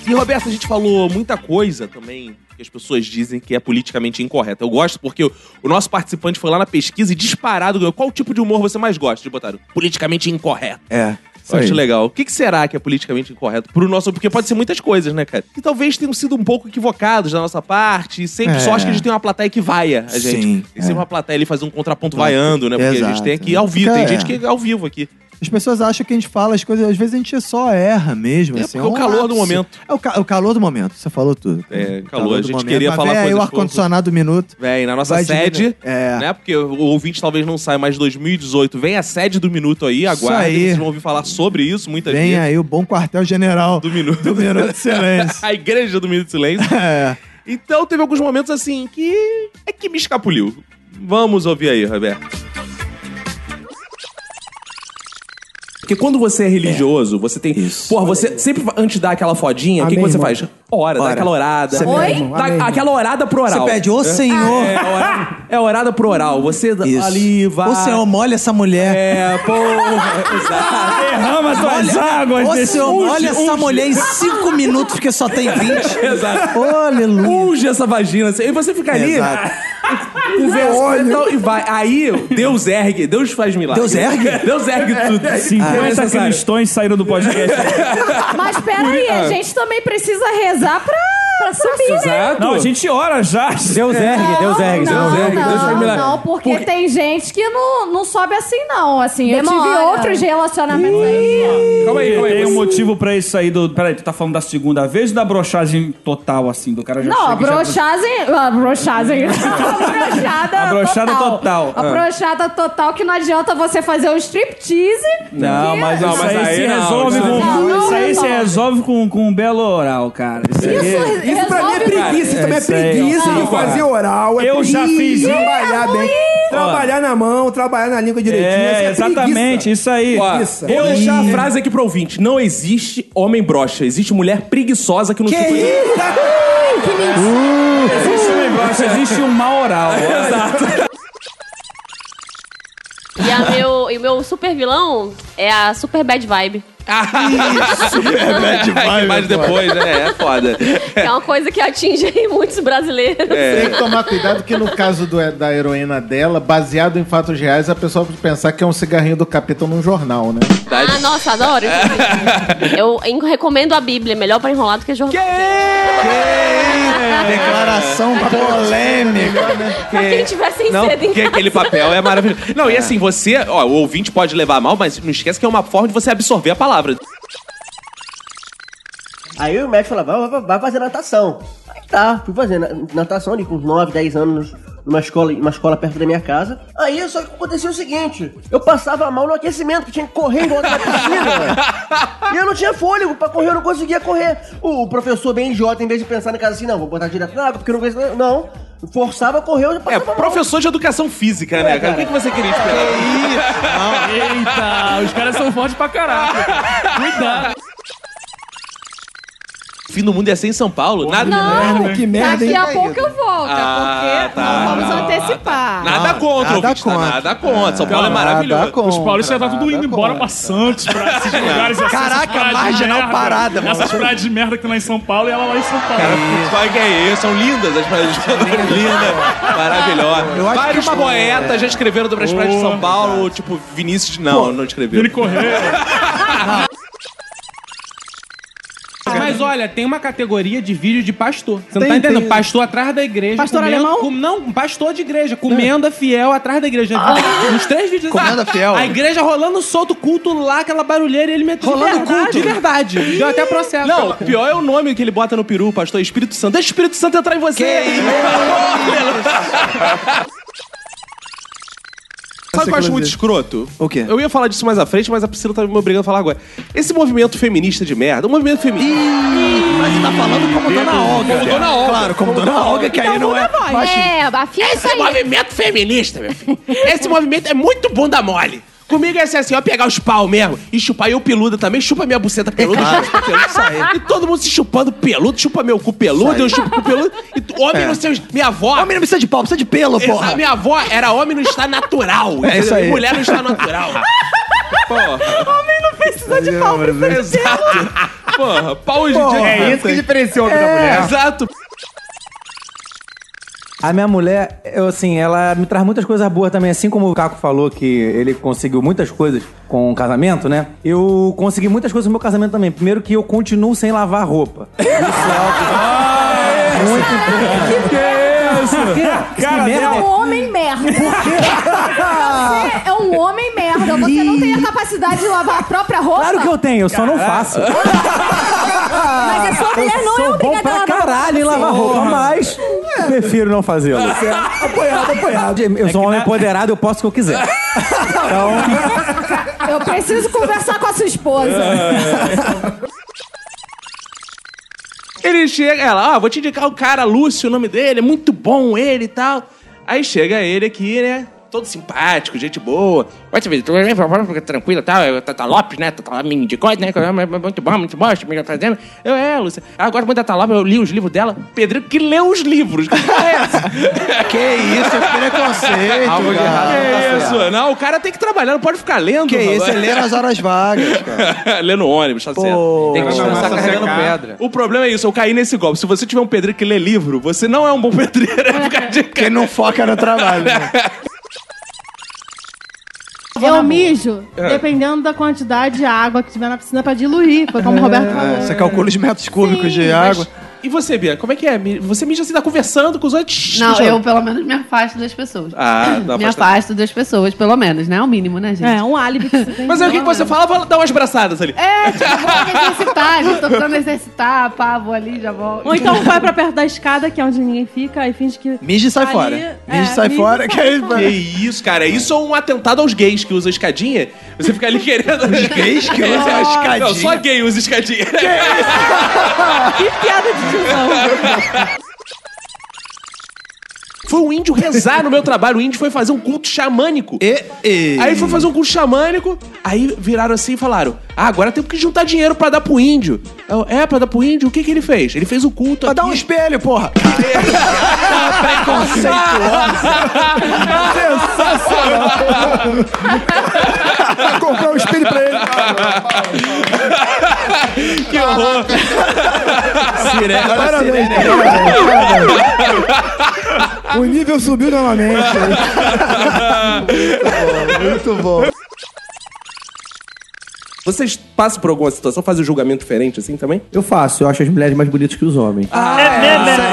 [SPEAKER 3] E, Roberto, a gente falou muita coisa também que as pessoas dizem que é politicamente incorreta. Eu gosto porque o, o nosso participante foi lá na pesquisa e disparado ganhou. Qual tipo de humor você mais gosta? De botar politicamente incorreto.
[SPEAKER 15] É.
[SPEAKER 3] Eu acho legal. O que, que será que é politicamente incorreto pro nosso... Porque pode ser muitas coisas, né, cara? Que talvez tenham sido um pouco equivocados da nossa parte. E sempre
[SPEAKER 15] É.
[SPEAKER 3] só acho que a gente tem uma plateia que vaia a gente.
[SPEAKER 15] Sim,
[SPEAKER 3] Tem sempre
[SPEAKER 15] é.
[SPEAKER 3] uma plateia ali fazer um contraponto vaiando, né? Porque a gente
[SPEAKER 15] Exato.
[SPEAKER 3] tem aqui ao vivo.
[SPEAKER 15] Fica-
[SPEAKER 3] Tem gente que é ao vivo aqui.
[SPEAKER 15] As pessoas acham que a gente fala as coisas, às vezes a gente só erra mesmo. assim, É,
[SPEAKER 3] porque é o calor do
[SPEAKER 15] ápice.
[SPEAKER 3] momento.
[SPEAKER 15] É o, ca- o calor do momento, você falou tudo.
[SPEAKER 3] É, calor, a gente
[SPEAKER 15] Tá momento,
[SPEAKER 3] queria
[SPEAKER 15] mas é,
[SPEAKER 3] falar
[SPEAKER 15] vem aí
[SPEAKER 3] coisas
[SPEAKER 15] o ar-condicionado do minuto.
[SPEAKER 3] Vem, na nossa
[SPEAKER 15] Vai
[SPEAKER 3] sede,
[SPEAKER 15] diminuir. É.
[SPEAKER 3] né? Porque o ouvinte talvez não saia mais de 2018. Vem a sede do Minuto aí, aguarde.
[SPEAKER 15] aí.
[SPEAKER 3] Vocês vão ouvir falar sobre isso muitas
[SPEAKER 15] Vem
[SPEAKER 3] vezes.
[SPEAKER 15] aí o bom quartel-general do
[SPEAKER 3] Minuto.
[SPEAKER 15] Do Minuto de Silêncio. É.
[SPEAKER 3] a igreja do Minuto de
[SPEAKER 15] [LAUGHS]
[SPEAKER 3] Silêncio. Então teve alguns momentos assim que é que me escapuliu. Vamos ouvir aí, Roberto.
[SPEAKER 14] Porque quando você é religioso, você tem. Porra, você sempre, antes de dar aquela fodinha, o que, que Amém, você irmão. faz? Ora, dá Ora. aquela orada. Isso mesmo, Dá amém, irmão. aquela orada pro oral. Você pede, "Ô, É. Senhor." É, ora- é orada pro oral. Você dá- Isso. ali vai.
[SPEAKER 15] Ô senhor, molha essa mulher.
[SPEAKER 14] É,
[SPEAKER 15] [LAUGHS]
[SPEAKER 14] porra. Exato.
[SPEAKER 15] Derrama
[SPEAKER 14] suas águas
[SPEAKER 15] Ô
[SPEAKER 14] desse-
[SPEAKER 15] senhor,
[SPEAKER 14] Unge,
[SPEAKER 15] molha essa
[SPEAKER 14] unge.
[SPEAKER 15] mulher em 5 minutos, porque só tem 20.
[SPEAKER 14] [LAUGHS] Exato.
[SPEAKER 15] Aleluia.
[SPEAKER 14] Unge essa vagina. assim, E você fica ali. [LAUGHS]
[SPEAKER 15] Exato.
[SPEAKER 14] O verso então, e vai. Aí, Deus ergue, Deus faz milagre.
[SPEAKER 4] Deus ergue?
[SPEAKER 14] [LAUGHS] Deus ergue tudo. Ah, é
[SPEAKER 4] 50
[SPEAKER 14] necessário.
[SPEAKER 4] cristões saíram do podcast.
[SPEAKER 6] Mas peraí,
[SPEAKER 3] ah.
[SPEAKER 6] a gente também precisa rezar pra, pra subir, né?
[SPEAKER 4] Não, a gente ora já. Deus
[SPEAKER 6] Não,
[SPEAKER 4] ergue,
[SPEAKER 6] não, não, não, porque, tem gente que não, não sobe assim, não. Assim, eu tive
[SPEAKER 16] Demora.
[SPEAKER 6] outros relacionamentos aí.
[SPEAKER 4] Calma aí, calma aí. Tem um motivo pra isso aí do. Peraí, tu tá falando da segunda vez ou da brochagem total, assim, do cara já
[SPEAKER 6] Não, a
[SPEAKER 4] chega e já-
[SPEAKER 6] brochagem. A brochagem. brochada
[SPEAKER 4] A brochada total.
[SPEAKER 6] A
[SPEAKER 4] Ah.
[SPEAKER 6] brochada total que não adianta você fazer um striptease.
[SPEAKER 4] Ah. Não,
[SPEAKER 6] que-
[SPEAKER 4] mas isso aí, se
[SPEAKER 14] não,
[SPEAKER 4] resolve
[SPEAKER 14] isso aí
[SPEAKER 4] com.
[SPEAKER 6] não. Não,
[SPEAKER 4] isso aí
[SPEAKER 6] não.
[SPEAKER 4] se resolve com, com um belo oral, cara.
[SPEAKER 12] é
[SPEAKER 4] Isso, aí-
[SPEAKER 6] Isso Isso pra mim é resolve- preguiça, isso
[SPEAKER 4] É,
[SPEAKER 12] também é
[SPEAKER 4] isso aí.
[SPEAKER 12] preguiça
[SPEAKER 4] Não,
[SPEAKER 12] de fazer
[SPEAKER 4] cara.
[SPEAKER 12] oral. é
[SPEAKER 4] Eu já
[SPEAKER 12] preguiça
[SPEAKER 4] fiz
[SPEAKER 12] de
[SPEAKER 4] isso.
[SPEAKER 12] Trabalhar bem. Trabalhar na mão, trabalhar na língua direitinho.
[SPEAKER 14] É,
[SPEAKER 12] isso é [LAUGHS]
[SPEAKER 14] exatamente,
[SPEAKER 4] isso aí.
[SPEAKER 14] Ó,
[SPEAKER 12] Preguiça.
[SPEAKER 14] vou deixar a
[SPEAKER 12] Ih.
[SPEAKER 14] frase aqui pro ouvinte. Não existe homem broxa, existe mulher preguiçosa que não
[SPEAKER 12] Que
[SPEAKER 14] chupa ninguém.
[SPEAKER 12] isso?
[SPEAKER 4] Existe um negócio, existe um mal oral.
[SPEAKER 14] Exato.
[SPEAKER 35] E, a meu, e o meu super vilão é a Super Bad Vibe.
[SPEAKER 3] Super Bad Vibe. Mas É depois, né? É foda.
[SPEAKER 35] é uma coisa que atinge [LAUGHS] aí muitos brasileiros.
[SPEAKER 9] Tem que tomar cuidado que no caso do- da heroína dela, baseado em fatos reais, a pessoa pode pensar que é um cigarrinho do capeta num jornal, né?
[SPEAKER 35] Ah, nossa, adoro. [LAUGHS] inclusive. Eu en- recomendo a Bíblia, é melhor pra enrolar do que jornal.
[SPEAKER 38] Declaração polêmica, né?
[SPEAKER 35] Pra quem tiver sem
[SPEAKER 3] Não,
[SPEAKER 35] sede então. em
[SPEAKER 3] porque
[SPEAKER 35] casa.
[SPEAKER 3] aquele papel é maravilhoso. Não, e assim, você, ó, o ouvinte pode levar mal, mas não esquece que é uma forma de você absorver a palavra.
[SPEAKER 6] Aí o médico falava, vai, vai- vai fazer natação. Aí tá, fui fazer na- natação ali com uns 9, 10 anos numa escola, uma escola perto da minha casa. Aí só que acontecia o seguinte, eu passava mal no aquecimento, que tinha que correr em volta da [LAUGHS] piscina, velho. E eu não tinha fôlego pra correr, eu não conseguia correr. O, o professor bem idiota, em vez de pensar na casa assim, não, vou botar direto na água, porque eu não conheço... Não, forçava a correr, eu
[SPEAKER 14] É,
[SPEAKER 6] passava mal.
[SPEAKER 14] professor de educação física,
[SPEAKER 4] É,
[SPEAKER 14] né, cara? O que, que você queria esperar?
[SPEAKER 39] Eita, os caras são fortes pra caralho. Cuidado.
[SPEAKER 3] O fim do mundo ia ser em São Paulo. Nada.
[SPEAKER 21] né?
[SPEAKER 6] Não,
[SPEAKER 12] que
[SPEAKER 6] daqui a pouco eu volto,
[SPEAKER 3] Ah,
[SPEAKER 6] é porque
[SPEAKER 3] tá.
[SPEAKER 6] vamos antecipar.
[SPEAKER 3] Nada contra,
[SPEAKER 9] nada
[SPEAKER 3] ouvinte, tá?
[SPEAKER 9] contra.
[SPEAKER 3] Nada contra. São Paulo é
[SPEAKER 9] Nada
[SPEAKER 3] maravilhoso.
[SPEAKER 9] contra,
[SPEAKER 3] Os paulistas tá tudo indo embora
[SPEAKER 9] pra
[SPEAKER 3] Santos, pra
[SPEAKER 38] É.
[SPEAKER 3] esses
[SPEAKER 9] lugares assim, essas praias de merda. Essas
[SPEAKER 3] mano.
[SPEAKER 9] praias de merda
[SPEAKER 2] tá
[SPEAKER 9] que lá em São Paulo e ela lá em São Paulo.
[SPEAKER 3] Cara, só que é isso. São [LAUGHS] lindas as praias de São
[SPEAKER 9] [LAUGHS]
[SPEAKER 3] Paulo. Linda,
[SPEAKER 9] Eu
[SPEAKER 3] maravilhosa.
[SPEAKER 9] acho
[SPEAKER 3] Vários
[SPEAKER 9] que os-
[SPEAKER 3] poetas já escreveram sobre as praias de São Paulo, tipo Vinícius. Não, não escreveu. Ele correu.
[SPEAKER 40] Mas olha, tem uma categoria de vídeo de pastor. Você não
[SPEAKER 6] Tem,
[SPEAKER 40] tá entendendo?
[SPEAKER 6] tem.
[SPEAKER 40] Pastor atrás da igreja.
[SPEAKER 6] Pastor
[SPEAKER 40] comendo-
[SPEAKER 6] alemão?
[SPEAKER 40] com- não, um pastor de igreja. Comenda fiel atrás da igreja. Nos três vídeos.
[SPEAKER 6] Comenda
[SPEAKER 40] Ah,
[SPEAKER 6] fiel.
[SPEAKER 40] A igreja rolando solto, culto lá, aquela barulheira e ele meteu
[SPEAKER 3] Rolando
[SPEAKER 40] de verdade,
[SPEAKER 3] culto.
[SPEAKER 40] De verdade. Deu até processo.
[SPEAKER 3] Não, o pior é o nome que ele bota no peru, pastor Espírito Santo. Deixa o Espírito Santo entrar em você. Sabe é o que eu acho muito escroto?
[SPEAKER 38] O quê?
[SPEAKER 3] Eu ia falar disso mais à frente, mas a Priscila tá me obrigando a falar agora. Esse movimento feminista de merda, o movimento feminista. Mas você [LAUGHS] tá
[SPEAKER 15] [LAUGHS]
[SPEAKER 3] falando como
[SPEAKER 38] Dona Olga.
[SPEAKER 3] Como Dona Olga.
[SPEAKER 38] Claro, como Dona Olga, que aí
[SPEAKER 3] Então
[SPEAKER 38] não é-
[SPEAKER 3] muda a voz.
[SPEAKER 38] Mas-
[SPEAKER 16] É, afia
[SPEAKER 3] Esse
[SPEAKER 16] isso aí.
[SPEAKER 3] movimento feminista, meu filho. Esse movimento é muito bunda mole. Comigo é ser assim, ó, pegar os pau mesmo e chupar. Eu peluda também, chupa minha buceta peluda,
[SPEAKER 38] É Claro.
[SPEAKER 3] chupa peluda. Isso aí. E todo mundo se chupando peludo, chupa meu cu peludo, eu chupo cu peludo. E tu- homem
[SPEAKER 38] É.
[SPEAKER 3] não seus. Minha avó. Homem
[SPEAKER 38] não precisa de pau, precisa de pelo, porra.
[SPEAKER 3] Minha avó era homem no estado natural.
[SPEAKER 38] É isso aí.
[SPEAKER 3] Mulher no estado natural.
[SPEAKER 4] [LAUGHS]
[SPEAKER 6] Homem não precisa de pau,
[SPEAKER 4] é
[SPEAKER 6] precisa de
[SPEAKER 3] Exato. Porra, pau hoje em
[SPEAKER 38] Porra,
[SPEAKER 3] dia.
[SPEAKER 38] é isso que diferencia o homem da
[SPEAKER 15] É.
[SPEAKER 38] mulher.
[SPEAKER 3] Exato.
[SPEAKER 8] A minha mulher, eu, assim, ela me traz muitas coisas boas também, assim como o Caco falou que ele conseguiu muitas coisas com o casamento, né? Eu consegui muitas coisas no meu casamento também. Primeiro que eu [LAUGHS] continuo sem lavar roupa. Isso é algo muito importante. Que isso?
[SPEAKER 6] Por quê?
[SPEAKER 21] Cara
[SPEAKER 6] que merda.
[SPEAKER 21] dela.
[SPEAKER 6] é um homem merda. Você é um homem merda. Você não tem a capacidade de lavar a própria roupa?
[SPEAKER 8] Claro que eu tenho, eu só não faço.
[SPEAKER 6] Mas a sua mulher não é
[SPEAKER 8] Sou bom
[SPEAKER 6] obrigada a
[SPEAKER 8] pra
[SPEAKER 6] lavar
[SPEAKER 8] caralho em lavar roupa, mas prefiro não fazê-lo.
[SPEAKER 4] Ah.
[SPEAKER 6] Apoiado, apoiado.
[SPEAKER 4] É
[SPEAKER 8] Eu sou um homem empoderado, eu posso o que eu quiser.
[SPEAKER 6] Eu preciso conversar com a sua esposa.
[SPEAKER 3] Ele chega, ela, ó, vou te indicar o cara, Lúcio, o nome dele, é muito bom ele e tal. Aí chega ele aqui, né? Todo simpático, gente boa. Pode ver, tudo bem, fica tranquilo e tal. É o Tata Lopes, né? Tata Lopes me indicou, né? que é Muito bom, muito bom, acho que me fazendo. Eu, é, Lúcio. Ah, Eu gosto muito da Tata Lopes, eu li os livros dela. Pedreiro que leu os [LAUGHS] livros. Que porra é essa? que
[SPEAKER 4] isso, preconceito,
[SPEAKER 3] Algo de errado.
[SPEAKER 4] cara.
[SPEAKER 3] Que
[SPEAKER 4] Tá
[SPEAKER 3] isso?
[SPEAKER 4] certo.
[SPEAKER 3] Não, o cara tem que trabalhar, não pode ficar lendo.
[SPEAKER 4] [LAUGHS] Que isso, é ler
[SPEAKER 3] lendo
[SPEAKER 4] nas horas vagas,
[SPEAKER 3] cara. lê no ônibus, tá certo.
[SPEAKER 4] Tem que descansar Tá carregando pedra.
[SPEAKER 3] O problema é isso, eu caí nesse golpe. Se você tiver um pedreiro que lê livro, você não é um bom [LAUGHS] pedreiro.
[SPEAKER 4] Quem não foca no trabalho. né?
[SPEAKER 21] Eu mijo,
[SPEAKER 4] É.
[SPEAKER 21] dependendo da quantidade de água que tiver na piscina pra diluir. Foi
[SPEAKER 15] É,
[SPEAKER 21] como o Roberto falou.
[SPEAKER 4] Você calcula os metros cúbicos de água.
[SPEAKER 3] [LAUGHS] E você, Bia, como é que é? Mi- Você mija assim, tá conversando com os outros?
[SPEAKER 35] Não, eu pelo
[SPEAKER 16] [LAUGHS]
[SPEAKER 35] menos me afasto das pessoas.
[SPEAKER 3] Ah, dá
[SPEAKER 35] me
[SPEAKER 3] afastada.
[SPEAKER 35] afasto das pessoas, pelo menos, né? É o mínimo, né, gente?
[SPEAKER 21] É, um
[SPEAKER 35] [LAUGHS]
[SPEAKER 21] álibi que você tem.
[SPEAKER 3] Mas aí o que, que você fala? Fala, dá umas braçadas ali.
[SPEAKER 35] É, tipo, vou me exercitar, gente, tô precisando exercitar, pá, vou ali, já volto.
[SPEAKER 21] Ou então vai pra perto da escada, que é onde ninguém fica, e finge que.
[SPEAKER 4] Mija e sai
[SPEAKER 21] ali-
[SPEAKER 4] fora.
[SPEAKER 21] é,
[SPEAKER 4] Mija e sai fora, que aí...
[SPEAKER 3] Que isso, cara. Isso é um atentado aos gays que usam escadinha. Você fica ali querendo... Os
[SPEAKER 4] gays
[SPEAKER 3] [LAUGHS]
[SPEAKER 4] que usam a escadinha?
[SPEAKER 3] Não, só gay usa escadinha. [LAUGHS]
[SPEAKER 35] que piada de
[SPEAKER 3] Foi um índio rezar no meu trabalho. O índio foi fazer um culto xamânico. Aí foi fazer um culto xamânico. Aí viraram assim e falaram: Ah, agora temos que juntar dinheiro pra dar pro índio. Eu, é, pra dar pro índio? O que que ele fez? Ele fez o culto. Pra dar um
[SPEAKER 4] espelho, porra! Tá Sensacional!
[SPEAKER 3] Vai
[SPEAKER 4] comprar um espelho pra ele.
[SPEAKER 3] que horror! Sirene.
[SPEAKER 4] Agora
[SPEAKER 3] Sirene.
[SPEAKER 12] O nível subiu novamente.
[SPEAKER 4] Muito bom.
[SPEAKER 28] [LAUGHS] Vocês passam por alguma situação, fazem um julgamento diferente assim também?
[SPEAKER 20] Eu faço, eu acho as mulheres mais bonitas que os homens.
[SPEAKER 4] É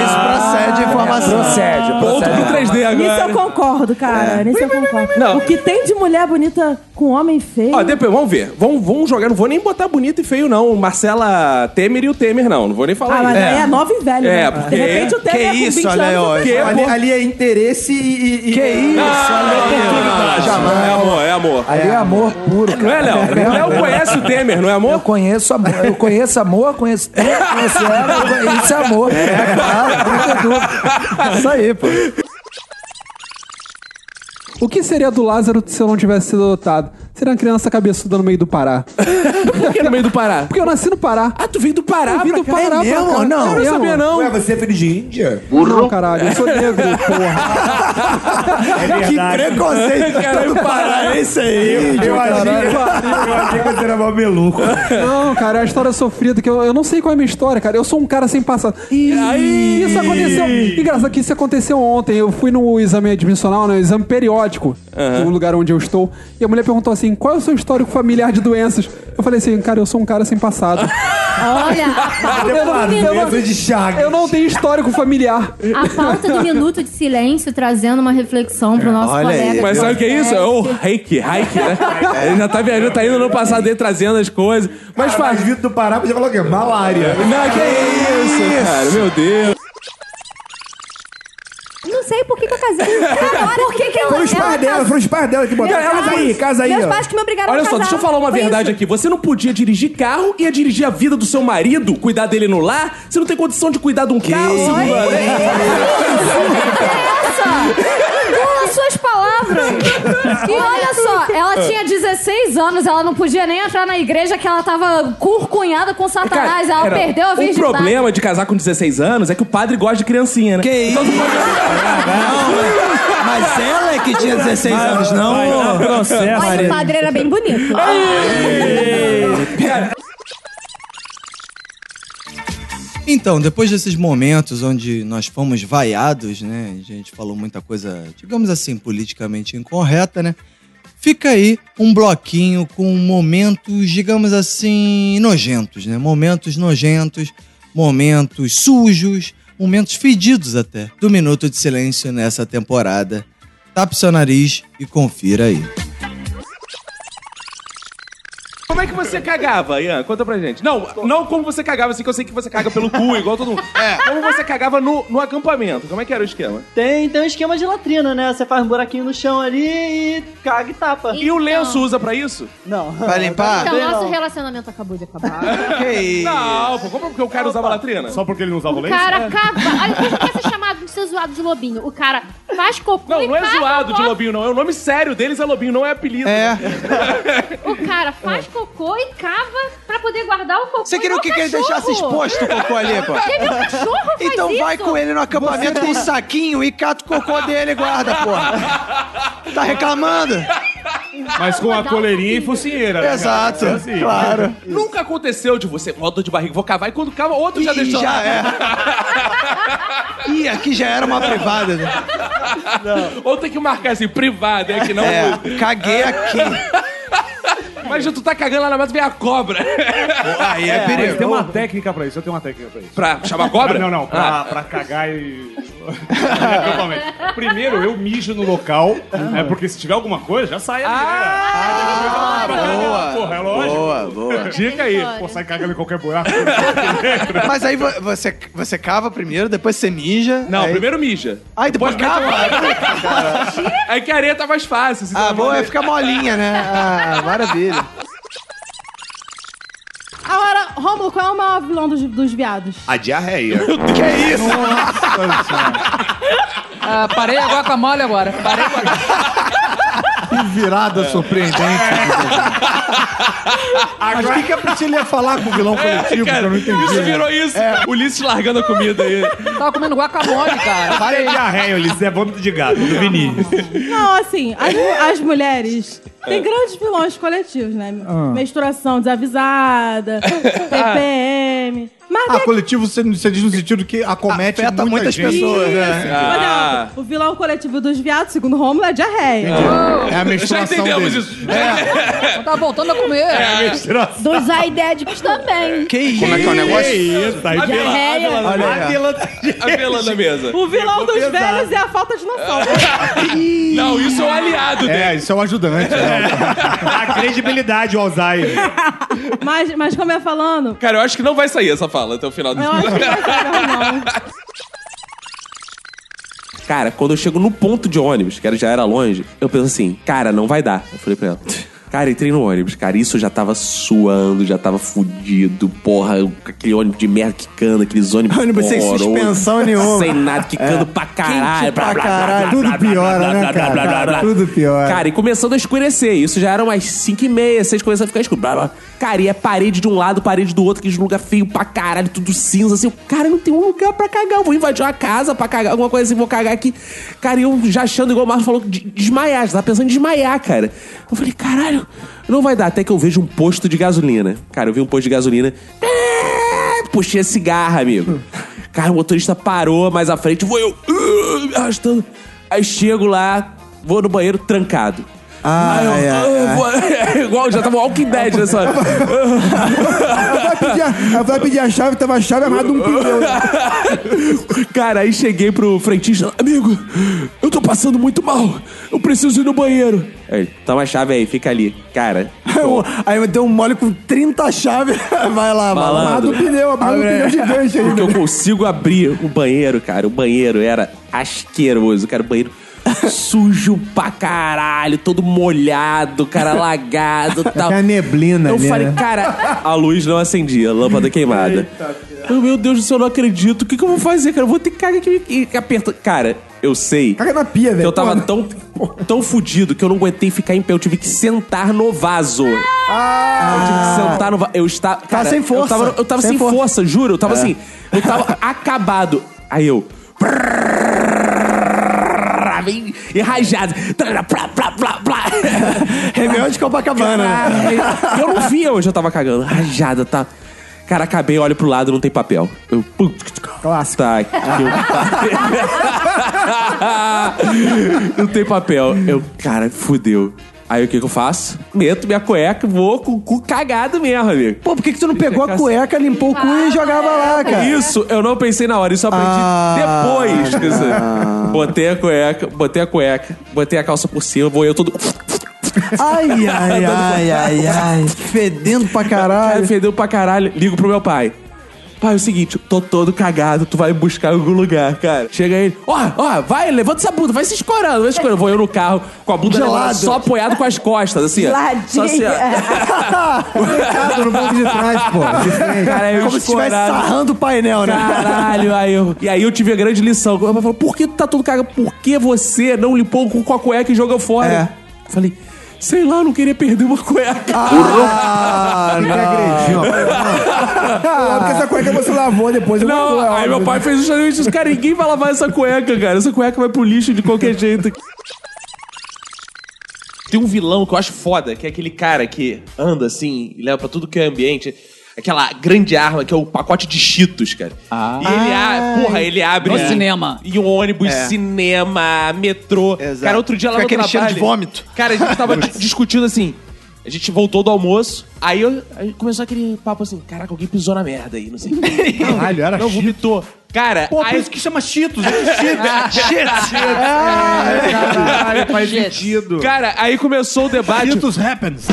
[SPEAKER 4] Isso procede informação.
[SPEAKER 20] Procede,
[SPEAKER 28] Ponto pro 3D agora.
[SPEAKER 6] Nisso eu concordo, cara. Nisso eu concordo. O que tem de mulher bonita com homem feio?
[SPEAKER 28] Ó, depois, vamos ver. Vamos, vamos jogar. Não vou nem botar bonito e feio, não. Marcela Temer e o Temer, não. Não vou nem falar
[SPEAKER 6] Ah, mas
[SPEAKER 28] isso.
[SPEAKER 6] aí é nova e velha,
[SPEAKER 28] É,
[SPEAKER 6] né?
[SPEAKER 28] porque...
[SPEAKER 6] De repente o Temer é com 20 anos, eu
[SPEAKER 28] Que,
[SPEAKER 6] tô-
[SPEAKER 28] ali,
[SPEAKER 6] Ali-
[SPEAKER 28] ali
[SPEAKER 12] é interesse e... Que
[SPEAKER 28] isso, Jamais. É amor, é amor.
[SPEAKER 11] Ali é amor puro. Não
[SPEAKER 28] é, Léo? Léo conhece o Temer, não é amor?
[SPEAKER 11] Eu conheço amor. Eu conheço amor, conheço Temer, conheço ela, isso é
[SPEAKER 28] [LAUGHS]
[SPEAKER 11] amor. É, claro, não tem dúvida. É Isso aí, pô.
[SPEAKER 41] O que seria do Lázaro se eu não tivesse sido adotado? Seria uma criança cabeçuda no meio do Pará. [LAUGHS]
[SPEAKER 28] Por que no meio do Pará?
[SPEAKER 41] Porque eu nasci no Pará.
[SPEAKER 28] Ah, tu veio do Pará?
[SPEAKER 41] Eu vim do
[SPEAKER 12] pra cá?
[SPEAKER 41] Pará
[SPEAKER 12] É
[SPEAKER 41] pra
[SPEAKER 12] mesmo?
[SPEAKER 41] cá.
[SPEAKER 12] Não,
[SPEAKER 41] Eu não
[SPEAKER 12] mesmo?
[SPEAKER 41] sabia, não.
[SPEAKER 12] Ué, você é filho de Índia?
[SPEAKER 41] Não, caralho, eu sou
[SPEAKER 4] [LAUGHS]
[SPEAKER 41] negro, porra.
[SPEAKER 12] que preconceito.
[SPEAKER 41] Caralho,
[SPEAKER 12] Pará, é isso aí. Eu achei eu achei que você era mó meluco.
[SPEAKER 41] Não, cara, é uma história sofrida que eu, eu não sei qual é a minha história, cara. Eu sou um cara sem passado. E isso aconteceu. Engraçado que isso aconteceu ontem. Eu fui no exame admissional, né? Exame periódico,
[SPEAKER 20] Aham.
[SPEAKER 41] do lugar onde eu estou. E a mulher perguntou assim: qual é o seu histórico familiar de doenças? Eu falei assim, cara, eu sou um cara
[SPEAKER 16] [LAUGHS]
[SPEAKER 41] sem passado.
[SPEAKER 6] Olha, a pauta,
[SPEAKER 41] Eu não-
[SPEAKER 6] do
[SPEAKER 41] eu não-
[SPEAKER 6] minuto,
[SPEAKER 41] Eu não tenho histórico familiar.
[SPEAKER 16] A pauta do
[SPEAKER 41] [LAUGHS]
[SPEAKER 16] minuto de silêncio trazendo uma reflexão
[SPEAKER 4] É,
[SPEAKER 16] pro nosso colega.
[SPEAKER 28] Mas sabe o que é isso?
[SPEAKER 16] [LAUGHS]
[SPEAKER 28] É o
[SPEAKER 16] podcast.
[SPEAKER 28] reiki, reiki, né? Ele já tá viajando, tá indo no passado dele trazendo as coisas. Mas faz.
[SPEAKER 12] Vitor do Pará podia falar o quê? Malária.
[SPEAKER 28] Não, que é isso, cara? Meu Deus.
[SPEAKER 16] Não sei por que, que eu casei. Cara, olha, por que, que eu
[SPEAKER 12] Foram os pais dela, foram os pais dela que botaram.
[SPEAKER 16] Meus
[SPEAKER 12] Casa
[SPEAKER 16] pais-
[SPEAKER 12] aí, casa aí.
[SPEAKER 16] meus
[SPEAKER 12] ó.
[SPEAKER 16] pais que me obrigaram
[SPEAKER 28] Olha
[SPEAKER 16] a
[SPEAKER 28] só,
[SPEAKER 16] casar.
[SPEAKER 28] deixa eu falar uma
[SPEAKER 16] Foi
[SPEAKER 28] verdade aqui. Você não podia dirigir carro, ia dirigir a vida do seu marido, cuidar dele no lar. Você não tem condição de cuidar de um carro, Silvana.
[SPEAKER 12] [LAUGHS]
[SPEAKER 6] Engula suas palavras.
[SPEAKER 16] E olha só, ela
[SPEAKER 28] Ah.
[SPEAKER 16] tinha 16 anos, ela não podia nem entrar na igreja que ela tava curcunhada com Satanás. ela
[SPEAKER 28] Cara,
[SPEAKER 16] perdeu a
[SPEAKER 28] O
[SPEAKER 16] virgindade.
[SPEAKER 3] é
[SPEAKER 28] problema de casar com 16 anos é que o padre gosta de criancinha, né? Que isso?
[SPEAKER 13] Ah,
[SPEAKER 4] Mas ela é que tinha 16 anos, não?
[SPEAKER 16] Olha, o padre era bem bonito.
[SPEAKER 13] [LAUGHS]
[SPEAKER 41] Então, depois desses momentos onde nós fomos vaiados, né? A gente falou muita coisa, digamos assim, politicamente incorreta, né? Fica aí um bloquinho com momentos, digamos assim, nojentos, né? Momentos nojentos, momentos sujos,
[SPEAKER 42] momentos fedidos até do Minuto de Silêncio nessa temporada. Tape seu nariz e confira aí.
[SPEAKER 13] Como é que você cagava, Ian? Conta pra gente. Não, não como você cagava, assim que eu sei que você caga pelo cu, igual todo mundo.
[SPEAKER 4] É.
[SPEAKER 13] Como você cagava no, no acampamento? Como é que era o esquema?
[SPEAKER 4] Tem, tem um esquema de latrina, né? Você faz um buraquinho no chão ali e caga e tapa.
[SPEAKER 13] E o lenço usa pra isso?
[SPEAKER 4] Não.
[SPEAKER 13] Pra limpar?
[SPEAKER 4] Também
[SPEAKER 16] Então,
[SPEAKER 4] não.
[SPEAKER 16] nosso relacionamento acabou de acabar.
[SPEAKER 13] Não, pô, como porque o cara usava latrina? Só porque ele não usava
[SPEAKER 16] O cara cava. Olha, por que você é chamado de ser zoado de lobinho? O cara faz cocô
[SPEAKER 13] Não,
[SPEAKER 16] e
[SPEAKER 13] não é
[SPEAKER 16] caga
[SPEAKER 13] zoado
[SPEAKER 16] o
[SPEAKER 13] de lobinho, não. É o nome sério deles é lobinho, não é apelido. [LAUGHS] É.
[SPEAKER 16] O cara faz cocô e cava pra poder guardar o cocô.
[SPEAKER 4] Você queria o
[SPEAKER 16] igual
[SPEAKER 4] quê? Que ele
[SPEAKER 16] é um cachorro.
[SPEAKER 4] deixasse exposto o cocô ali, pô?
[SPEAKER 16] Porque meu cachorro faz
[SPEAKER 4] Então
[SPEAKER 16] isso.
[SPEAKER 4] vai
[SPEAKER 15] com ele no
[SPEAKER 4] acampamento
[SPEAKER 15] Você
[SPEAKER 4] com um
[SPEAKER 15] tem-
[SPEAKER 4] saquinho e cata o cocô dele e guarda, porra. Tá reclamando?
[SPEAKER 28] Mas com a coleirinha e focinheira. né, cara?
[SPEAKER 4] Exato,
[SPEAKER 28] É assim.
[SPEAKER 4] claro.
[SPEAKER 13] Então, [LAUGHS] Nunca aconteceu de você, ó, dor de barriga, vou cavar, e quando cava, outro já deixou.
[SPEAKER 4] já é. Ih, aqui já era uma privada, né?
[SPEAKER 13] Ou tem que marcar assim, privada, é que não.
[SPEAKER 4] É,
[SPEAKER 13] caguei [LAUGHS] aqui. Imagina, tu tá cagando lá na mata e vem a cobra. [LAUGHS]
[SPEAKER 28] Aí é, perigo. Tem uma técnica pra isso, eu tenho uma técnica pra isso.
[SPEAKER 13] Pra chamar cobra?
[SPEAKER 28] Não, não, pra,
[SPEAKER 13] Ah.
[SPEAKER 28] pra cagar e. Totalmente. Primeiro, eu mijo no local,
[SPEAKER 3] Uhum.
[SPEAKER 28] é porque se tiver alguma coisa, já sai ali, ah, né? cara?
[SPEAKER 15] boa.
[SPEAKER 28] Porra, é lógico.
[SPEAKER 15] Boa, boa.
[SPEAKER 28] Dica aí. Pô, sai cagando em qualquer buraco.
[SPEAKER 15] Mas aí vo- você, você cava primeiro, depois você mija.
[SPEAKER 13] Não,
[SPEAKER 15] aí...
[SPEAKER 13] primeiro mija.
[SPEAKER 15] Aí depois
[SPEAKER 13] Depois
[SPEAKER 15] cava.
[SPEAKER 13] É que a areia tá mais fácil. se
[SPEAKER 15] Ah,
[SPEAKER 13] tá
[SPEAKER 15] boa,
[SPEAKER 13] bom.
[SPEAKER 15] é ficar molinha, né? Ah,
[SPEAKER 13] [LAUGHS]
[SPEAKER 15] maravilha.
[SPEAKER 43] Agora, Rômulo, qual é o maior vilão dos, dos viados?
[SPEAKER 28] A diarreia.
[SPEAKER 15] Que é isso?
[SPEAKER 14] Ah, parei agora com a mole agora. Parei agora.
[SPEAKER 17] Que virada surpreendente.
[SPEAKER 28] Mas o que,
[SPEAKER 4] é
[SPEAKER 28] que a Priscila ia falar com o vilão
[SPEAKER 17] coletivo? que eu não entendi.
[SPEAKER 13] É, Isso
[SPEAKER 17] né?
[SPEAKER 13] virou isso.
[SPEAKER 4] É.
[SPEAKER 28] É.
[SPEAKER 13] O Ulisses largando a comida aí.
[SPEAKER 14] Tava comendo guacamole, cara.
[SPEAKER 28] Para
[SPEAKER 14] Parei.
[SPEAKER 28] de Ah, diarreia, Ulisses. É vômito de gato, do Vinícius.
[SPEAKER 21] Não, assim, as, as mulheres têm grandes vilões coletivos, né?
[SPEAKER 17] Ah.
[SPEAKER 21] Menstruação desavisada, TPM. Mas
[SPEAKER 28] Ah, coletivo, você, você diz no sentido que acomete
[SPEAKER 15] Afeta
[SPEAKER 28] muita
[SPEAKER 15] muitas
[SPEAKER 28] gente.
[SPEAKER 15] pessoas, né?
[SPEAKER 28] É.
[SPEAKER 15] Ah.
[SPEAKER 21] O vilão coletivo dos viados, segundo Romulo, é diarreia.
[SPEAKER 28] É a menstruação deles.
[SPEAKER 14] isso. Tá voltando a comer.
[SPEAKER 13] É,
[SPEAKER 16] Dos aidédicos também.
[SPEAKER 15] Que isso?
[SPEAKER 13] Como é que é o negócio?
[SPEAKER 28] Isso, aí
[SPEAKER 13] A
[SPEAKER 28] vem lá.
[SPEAKER 16] Diarreia.
[SPEAKER 28] Olha aí, ó.
[SPEAKER 13] A vela da mesa. [LAUGHS]
[SPEAKER 21] O vilão dos
[SPEAKER 28] pesado.
[SPEAKER 21] velhos é a falta de noção.
[SPEAKER 13] Não, isso é um aliado dele.
[SPEAKER 28] É, isso é um ajudante. né? a credibilidade, o Alzheimer.
[SPEAKER 21] mas, mas como eu ia falando,
[SPEAKER 13] Cara, eu acho que não vai sair essa fala até o final do
[SPEAKER 21] eu acho que não vai ser melhor não.
[SPEAKER 3] Cara, quando eu chego no ponto de ônibus, que era- já era longe, eu penso assim, cara, não vai dar. Eu falei pra ela. Cara, entrei no ônibus, cara. Isso eu já tava suando, já tava fudido, porra. Aquele ônibus de merda quicando, aqueles ônibus.
[SPEAKER 15] Ônibus sem
[SPEAKER 3] horroroso,
[SPEAKER 15] suspensão nenhuma.
[SPEAKER 3] Sem nada, quicando
[SPEAKER 15] É.
[SPEAKER 3] pra caralho.
[SPEAKER 15] Quente
[SPEAKER 3] blá, blá,
[SPEAKER 15] pra
[SPEAKER 3] blá,
[SPEAKER 15] caralho.
[SPEAKER 3] blá,
[SPEAKER 15] Tudo
[SPEAKER 3] blá, blá,
[SPEAKER 15] piora,
[SPEAKER 3] blá,
[SPEAKER 15] né,
[SPEAKER 3] blá,
[SPEAKER 15] cara?
[SPEAKER 3] blá, blá, blá.
[SPEAKER 15] Tudo piora.
[SPEAKER 3] Cara, e começando a escurecer. Isso já eram umas 5 e meia, 6 começando a ficar escuro. Blá, blá. Cara, e é parede de um lado, parede do outro, aqueles lugar feio pra caralho, tudo cinza, assim. eu, Cara, não tem um lugar pra cagar. Eu vou invadir uma casa pra cagar, alguma coisa assim, vou cagar aqui. Cara, e eu já achando, igual o Marcos falou, de- desmaiar. Já tava pensando em desmaiar, cara. Eu falei, caralho, não vai dar. Até que eu vejo um posto de gasolina. Cara, eu vi um posto de gasolina. É, Puxei a cigarra, amigo. Cara, o motorista parou mais à frente, vou eu uh, me arrastando. Aí chego lá, vou no banheiro trancado. Ah, eu, ah, vou- igual, já tava Walking Dead nessa hora.
[SPEAKER 12] Ela vai pedir a, ela vai pedir a chave, tava a chave amarrada um pneu.
[SPEAKER 3] Cara, aí cheguei pro frentista, amigo, eu tô passando muito mal, eu preciso ir no banheiro.
[SPEAKER 15] [LAUGHS]
[SPEAKER 3] Aí, toma a chave aí, fica ali. Cara,
[SPEAKER 15] Aí deu um mole com 30 chaves. [LAUGHS] Vai lá, vai lá.
[SPEAKER 3] Malandro.
[SPEAKER 15] Abre o pneu, abre o pneu gigante aí.
[SPEAKER 16] [LAUGHS]
[SPEAKER 3] Porque eu consigo abrir o banheiro, cara. O banheiro era asqueroso, cara. O banheiro sujo pra caralho, todo molhado, cara lagado e tal.
[SPEAKER 17] Tem a neblina
[SPEAKER 3] Eu
[SPEAKER 17] ali,
[SPEAKER 3] falei,
[SPEAKER 17] né?
[SPEAKER 3] cara, [LAUGHS] a luz não acendia, a lâmpada queimada. Eu, meu Deus do céu, eu não acredito. O que, que eu vou fazer, cara? Eu vou ter que cagar aqui e apertar. Cara, eu sei. Caga na pia, velho. Eu tava tão, tão fudido que eu não aguentei ficar em pé. Eu tive que sentar no vaso. Eu tive que sentar no vaso. Eu estava. cara,
[SPEAKER 15] Ah! sem
[SPEAKER 3] Eu
[SPEAKER 15] força.
[SPEAKER 3] tava, eu tava
[SPEAKER 15] Sem
[SPEAKER 3] sem,
[SPEAKER 15] força.
[SPEAKER 3] força. juro. Eu tava
[SPEAKER 15] É.
[SPEAKER 3] assim. Eu
[SPEAKER 15] [LAUGHS]
[SPEAKER 3] tava acabado. Aí eu. Vem e rajado. Plá, plá, plá, plá.
[SPEAKER 15] Réveillon de Copacabana, né?
[SPEAKER 3] Cara, Eu não via onde eu tava cagando. Rajada, tá. Cara, acabei, olho pro lado, não tem papel. Eu. Clássico. Tá, que [LAUGHS] eu... Não tem papel. Eu, cara, fudeu. Aí o que, que eu faço? Meto minha cueca e vou com o cu cagado mesmo, amigo. assim.
[SPEAKER 15] Pô, por que, que tu não pegou a cueca, limpou o cu e jogava lá, cara?
[SPEAKER 3] É
[SPEAKER 15] Ah,
[SPEAKER 3] Isso, eu não pensei na hora, isso eu aprendi depois. quer dizer, Botei a cueca, botei a cueca, botei a calça por cima, vou eu todo. [LAUGHS]
[SPEAKER 15] Ai, ai,
[SPEAKER 16] [LAUGHS]
[SPEAKER 15] ai, ai, ai. Fedendo pra caralho.
[SPEAKER 3] Cara, fedeu pra caralho. Ligo pro meu pai. Pai, é o seguinte, eu tô todo cagado, tu vai me buscar em algum lugar, cara. Chega ele, ó, ó, vai, levanta essa bunda, vai se escorando, vai se escorando. Vou eu no carro com a bunda
[SPEAKER 15] Gelado.
[SPEAKER 3] levada, só apoiado com as costas, assim. ó. Só assim,
[SPEAKER 15] [LAUGHS]
[SPEAKER 12] Deitado no banco de trás, pô. De frente.
[SPEAKER 3] [LAUGHS] Cara, eu
[SPEAKER 12] Como se
[SPEAKER 3] escorado.
[SPEAKER 12] estivesse sarrando
[SPEAKER 15] o painel,
[SPEAKER 12] né?
[SPEAKER 3] Caralho, aí eu... E aí eu tive a grande lição. Meu pai falou, por que tu tá todo cagado? Por que você não limpou o cu com a cueca e jogou fora?
[SPEAKER 12] É.
[SPEAKER 3] Eu Falei, sei lá, eu não queria perder uma cueca.
[SPEAKER 12] Ah, não. agrediu. Ah, porque essa cueca você lavou depois.
[SPEAKER 3] Não,
[SPEAKER 12] lavou, é
[SPEAKER 3] aí
[SPEAKER 12] óbvio,
[SPEAKER 3] meu pai
[SPEAKER 12] né?
[SPEAKER 3] fez justamente isso. Cara, ninguém vai lavar essa cueca, cara. Essa cueca vai pro lixo de qualquer jeito. Tem um vilão que eu acho foda, que é aquele cara que anda assim e leva pra tudo que é ambiente. Aquela grande arma que é o pacote de Cheetos, cara. E ele, a... porra, ele abre.
[SPEAKER 44] No
[SPEAKER 3] em-
[SPEAKER 44] cinema.
[SPEAKER 3] Em ônibus,
[SPEAKER 44] É.
[SPEAKER 3] cinema, metrô. Cara, outro dia lá
[SPEAKER 44] Fica
[SPEAKER 3] no
[SPEAKER 44] aquele cheiro
[SPEAKER 3] trabalho.
[SPEAKER 44] de vômito.
[SPEAKER 3] Cara, a gente
[SPEAKER 12] [LAUGHS]
[SPEAKER 3] tava discutindo assim. A gente voltou do almoço, aí, eu, aí começou aquele papo assim: caraca, alguém pisou na merda aí, não sei o
[SPEAKER 12] [LAUGHS]
[SPEAKER 3] que. Caralho, era Não, vomitou. Cara,
[SPEAKER 12] Pô, por
[SPEAKER 3] aí-
[SPEAKER 12] isso que chama Cheetos.
[SPEAKER 3] [LAUGHS]
[SPEAKER 12] É que
[SPEAKER 3] Ah,
[SPEAKER 12] Cheetos.
[SPEAKER 3] Cheetos.
[SPEAKER 12] Ah, Caralho, faz
[SPEAKER 3] Cheetos.
[SPEAKER 12] sentido.
[SPEAKER 3] Cara, aí começou o debate. Ah.
[SPEAKER 12] Cheetos
[SPEAKER 3] [LAUGHS]
[SPEAKER 12] happens.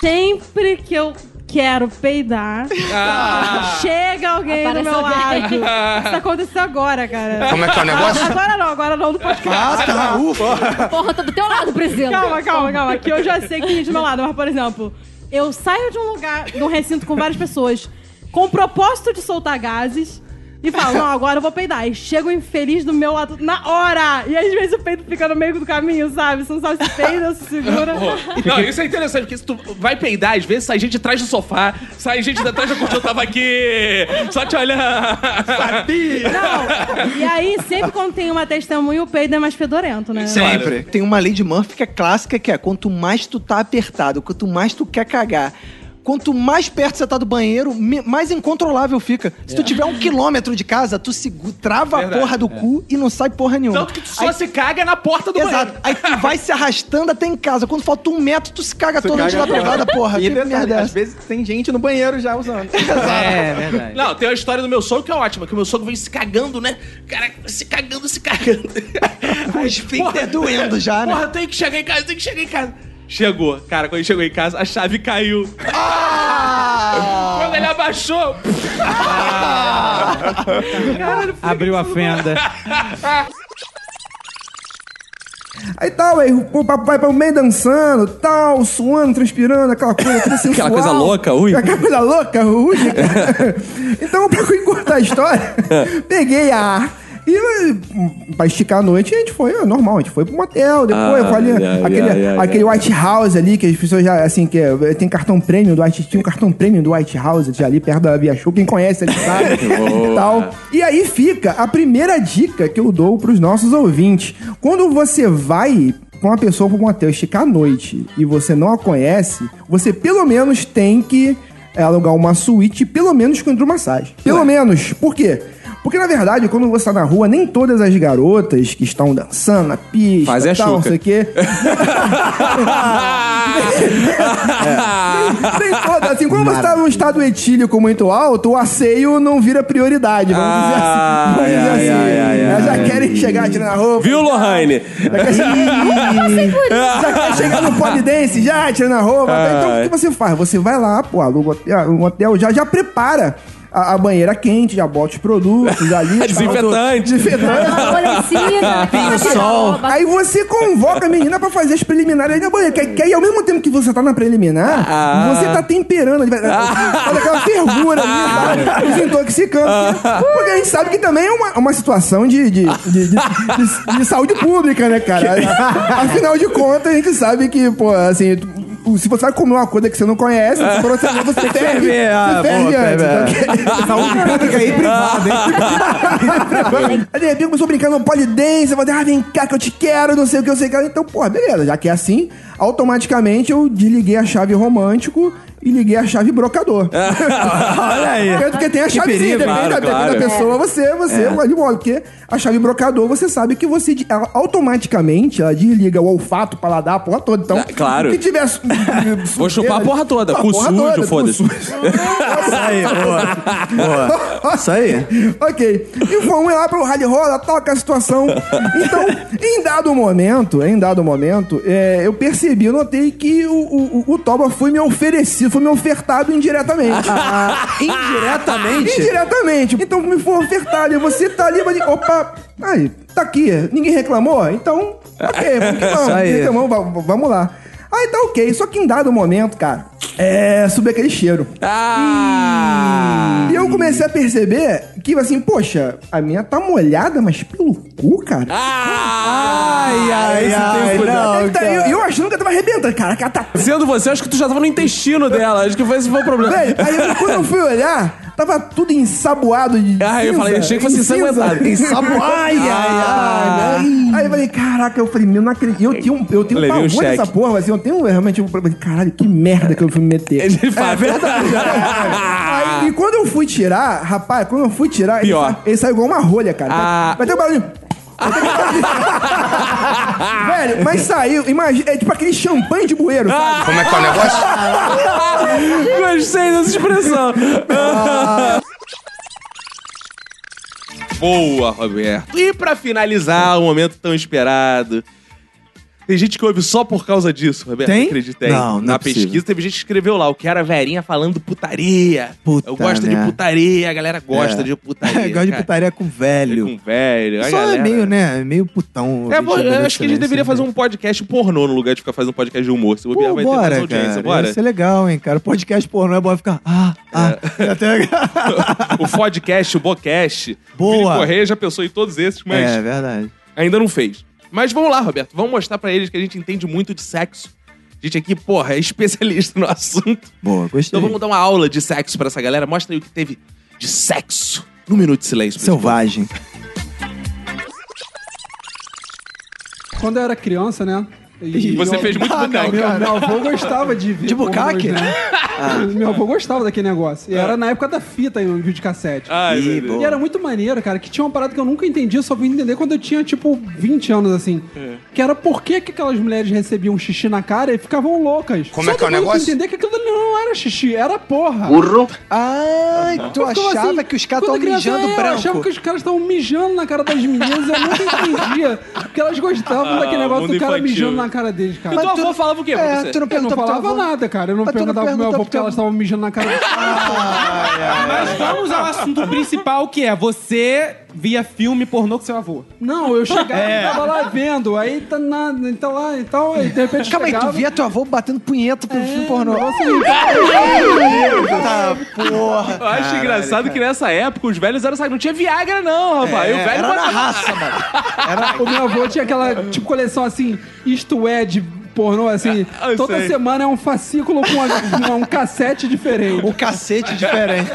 [SPEAKER 21] Sempre que eu quero peidar, Ah. chega alguém Aparece do meu alguém. lado. Isso aconteceu agora, cara.
[SPEAKER 4] Como é que é o negócio?
[SPEAKER 21] Agora não, agora não, não pode
[SPEAKER 4] Ah, tá,
[SPEAKER 21] ufa.
[SPEAKER 45] Porra, tá do teu lado, presidente.
[SPEAKER 21] Calma, calma, calma. Que eu já sei que tem do meu lado. Mas, por exemplo, eu saio de um lugar, de um recinto com várias pessoas, com o propósito de soltar gases. E falo, não, agora eu vou peidar. E chega o infeliz do meu lado na hora. E às vezes o peito fica no meio do caminho, sabe? Você não sabe se peida ou se segura.
[SPEAKER 3] Pô, Não, isso é interessante, porque se tu vai peidar, às vezes sai gente atrás do sofá, sai gente atrás da cortina, eu tava aqui, só te olhar. [LAUGHS] Sabia!
[SPEAKER 21] E aí, sempre quando tem uma testemunha, o peido é mais fedorento, né?
[SPEAKER 15] Sempre. Tem uma lei de Murphy que é clássica, que é quanto mais tu tá apertado, quanto mais tu quer cagar, quanto mais perto você tá do banheiro, me- mais incontrolável fica. Se tu tiver um quilômetro de casa, tu segu- trava
[SPEAKER 3] É. Verdade, é.
[SPEAKER 15] a porra do cu e não sai porra nenhuma.
[SPEAKER 3] Tanto que tu só se caga na porta do
[SPEAKER 15] Exato.
[SPEAKER 3] banheiro.
[SPEAKER 15] Aí tu vai se arrastando até em casa. Quando falta um metro, tu se caga
[SPEAKER 4] Tu
[SPEAKER 15] todo
[SPEAKER 4] caga
[SPEAKER 15] de lá
[SPEAKER 4] fora.
[SPEAKER 15] privada, porra.
[SPEAKER 4] E
[SPEAKER 15] Que
[SPEAKER 4] detalhe,
[SPEAKER 15] merda é
[SPEAKER 4] às
[SPEAKER 15] essa?
[SPEAKER 4] vezes tem gente no banheiro já usando.
[SPEAKER 3] É, verdade. Não, tem a história do meu sogro que é ótima, que o meu sogro vem se cagando, né? Cara, se cagando, se [LAUGHS] cagando. O esfíncter
[SPEAKER 15] doendo já, né?
[SPEAKER 3] Porra, tem que chegar em casa, tem que chegar em casa. Chegou, cara, quando ele chegou em casa, a chave caiu. Quando ele abaixou. Caralho,
[SPEAKER 46] Abriu a fenda.
[SPEAKER 12] Aí tal, aí o papai pro meio dançando, tal, suando, transpirando, aquela coisa toda
[SPEAKER 3] [LAUGHS]
[SPEAKER 12] sensual.
[SPEAKER 3] Aquela coisa louca, ui.
[SPEAKER 12] Aquela coisa louca, ui. cara. [LAUGHS] então, pra encurtar
[SPEAKER 3] [LAUGHS]
[SPEAKER 12] a história, peguei a... E eh, pra esticar a noite, a gente foi, é normal, a gente foi pro motel, depois
[SPEAKER 4] Ah,
[SPEAKER 12] foi ali,
[SPEAKER 4] yeah,
[SPEAKER 12] aquele,
[SPEAKER 4] yeah, yeah,
[SPEAKER 12] aquele
[SPEAKER 4] yeah.
[SPEAKER 12] White House ali, que as pessoas já, assim, que eh, tem cartão prêmio do White, tinha um cartão prêmio do White House já ali perto da Via Show, quem conhece ali
[SPEAKER 3] [LAUGHS]
[SPEAKER 12] sabe,
[SPEAKER 4] Boa.
[SPEAKER 12] e tal. E aí fica a primeira dica que eu dou pros nossos ouvintes. Quando você vai com uma pessoa pra um hotel esticar à noite e você não a conhece, você pelo menos tem que é, alugar uma suíte, pelo menos com hidromassagem. Pelo menos. Por quê? Porque, na verdade, quando você tá na rua, nem todas as garotas que estão dançando na pista,
[SPEAKER 3] Fazem a
[SPEAKER 12] tal, não
[SPEAKER 3] chuca.
[SPEAKER 12] sei o quê, nem todas. Assim, quando você tá num estado etílico muito alto, o asseio não vira prioridade, vamos dizer assim.
[SPEAKER 3] Ah,
[SPEAKER 12] Vamos dizer
[SPEAKER 3] ai,
[SPEAKER 12] assim.
[SPEAKER 3] ai, ai,
[SPEAKER 12] Elas já
[SPEAKER 3] ai.
[SPEAKER 12] querem chegar tirando a roupa.
[SPEAKER 3] Viu, Lohane?
[SPEAKER 12] Já quer chegar no polidense, já tirando a roupa. Então, o que você faz? Você vai lá, pô, aluga um hotel, já, já prepara. A, a banheira quente, já bota os produtos, já limpa.
[SPEAKER 3] Desinfetante.
[SPEAKER 12] Desinfetante.
[SPEAKER 3] Olencina, Pincel.
[SPEAKER 12] Aí você convoca a menina pra fazer as preliminares aí na banheira. Que, que aí, ao mesmo tempo que você tá na preliminar,
[SPEAKER 4] Ah.
[SPEAKER 12] você tá temperando. ali, vai- Faz aquela fervura ali, sabe? Os intoxicantes. né?
[SPEAKER 4] Ah.
[SPEAKER 12] Porque a gente sabe que também é uma, uma situação de, de, de- de- de- de saúde pública, né, cara? Afinal de contas, a gente sabe que, pô, assim... tu- Se você vai comer uma coisa que você não conhece, se for você, você
[SPEAKER 4] [LAUGHS] Ferve,
[SPEAKER 12] ferve, você
[SPEAKER 4] ah,
[SPEAKER 12] ferve
[SPEAKER 4] boa,
[SPEAKER 12] antes.
[SPEAKER 4] ferve,
[SPEAKER 12] então,
[SPEAKER 4] é.
[SPEAKER 12] que- Saúde pública aí, privada, hein? Aí de repente começou a brincar no polidense, eu falei, ah, vem cá que eu te quero, não sei o que, eu sei o que. Então, porra, beleza, já que é assim, automaticamente eu desliguei a chave romântico e liguei a chave brocador.
[SPEAKER 4] É.
[SPEAKER 3] Olha aí.
[SPEAKER 12] É, Porque tem a
[SPEAKER 3] Que
[SPEAKER 12] chave,
[SPEAKER 3] perigo,
[SPEAKER 12] depende,
[SPEAKER 3] claro,
[SPEAKER 12] da, depende
[SPEAKER 3] claro.
[SPEAKER 12] da pessoa, você, você
[SPEAKER 3] É.
[SPEAKER 12] é. de modo. Porque a chave brocador, você sabe que você de- ela automaticamente ela desliga o olfato, o paladar, a porra toda. Então,
[SPEAKER 3] Ah, [LAUGHS] claro.
[SPEAKER 12] o que tiver. su-
[SPEAKER 3] Vou chupar a porra toda.
[SPEAKER 12] A
[SPEAKER 3] Cu
[SPEAKER 12] porra toda,
[SPEAKER 3] sujo,
[SPEAKER 12] cu
[SPEAKER 3] foda-se. [LAUGHS]
[SPEAKER 12] Isso
[SPEAKER 3] aí,
[SPEAKER 12] [LAUGHS]
[SPEAKER 3] boa.
[SPEAKER 12] Isso aí. ok. E fomos é lá pro rádio roda, toca a situação. Então, em dado momento, em dado momento, é, eu percebi, eu notei que o, o, o- o Toba foi me oferecido, foi me ofertado indiretamente.
[SPEAKER 15] [LAUGHS] indiretamente?
[SPEAKER 12] Indiretamente. Então me foi ofertado. E você tá ali, mas. Opa! Aí, tá aqui. Ninguém reclamou? Então, ok, vamos que vamos.
[SPEAKER 15] Isso aí.
[SPEAKER 12] Ninguém reclamou, Então, va- va- vamos lá. Aí tá ok, só que em dado momento, cara, é. subir aquele cheiro.
[SPEAKER 3] Ah!
[SPEAKER 12] E eu comecei a perceber que, assim, poxa, a minha tá molhada, mas pelo cu, cara.
[SPEAKER 28] Ah!
[SPEAKER 3] Ai, ai, esse um tempo dela.
[SPEAKER 12] Então, eu, eu achando que eu tava arrebentando, cara. que ela tá...
[SPEAKER 3] Sendo você, acho que tu já tava no intestino dela. Acho que foi esse foi o problema.
[SPEAKER 12] Velho, aí eu- quando eu fui olhar, tava tudo ensaboado de
[SPEAKER 3] Ah, eu
[SPEAKER 12] cinza,
[SPEAKER 3] falei, achei que fosse
[SPEAKER 12] em cinza.
[SPEAKER 3] ensanguentado.
[SPEAKER 12] Ensaboado. Ai, ai, ai. ai. Aí eu falei, caraca, eu falei, meu, não acredito. E Eu tenho, um- eu tenho um
[SPEAKER 3] Levei um
[SPEAKER 12] pavor
[SPEAKER 3] cheque.
[SPEAKER 12] dessa porra, assim, eu tenho realmente um problema. Caralho, que merda que eu fui me meter.
[SPEAKER 3] fala. [LAUGHS]
[SPEAKER 12] É verdade. Aí, e quando eu fui tirar, rapaz, quando eu fui tirar, ele,
[SPEAKER 3] Pior. Ah.
[SPEAKER 12] sa- ele saiu igual uma rolha, cara. Vai ter um barulho.
[SPEAKER 3] [LAUGHS]
[SPEAKER 12] Velho, mas saiu, imagina, é tipo aquele champanhe de bueiro, sabe?
[SPEAKER 8] Como é que é o
[SPEAKER 3] negócio? [LAUGHS] Gostei dessa expressão. Boa, Roberto. E pra finalizar, o momento tão esperado. Tem gente que ouve só por causa disso, Roberto.
[SPEAKER 15] Tem?
[SPEAKER 3] Acredito, tem.
[SPEAKER 15] Não, não
[SPEAKER 3] Na
[SPEAKER 15] é possível.
[SPEAKER 3] pesquisa teve gente que escreveu lá, o que era verinha falando putaria.
[SPEAKER 15] Puta
[SPEAKER 3] Eu
[SPEAKER 4] Tá,
[SPEAKER 3] gosto
[SPEAKER 4] né?
[SPEAKER 3] de
[SPEAKER 15] merda.
[SPEAKER 3] putaria, a galera gosta
[SPEAKER 15] É.
[SPEAKER 3] de putaria.
[SPEAKER 15] Gosto de
[SPEAKER 3] cara.
[SPEAKER 15] putaria É com velho.
[SPEAKER 3] Com velho. a
[SPEAKER 15] Só
[SPEAKER 3] galera...
[SPEAKER 15] é meio, né? é Meio putão.
[SPEAKER 3] É, bom,
[SPEAKER 15] Origem
[SPEAKER 3] eu acho que
[SPEAKER 15] da
[SPEAKER 3] a gente
[SPEAKER 15] Silêncio.
[SPEAKER 3] deveria fazer um podcast pornô no lugar de ficar fazendo um podcast de humor. Se bobear,
[SPEAKER 15] Pô,
[SPEAKER 3] vai ter mais
[SPEAKER 15] bora,
[SPEAKER 3] audiência.
[SPEAKER 15] cara.
[SPEAKER 3] Bora. É.
[SPEAKER 15] Ia ser legal, hein, cara. Podcast pornô é bom ficar... Ah, ah.
[SPEAKER 3] [LAUGHS]
[SPEAKER 15] [LAUGHS]
[SPEAKER 3] o podcast, o Bocast.
[SPEAKER 15] Boa.
[SPEAKER 3] Felipe Correia já pensou em todos esses, mas
[SPEAKER 15] É, verdade.
[SPEAKER 3] ainda não fez. Mas vamos lá, Roberto. Vamos mostrar pra eles que a gente entende muito de sexo. A gente aqui, porra, é especialista no assunto.
[SPEAKER 15] Boa, gostei.
[SPEAKER 3] Então vamos dar uma aula de sexo pra essa galera. Mostra aí o que teve de sexo no Minuto de Silêncio.
[SPEAKER 15] Selvagem.
[SPEAKER 41] Quando eu era criança, né?
[SPEAKER 3] Ih, você fez muito
[SPEAKER 41] [LAUGHS] Ah,
[SPEAKER 3] bucaque,
[SPEAKER 41] Meu,
[SPEAKER 3] cara.
[SPEAKER 41] meu avô gostava de ver. De pornôs, bucaque? Né? Ah. [LAUGHS] Meu avô gostava daquele negócio. E Ah. era na época da fita, em vídeo de cassete.
[SPEAKER 3] Ah, Ih, meu Deus.
[SPEAKER 41] e era muito maneiro, cara, que tinha uma parada que eu nunca entendi, eu só vim entender quando eu tinha, tipo, 20 anos, assim.
[SPEAKER 3] É.
[SPEAKER 41] Que era por que, que aquelas mulheres recebiam xixi na cara e ficavam loucas.
[SPEAKER 8] Como
[SPEAKER 41] Só
[SPEAKER 8] é que é
[SPEAKER 41] depois eu fui
[SPEAKER 8] o negócio?
[SPEAKER 41] entender que aquilo ali não era xixi, era porra. assim?
[SPEAKER 8] Burro.
[SPEAKER 41] Ai,
[SPEAKER 15] tu achava que os caras tavam mijando branco?
[SPEAKER 41] é, Eu achava que os caras estavam mijando na cara das meninas e eu nunca entendia. Porque elas gostavam
[SPEAKER 4] Ah,
[SPEAKER 41] daquele negócio
[SPEAKER 4] mundo
[SPEAKER 41] do cara
[SPEAKER 4] infantil. Então,
[SPEAKER 41] mijando na cara deles, cara.
[SPEAKER 4] E teu Mas tu- avô falava o quê pra
[SPEAKER 41] É,
[SPEAKER 4] você?
[SPEAKER 41] tu não
[SPEAKER 4] Eu não
[SPEAKER 41] perguntava eu não
[SPEAKER 4] falava
[SPEAKER 41] falava nada, cara. Eu não
[SPEAKER 4] Mas tu não
[SPEAKER 41] perguntava pro meu
[SPEAKER 4] pergunta
[SPEAKER 41] avô
[SPEAKER 4] pro
[SPEAKER 41] porque elas estavam mijando na cara deles. Ah,
[SPEAKER 4] Mas vamos ao assunto principal, que é você via filme pornô com seu avô.
[SPEAKER 41] Não, eu chegava,
[SPEAKER 4] É.
[SPEAKER 41] tava lá vendo, aí tá, na, tá lá e tal, aí de repente
[SPEAKER 15] Calma aí, tu
[SPEAKER 41] chegava- É.
[SPEAKER 15] via teu avô batendo punheta pro filme pornô.
[SPEAKER 41] nossa, então,
[SPEAKER 15] Eita porra.
[SPEAKER 3] Eu acho engraçado que nessa época os velhos eram, sabe, não tinha Viagra não, rapaz.
[SPEAKER 41] É,
[SPEAKER 3] E o velho
[SPEAKER 41] era
[SPEAKER 3] botava-
[SPEAKER 41] na raça, mano.
[SPEAKER 4] [LAUGHS]
[SPEAKER 41] O meu avô tinha aquela, tipo, coleção assim, isto é de pornô,
[SPEAKER 3] [LAUGHS]
[SPEAKER 41] assim.
[SPEAKER 3] Ah, eu
[SPEAKER 41] toda
[SPEAKER 3] sei.
[SPEAKER 41] semana é um fascículo com uma- uma- um cassete diferente. Um
[SPEAKER 15] cacete
[SPEAKER 41] diferente.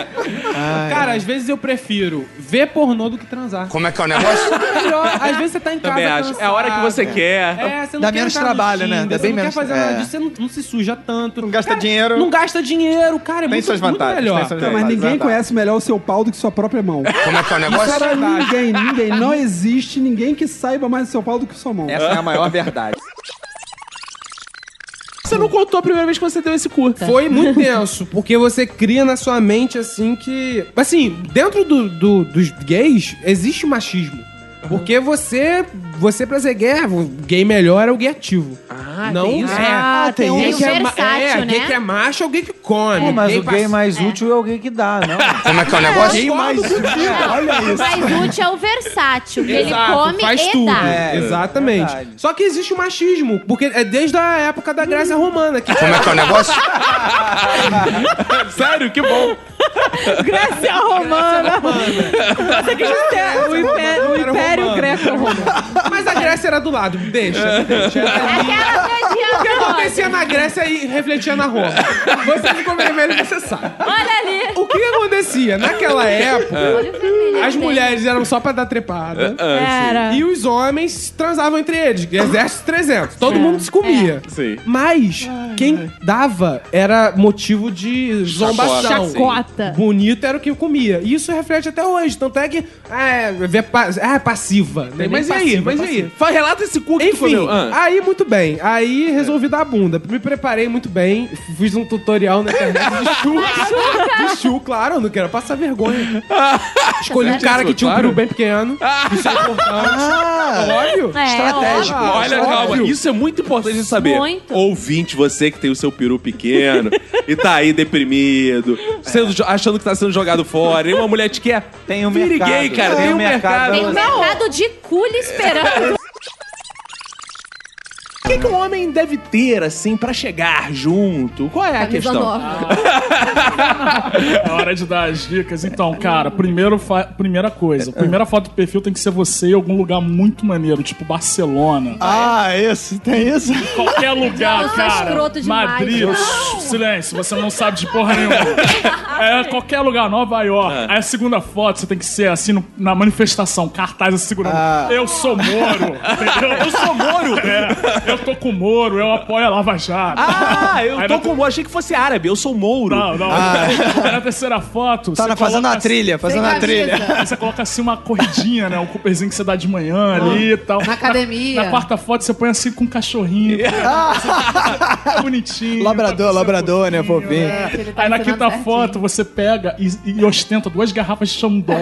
[SPEAKER 4] Cara, às vezes eu prefiro ver pornô do que transar.
[SPEAKER 8] Como é que é o negócio?
[SPEAKER 4] [LAUGHS] Melhor, às vezes você tá em casa.
[SPEAKER 3] Também acho.
[SPEAKER 4] cansado.
[SPEAKER 3] É a hora que você quer.
[SPEAKER 4] É, você não
[SPEAKER 3] Dá
[SPEAKER 4] quer
[SPEAKER 3] menos
[SPEAKER 4] entrar no
[SPEAKER 3] trabalho, né?
[SPEAKER 4] Tinder,
[SPEAKER 3] Dá
[SPEAKER 4] você
[SPEAKER 3] bem
[SPEAKER 4] não
[SPEAKER 3] menos-
[SPEAKER 4] quer fazer nada
[SPEAKER 3] é.
[SPEAKER 4] disso, você não, não se suja tanto. Não
[SPEAKER 41] gasta dinheiro.
[SPEAKER 4] Não gasta dinheiro, cara. É
[SPEAKER 41] Tem
[SPEAKER 4] muito,
[SPEAKER 41] suas
[SPEAKER 4] muito
[SPEAKER 41] vantagens,
[SPEAKER 4] melhor.
[SPEAKER 41] tem
[SPEAKER 3] é
[SPEAKER 41] suas Tá, mas ninguém vantagens. conhece melhor o seu pau do que sua própria mão. Como
[SPEAKER 8] é que é o
[SPEAKER 41] negócio?
[SPEAKER 4] Isso é
[SPEAKER 41] Cara,
[SPEAKER 4] verdade.
[SPEAKER 41] ninguém, ninguém. Não existe ninguém que saiba mais do seu pau do que sua mão.
[SPEAKER 4] Essa é a maior verdade.
[SPEAKER 3] Você não contou a primeira vez que você deu esse cu.
[SPEAKER 41] Tá.
[SPEAKER 4] Foi muito tenso, porque você cria na sua mente assim que. Assim, dentro do, do- dos gays, existe machismo. Porque você. Você, pra ser gay, o gay melhor é o gay ativo. Ah,
[SPEAKER 15] tem isso.
[SPEAKER 4] É.
[SPEAKER 15] Ah, tem
[SPEAKER 4] gay
[SPEAKER 15] isso.
[SPEAKER 4] que é, ma-
[SPEAKER 15] Versátil,
[SPEAKER 4] é, gay
[SPEAKER 15] né?
[SPEAKER 4] que é macho é o gay que come.
[SPEAKER 15] Pô, mas o gay
[SPEAKER 4] mais útil é o gay que dá, não?
[SPEAKER 8] Como é que é o negócio?
[SPEAKER 4] Gay mais útil. Olha isso.
[SPEAKER 41] Mas útil é o versátil, que ele
[SPEAKER 4] Exato,
[SPEAKER 41] come
[SPEAKER 4] faz
[SPEAKER 41] e
[SPEAKER 4] tudo.
[SPEAKER 41] dá.
[SPEAKER 4] É, exatamente. Só que existe o machismo, porque é desde a época da Grécia Romana. Que... [LAUGHS]
[SPEAKER 8] Como é que é o negócio?
[SPEAKER 3] Sério, que bom.
[SPEAKER 4] Grécia Romana. Você quis dizer o Império, o império Greco-Romano. Mas a Grécia era do lado, deixa. deixa.
[SPEAKER 41] região,
[SPEAKER 4] O que
[SPEAKER 41] olha.
[SPEAKER 4] acontecia na Grécia e refletia na Roma? Você ficou vermelho, você sabe.
[SPEAKER 41] Olha ali.
[SPEAKER 4] O que acontecia parecia. Naquela época, as mulheres eram só pra dar trepada.
[SPEAKER 3] É, é, sim. Era.
[SPEAKER 4] E os homens transavam entre eles. Exército 300. Todo
[SPEAKER 3] É.
[SPEAKER 4] mundo se comia.
[SPEAKER 3] É. Sim.
[SPEAKER 4] Mas quem dava era motivo de zombação.
[SPEAKER 47] Chacota.
[SPEAKER 4] Bonito era o que comia. E isso reflete até hoje. Tanto é que... Ah, é, pa- ah, é passiva. né?
[SPEAKER 3] nem
[SPEAKER 4] Mas e aí?
[SPEAKER 3] passiva,
[SPEAKER 4] Mas e aí?
[SPEAKER 3] passiva. Fa- relata esse cu que tu
[SPEAKER 4] Enfim,
[SPEAKER 3] comeu. Ah.
[SPEAKER 4] aí muito bem. Aí resolvi dar a bunda. Me preparei muito bem. Fiz um tutorial na internet
[SPEAKER 3] [LAUGHS]
[SPEAKER 4] de chu. de chu, claro. Eu não quero
[SPEAKER 3] [LAUGHS]
[SPEAKER 4] passar vergonha. Escolhi um cara que tinha um
[SPEAKER 3] Claro. Ah.
[SPEAKER 4] peru bem pequeno. Isso é importante.
[SPEAKER 14] Ah.
[SPEAKER 4] óbvio.
[SPEAKER 3] É,
[SPEAKER 4] Estratégico.
[SPEAKER 3] óbvio. Olha,
[SPEAKER 4] Óbvio.
[SPEAKER 3] calma, isso é muito importante de saber.
[SPEAKER 4] Muito.
[SPEAKER 3] Ouvinte, você que tem o seu peru pequeno e tá aí deprimido, sendo jo- achando que tá sendo jogado fora, e uma mulher te quer. Tem um Vire
[SPEAKER 48] mercado.
[SPEAKER 3] gay, cara, tem, um mercado.
[SPEAKER 16] Tem um mercado de culha
[SPEAKER 3] É.
[SPEAKER 16] esperando.
[SPEAKER 3] O que, que um homem deve ter, assim, pra chegar junto? Qual é a
[SPEAKER 16] Camisa
[SPEAKER 3] questão?
[SPEAKER 16] nova.
[SPEAKER 2] É hora de dar as dicas. Então, cara, primeiro fa- primeira coisa. Primeira foto do perfil tem que ser você em algum lugar muito maneiro, tipo Barcelona.
[SPEAKER 15] Ah, isso, tem isso?
[SPEAKER 2] Qualquer lugar,
[SPEAKER 15] Eu sou
[SPEAKER 2] cara.
[SPEAKER 15] escroto demais.
[SPEAKER 2] Madrid.
[SPEAKER 15] Não.
[SPEAKER 2] Shh, Silêncio, você não sabe de porra nenhuma. É, qualquer lugar, Nova York. Aí a segunda foto você tem que ser assim no- na manifestação, cartaz assim, segurando.
[SPEAKER 15] Ah.
[SPEAKER 2] Eu sou Moro. entendeu? Eu sou Moro. É, eu tô com o Moro, eu apoio a Lava Jato.
[SPEAKER 3] Ah, eu tô com o achei que fosse árabe, eu sou Mouro.
[SPEAKER 2] Não, não. [LAUGHS]
[SPEAKER 3] Ah.
[SPEAKER 2] Na terceira foto.
[SPEAKER 3] Tá
[SPEAKER 2] você
[SPEAKER 3] na- fazendo
[SPEAKER 2] coloca
[SPEAKER 3] a trilha,
[SPEAKER 2] assim-
[SPEAKER 3] fazendo Sem a trilha. camisa.
[SPEAKER 2] Aí Você coloca assim uma corridinha, né? Um cooperzinho que você dá de manhã ali e tal.
[SPEAKER 21] Na academia.
[SPEAKER 2] Na, quarta foto você põe assim com um
[SPEAKER 3] [LAUGHS]
[SPEAKER 2] cachorrinho. Bonitinho. tá
[SPEAKER 15] Labrador, labrador, né, fofinho.
[SPEAKER 21] tá
[SPEAKER 2] Aí na quinta foto você pega e, e ostenta duas garrafas de
[SPEAKER 3] [LAUGHS]
[SPEAKER 2] Xandol.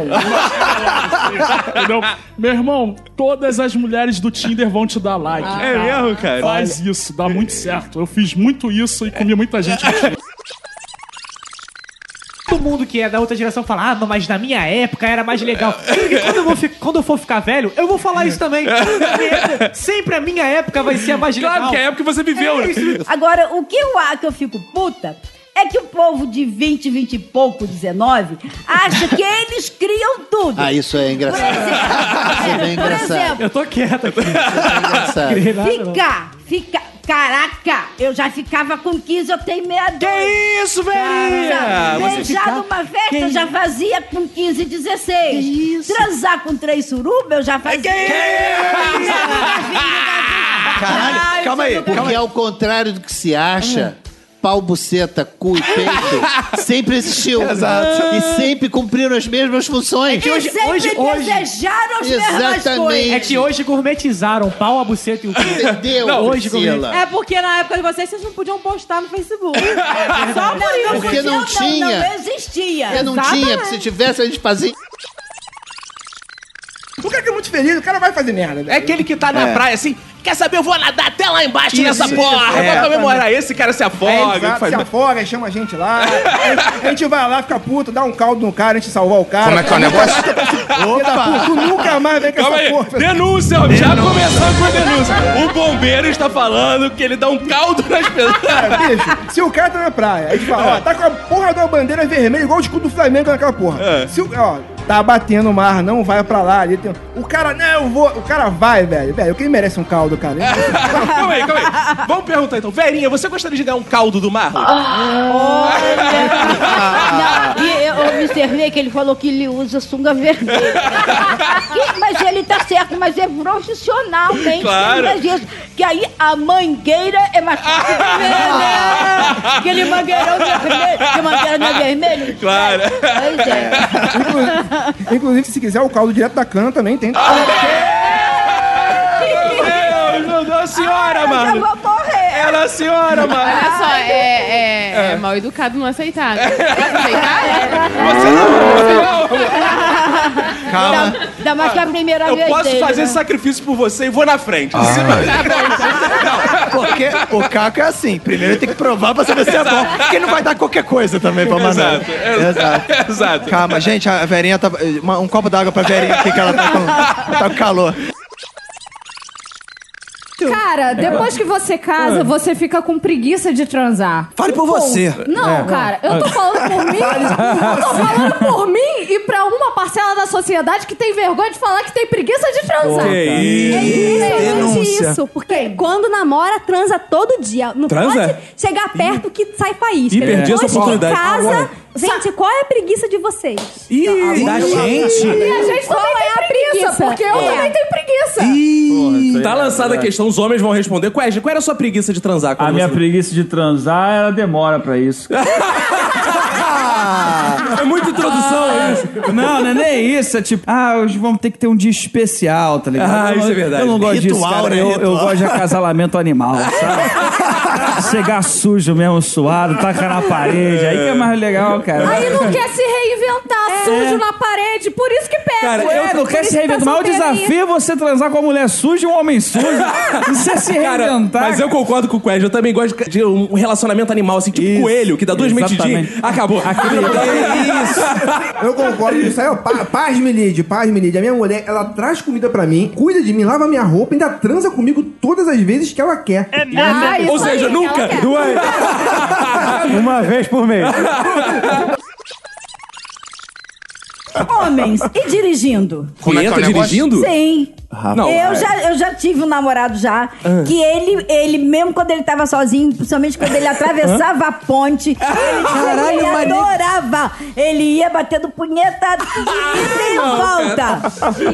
[SPEAKER 2] Entendeu? Meu irmão, todas as mulheres do Tinder vão te dar like.
[SPEAKER 3] Ah. É mesmo, cara?
[SPEAKER 2] Faz isso, dá muito certo. Eu fiz muito isso e comi muita gente. no Tinder.
[SPEAKER 14] Todo mundo que é da outra geração fala, ah, mas na minha época era mais
[SPEAKER 3] [LAUGHS]
[SPEAKER 14] legal. Porque quando eu, vou fi- quando eu for ficar velho, eu vou falar isso também. Na minha época, sempre a minha época vai ser a mais legal.
[SPEAKER 3] Claro que é a época que você viveu, né?
[SPEAKER 13] Agora, o que eu, a- que eu fico puta é que o povo de 20, 20 e pouco, 19, acha que eles criam tudo. Ah, isso é engraçado. [LAUGHS] Isso é bem Por engraçado. exemplo,
[SPEAKER 14] Eu tô quieto aqui.
[SPEAKER 13] engraçado.
[SPEAKER 14] Criei nada, não.
[SPEAKER 13] Ficar, ficar. Caraca, eu já ficava com 15, eu tenho meia dúzia. Que
[SPEAKER 3] isso,
[SPEAKER 13] velhinha!
[SPEAKER 3] Você
[SPEAKER 13] Beijar
[SPEAKER 3] ficar-
[SPEAKER 13] numa festa, eu já fazia com 15, 16. Que isso? Transar com três suruba, eu já fazia. Que Caralho,
[SPEAKER 14] Ah,
[SPEAKER 13] calma aí, calma aí. Porque ao contrário do que se acha, pau, buceta, cu
[SPEAKER 3] [LAUGHS]
[SPEAKER 13] e peito sempre existiu. Exato. E sempre cumpriram as mesmas funções.
[SPEAKER 14] É que hoje- E hoje- sempre hoje- desejaram
[SPEAKER 13] as mesmas Exatamente. coisas.
[SPEAKER 14] É que hoje gourmetizaram pau, a buceta e o cu.
[SPEAKER 13] Entendeu,
[SPEAKER 14] hoje
[SPEAKER 13] Priscila?
[SPEAKER 14] gourmet-
[SPEAKER 47] É porque na época de vocês, vocês não podiam postar no Facebook. Só por
[SPEAKER 13] Não,
[SPEAKER 47] isso.
[SPEAKER 13] não Porque não podia, não, tinha. não existia. Eu não tinha, porque se tivesse a gente fazia.
[SPEAKER 4] O cara que é muito feliz, o cara vai fazer merda.
[SPEAKER 12] né?
[SPEAKER 3] É aquele que tá na
[SPEAKER 4] É.
[SPEAKER 3] praia assim, quer saber, eu vou nadar até lá embaixo
[SPEAKER 4] Isso,
[SPEAKER 3] nessa
[SPEAKER 4] isso,
[SPEAKER 3] porra,
[SPEAKER 4] é.
[SPEAKER 3] vou comemorar. Esse cara se
[SPEAKER 12] É,
[SPEAKER 3] afoga.
[SPEAKER 12] exato,
[SPEAKER 3] faz-
[SPEAKER 12] se afoga, aí chama a gente lá. A gente vai lá, fica puto, dá um caldo no cara, a gente salvar o cara.
[SPEAKER 3] Como é que é o negócio?
[SPEAKER 12] Opa! Tu nunca mais vem com
[SPEAKER 3] Calma
[SPEAKER 12] essa
[SPEAKER 3] aí,
[SPEAKER 12] porra.
[SPEAKER 3] denúncia, já começando com a denúncia. O bombeiro está falando que ele dá um caldo nas [LAUGHS] pessoas.
[SPEAKER 12] Cara, bicho, se o cara tá na praia, a gente fala, ó, tá com a porra da bandeira vermelha, igual o escudo do Flamengo naquela porra.
[SPEAKER 9] É.
[SPEAKER 12] Se o, ó, tá batendo o mar, não vai pra lá. Ali tem- O cara, não, eu vou. O cara vai, velho. Velho, quem merece um caldo, cara?
[SPEAKER 3] calma aí, calma aí. Vamos perguntar então. Verinha, você gostaria de dar um caldo do Marlon?
[SPEAKER 13] Ah. Não, e eu observei que ele falou que ele usa sunga vermelha. Que- mas ele tá certo, mas é profissional, tem
[SPEAKER 3] Claro.
[SPEAKER 13] que fazer isso. Que aí a mangueira é mais fácil de ver, né? Aquele mangueirão vermelho, que mangueira não é vermelho.
[SPEAKER 3] Claro.
[SPEAKER 13] Pois é.
[SPEAKER 12] Inclusive, inclusive, se quiser o caldo direto da cana também
[SPEAKER 14] É
[SPEAKER 12] tem.
[SPEAKER 3] Meu Deus, meu Deus,
[SPEAKER 14] Ah,
[SPEAKER 3] senhora, Marlon.
[SPEAKER 13] Eu vou morrer.
[SPEAKER 3] Ela, é senhora, Marlon.
[SPEAKER 21] Olha só, é, é, é mal educado não aceitar. Aceitar? É.
[SPEAKER 3] Calma.
[SPEAKER 13] Ainda mais que a primeira
[SPEAKER 3] Eu
[SPEAKER 13] vez
[SPEAKER 3] posso
[SPEAKER 13] dele,
[SPEAKER 3] fazer
[SPEAKER 13] né?
[SPEAKER 3] esse sacrifício por você e vou na frente. Se-
[SPEAKER 15] Porque o Caco é assim, primeiro tem que provar pra saber se é bom. Porque ele não vai dar qualquer coisa também pra mandar. Exato,
[SPEAKER 14] [LAUGHS]
[SPEAKER 15] exato. Calma, gente, a Verinha tá. uma- um copo d'água pra Verinha aqui que ela tá com, tá com calor.
[SPEAKER 6] Cara, depois que você casa, você fica com preguiça de transar.
[SPEAKER 16] Fale por
[SPEAKER 6] Ponto.
[SPEAKER 16] você.
[SPEAKER 6] Não,
[SPEAKER 16] É.
[SPEAKER 6] cara, eu tô falando por mim. eu tô falando por mim e pra uma parcela da sociedade que tem vergonha de falar que tem preguiça de transar.
[SPEAKER 14] Que isso.
[SPEAKER 6] É impressionante
[SPEAKER 14] Denúncia.
[SPEAKER 6] isso.
[SPEAKER 49] Porque quando namora, transa todo dia. Não
[SPEAKER 14] Transa?
[SPEAKER 49] pode chegar perto que sai faísca.
[SPEAKER 14] Ih, perdi
[SPEAKER 49] Depois
[SPEAKER 14] essa
[SPEAKER 49] que
[SPEAKER 14] oportunidade.
[SPEAKER 49] casa...
[SPEAKER 14] Agora.
[SPEAKER 49] Gente, qual é a preguiça de vocês?
[SPEAKER 16] Ih,
[SPEAKER 49] da gente?
[SPEAKER 6] E a gente
[SPEAKER 49] Qual
[SPEAKER 6] também
[SPEAKER 49] é a
[SPEAKER 6] tem preguiça,
[SPEAKER 49] preguiça?
[SPEAKER 6] porque eu
[SPEAKER 49] É.
[SPEAKER 6] também tenho preguiça.
[SPEAKER 4] [LAUGHS]
[SPEAKER 3] Tá lançada a questão, os homens vão responder. Qual, é- qual era a sua preguiça de transar? A minha
[SPEAKER 4] preguiça de transar, ela demora pra isso.
[SPEAKER 3] É muita introdução isso.
[SPEAKER 4] Não, não é nem isso. É tipo, ah, hoje vamos ter que ter um dia especial, tá ligado?
[SPEAKER 14] Ah,
[SPEAKER 4] Eu não-
[SPEAKER 14] isso é verdade.
[SPEAKER 4] Eu não gosto disso,
[SPEAKER 14] Ritual,
[SPEAKER 4] cara.
[SPEAKER 14] né?
[SPEAKER 4] Eu, eu
[SPEAKER 14] Ritual.
[SPEAKER 4] gosto de acasalamento animal,
[SPEAKER 15] [LAUGHS]
[SPEAKER 4] sabe? Chegar sujo mesmo, suado, tacar na parede. Aí que é mais legal, cara.
[SPEAKER 6] Aí
[SPEAKER 4] [LAUGHS]
[SPEAKER 6] não quer se reinventar, sujo na parede, por isso que pega.
[SPEAKER 4] Cara, eu não
[SPEAKER 6] Por
[SPEAKER 4] quero
[SPEAKER 6] isso
[SPEAKER 4] se
[SPEAKER 6] que
[SPEAKER 4] reinventar.
[SPEAKER 6] tá
[SPEAKER 4] Mas o
[SPEAKER 6] solteirinha.
[SPEAKER 4] desafio é você transar com uma mulher suja e um
[SPEAKER 3] [LAUGHS]
[SPEAKER 4] homem sujo. Isso é se
[SPEAKER 3] Cara,
[SPEAKER 4] reinventar.
[SPEAKER 3] mas eu concordo com o Quest. Eu também gosto de um relacionamento animal, assim, tipo coelho, que dá duas
[SPEAKER 4] Exatamente.
[SPEAKER 3] metidinhas. Acabou. É
[SPEAKER 12] [LAUGHS] Eu concordo com isso aí, ó. Pa- Paz, Milide, paz, Milide. A minha mulher, ela traz comida pra mim, cuida de mim, lava minha roupa, ainda transa comigo todas as vezes que ela quer. É
[SPEAKER 14] mesmo? Ah, isso Ou seja, aí, nunca? ela quer.
[SPEAKER 12] [LAUGHS]
[SPEAKER 14] Duas.
[SPEAKER 12] Uma vez por mês.
[SPEAKER 13] Homens, e dirigindo?
[SPEAKER 14] Como é que é o
[SPEAKER 13] Punheta
[SPEAKER 14] negócio?
[SPEAKER 13] Sim.
[SPEAKER 14] Rapaz. Não,
[SPEAKER 13] eu,
[SPEAKER 14] é.
[SPEAKER 13] já, eu já tive um namorado já,
[SPEAKER 14] Ah.
[SPEAKER 13] que ele, ele, mesmo quando ele tava sozinho, principalmente
[SPEAKER 14] [LAUGHS]
[SPEAKER 13] quando ele atravessava a ponte, ele,
[SPEAKER 14] Ah. Caralho,
[SPEAKER 13] ele
[SPEAKER 14] maneiro.
[SPEAKER 13] adorava. Ele ia
[SPEAKER 14] [LAUGHS]
[SPEAKER 13] batendo punheta de ida e volta.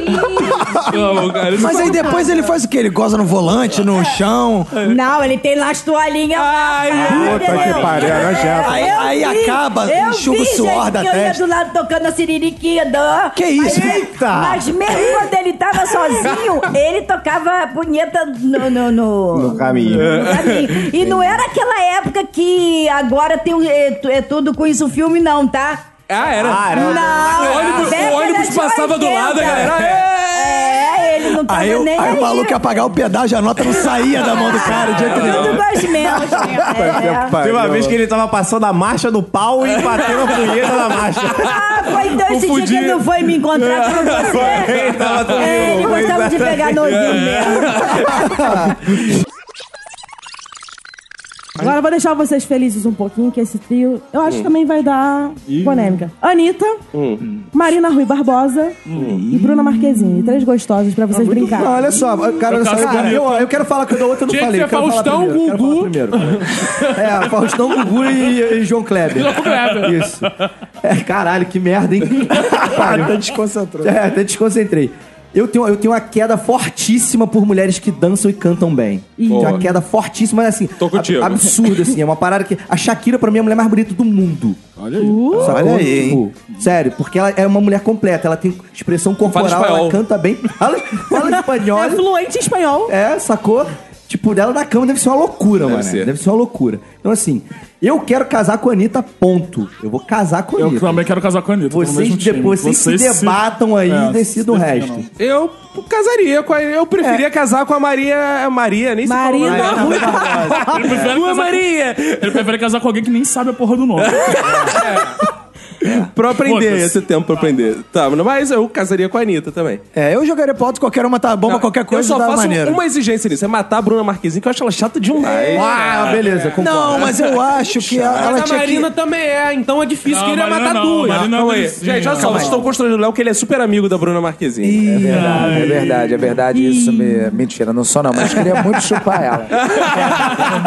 [SPEAKER 3] Não, cara.
[SPEAKER 11] Mas aí depois ele faz o quê? Ele goza no volante, no chão.
[SPEAKER 13] Não, ele tem lá as toalhinhas. Ai,
[SPEAKER 11] Puta que pariu, era japa. Aí- aí acaba, enxuga o suor da
[SPEAKER 13] Eu ia
[SPEAKER 11] testa.
[SPEAKER 13] do lado tocando a siririquinha. Do... Que
[SPEAKER 11] isso?
[SPEAKER 13] Mas,
[SPEAKER 11] Eita!
[SPEAKER 13] Mas mesmo quando ele tava
[SPEAKER 11] [LAUGHS]
[SPEAKER 13] sozinho, ele tocava a punheta no... no, no...
[SPEAKER 11] No caminho.
[SPEAKER 13] Assim, E não era aquela época que agora tem um- é, tu- é tudo com isso filme, não, tá?
[SPEAKER 3] Ah, era?
[SPEAKER 13] Não,
[SPEAKER 3] o ônibus,
[SPEAKER 13] década
[SPEAKER 3] o ônibus
[SPEAKER 13] de
[SPEAKER 3] passava do lado, a
[SPEAKER 13] 80.
[SPEAKER 3] galera.
[SPEAKER 13] É, ele não tava
[SPEAKER 11] Aí, o-
[SPEAKER 13] nem
[SPEAKER 11] aí o maluco ia pagar o pedágio, a nota não saía da mão do cara de jeito nenhum.
[SPEAKER 13] Tudo gosto
[SPEAKER 11] [LAUGHS]
[SPEAKER 13] mesmo. É.
[SPEAKER 20] Teve uma vez que ele tava passando a marcha do pau e bateu a punheta na marcha.
[SPEAKER 3] [LAUGHS]
[SPEAKER 13] Ah, foi então esse dia que ele não foi me
[SPEAKER 11] [LAUGHS]
[SPEAKER 13] encontrar com você.
[SPEAKER 20] Ele tava comigo.
[SPEAKER 13] É, ele gostava de pegar no ouvido
[SPEAKER 11] [LAUGHS]
[SPEAKER 20] mesmo.
[SPEAKER 21] Agora eu vou deixar vocês felizes um pouquinho, que esse trio eu acho
[SPEAKER 3] Hum.
[SPEAKER 21] que também vai dar
[SPEAKER 3] Ih.
[SPEAKER 21] polêmica. Anitta,
[SPEAKER 3] Hum.
[SPEAKER 21] Marina Rui Barbosa e Bruna Marquezine. Três gostosas pra vocês brincarem.
[SPEAKER 20] Não, olha só, cara, olha só, cara, eu, eu quero falar que da outra eu não
[SPEAKER 14] Tinha que
[SPEAKER 20] falei.
[SPEAKER 14] ser
[SPEAKER 20] eu quero falar
[SPEAKER 14] Faustão,
[SPEAKER 20] primeiro, eu quero falar primeiro. É, Faustão, Gugu e, e João Kleber.
[SPEAKER 14] João Kleber.
[SPEAKER 20] Isso. É, caralho, que
[SPEAKER 14] [LAUGHS]
[SPEAKER 20] merda, hein?
[SPEAKER 14] Até
[SPEAKER 20] desconcentrou. É, até desconcentrei. Eu tenho, eu tenho uma queda fortíssima por mulheres que dançam e cantam bem. Tenho
[SPEAKER 14] Boa.
[SPEAKER 20] uma queda fortíssima, mas assim. Tô
[SPEAKER 14] contigo.
[SPEAKER 20] Absurdo, assim. É uma parada que. A Shakira, pra mim, é a mulher mais bonita do mundo. Olha aí.
[SPEAKER 14] Olha aí, hein?
[SPEAKER 20] Sério, porque ela é uma mulher completa. Ela tem expressão corporal,
[SPEAKER 14] espanhol.
[SPEAKER 20] ela canta bem. [LAUGHS] Fala, fala espanhol. É
[SPEAKER 21] fluente em espanhol.
[SPEAKER 20] É, sacou? Tipo, dela na cama deve ser uma loucura,
[SPEAKER 14] Deve
[SPEAKER 20] mano.
[SPEAKER 14] ser.
[SPEAKER 20] Deve ser uma loucura. Então, assim, eu quero casar com a Anitta, ponto. Eu vou casar com a
[SPEAKER 2] Eu
[SPEAKER 20] Anitta.
[SPEAKER 2] também quero casar com a Anitta. tô no
[SPEAKER 20] Vocês
[SPEAKER 2] mesmo time. É,
[SPEAKER 20] depois vocês se debatam aí e decidam o
[SPEAKER 3] definam.
[SPEAKER 20] resto.
[SPEAKER 3] Eu p- casaria com a, Eu preferia casar com a Maria. É. Maria, nem é.
[SPEAKER 2] Marina
[SPEAKER 20] é
[SPEAKER 3] se falou.
[SPEAKER 2] Rui [LAUGHS] Ele
[SPEAKER 3] [LAUGHS] Maria.
[SPEAKER 2] prefere
[SPEAKER 3] Rua
[SPEAKER 2] casar com-
[SPEAKER 3] Maria.
[SPEAKER 2] Ele prefere casar com alguém que nem sabe a porra do
[SPEAKER 20] [LAUGHS]
[SPEAKER 2] nome.
[SPEAKER 3] Pra aprender,
[SPEAKER 2] Foda-se.
[SPEAKER 3] esse tempo pra aprender. Tá, mas eu casaria com a Anitta também.
[SPEAKER 11] É, eu jogaria pro alto, qualquer uma tá bomba, qualquer coisa
[SPEAKER 3] eu só
[SPEAKER 11] dá
[SPEAKER 3] faço
[SPEAKER 11] maneiro.
[SPEAKER 3] uma exigência nisso, é matar a Bruna Marquezine, que eu acho ela chata de um
[SPEAKER 11] Ah, beleza, concordo. Não, mas eu acho que ela- ela tinha que-
[SPEAKER 3] também é, então é difícil
[SPEAKER 11] Não,
[SPEAKER 3] que ele ia Marina matar não, duas.
[SPEAKER 11] Ah,
[SPEAKER 3] Marina Calma aí. não, Gente, olha não. só, vocês estão constrangendo o Léo que ele é super amigo da Bruna Marquezine.
[SPEAKER 11] É verdade, é verdade, é verdade. Isso me. Mentira, não sou não, mas queria muito chupar ela.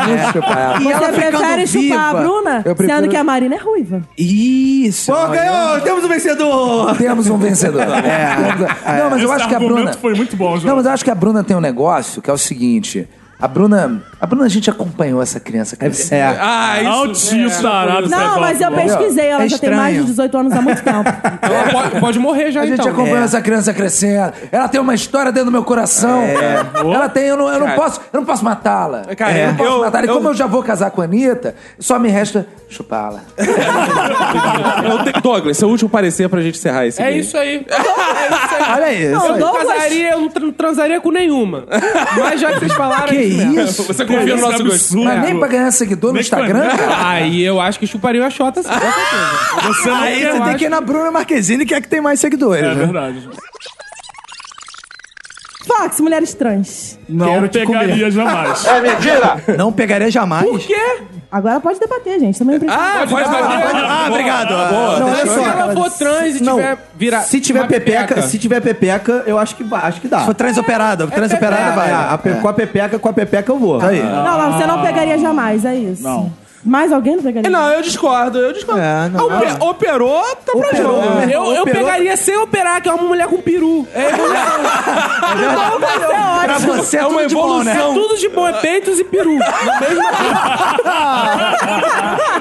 [SPEAKER 11] Muito chupar ela. tá
[SPEAKER 21] E Você prefere chupar a Bruna,
[SPEAKER 11] Eu prefiro-
[SPEAKER 21] sendo que a Marina é ruiva.
[SPEAKER 11] Isso! Pô,
[SPEAKER 20] ganhou! Temos um vencedor!
[SPEAKER 11] Temos um vencedor. É. Não, mas eu
[SPEAKER 2] Esse
[SPEAKER 11] acho que a
[SPEAKER 2] argumento
[SPEAKER 11] Bruna.
[SPEAKER 2] foi muito bom, João.
[SPEAKER 11] Não, mas eu acho que a Bruna tem um negócio que é o seguinte. A Bruna. A Bruna, a gente acompanhou essa criança crescer.
[SPEAKER 2] É. Ah, isso- Altinho é. tarado,
[SPEAKER 21] Não, mas eu pesquisei, ela
[SPEAKER 11] É
[SPEAKER 21] já tem mais de
[SPEAKER 11] estranho.
[SPEAKER 21] 18 anos há muito tempo.
[SPEAKER 3] Ela pode, pode morrer já,
[SPEAKER 11] A gente
[SPEAKER 3] então.
[SPEAKER 11] acompanhou
[SPEAKER 3] É.
[SPEAKER 11] essa criança crescendo. Ela tem uma história dentro do meu coração.
[SPEAKER 3] É.
[SPEAKER 11] Ela tem, eu não, eu não
[SPEAKER 3] Cara.
[SPEAKER 11] posso, eu não posso matá-la.
[SPEAKER 3] Cara,
[SPEAKER 11] eu não posso
[SPEAKER 3] eu-
[SPEAKER 11] matá-la. E
[SPEAKER 3] eu-
[SPEAKER 11] como eu já vou casar com a Anitta, só me resta chupá-la.
[SPEAKER 3] Eu tenho- É Douglas, seu último parecer pra gente encerrar esse
[SPEAKER 11] É
[SPEAKER 3] game.
[SPEAKER 11] isso
[SPEAKER 3] aí.
[SPEAKER 11] Olha aí.
[SPEAKER 3] isso
[SPEAKER 4] Não,
[SPEAKER 3] aí.
[SPEAKER 4] eu não
[SPEAKER 3] Douglas-
[SPEAKER 4] casaria, eu não tra- não transaria com
[SPEAKER 11] [LAUGHS]
[SPEAKER 4] nenhuma. [LAUGHS] Mas já que vocês falaram um
[SPEAKER 11] Que
[SPEAKER 4] mesmo. é
[SPEAKER 11] isso?
[SPEAKER 3] Você confia no nosso
[SPEAKER 11] Absurdo.
[SPEAKER 3] gosto.
[SPEAKER 11] Mas nem pra ganhar seguidor no Instagram, cara.
[SPEAKER 4] Aí eu acho que chuparia a Xota, sim, com certeza.
[SPEAKER 11] Aí
[SPEAKER 4] eu
[SPEAKER 11] você tem
[SPEAKER 4] acho-
[SPEAKER 20] Uhum.
[SPEAKER 11] que ir na Bruna Marquezine, que é a que tem mais seguidores. né?
[SPEAKER 2] É verdade.
[SPEAKER 21] Fox, mulheres trans.
[SPEAKER 15] Não
[SPEAKER 2] Quero te comer. pegaria
[SPEAKER 11] [LAUGHS]
[SPEAKER 2] jamais.
[SPEAKER 15] É mentira? Não pegaria jamais. Por quê?
[SPEAKER 21] Agora pode debater, gente. Também
[SPEAKER 15] Ah, pode debater. Ah, obrigado. Boa,
[SPEAKER 20] não, olha
[SPEAKER 15] deixa eu
[SPEAKER 20] só.
[SPEAKER 15] ver. Se ela for trans e tiver vira-
[SPEAKER 20] se tiver
[SPEAKER 15] uma
[SPEAKER 20] pepeca,
[SPEAKER 15] pepeca.
[SPEAKER 20] se tiver pepeca, eu acho que vai, acho que dá.
[SPEAKER 15] Se for transoperada, transoperada
[SPEAKER 20] pepeca,
[SPEAKER 15] vai.
[SPEAKER 20] é, a pe-
[SPEAKER 15] É.
[SPEAKER 20] Com a pepeca, com a pepeca eu vou. Aí.
[SPEAKER 21] Não, não, você não pegaria jamais, é isso. Não. Mais alguém não pegaria?
[SPEAKER 20] Não, eu discordo, eu discordo.
[SPEAKER 15] É, não,
[SPEAKER 20] Ope-
[SPEAKER 15] não.
[SPEAKER 20] Operou, tá pra
[SPEAKER 15] Operou,
[SPEAKER 20] jogo.
[SPEAKER 15] né?
[SPEAKER 20] Eu, eu
[SPEAKER 15] Operou.
[SPEAKER 20] pegaria sem operar, que é uma mulher com peru. É evolução.
[SPEAKER 15] Pra você é uma evolução.
[SPEAKER 20] É tudo de bom, é peitos e peru. No
[SPEAKER 15] [LAUGHS]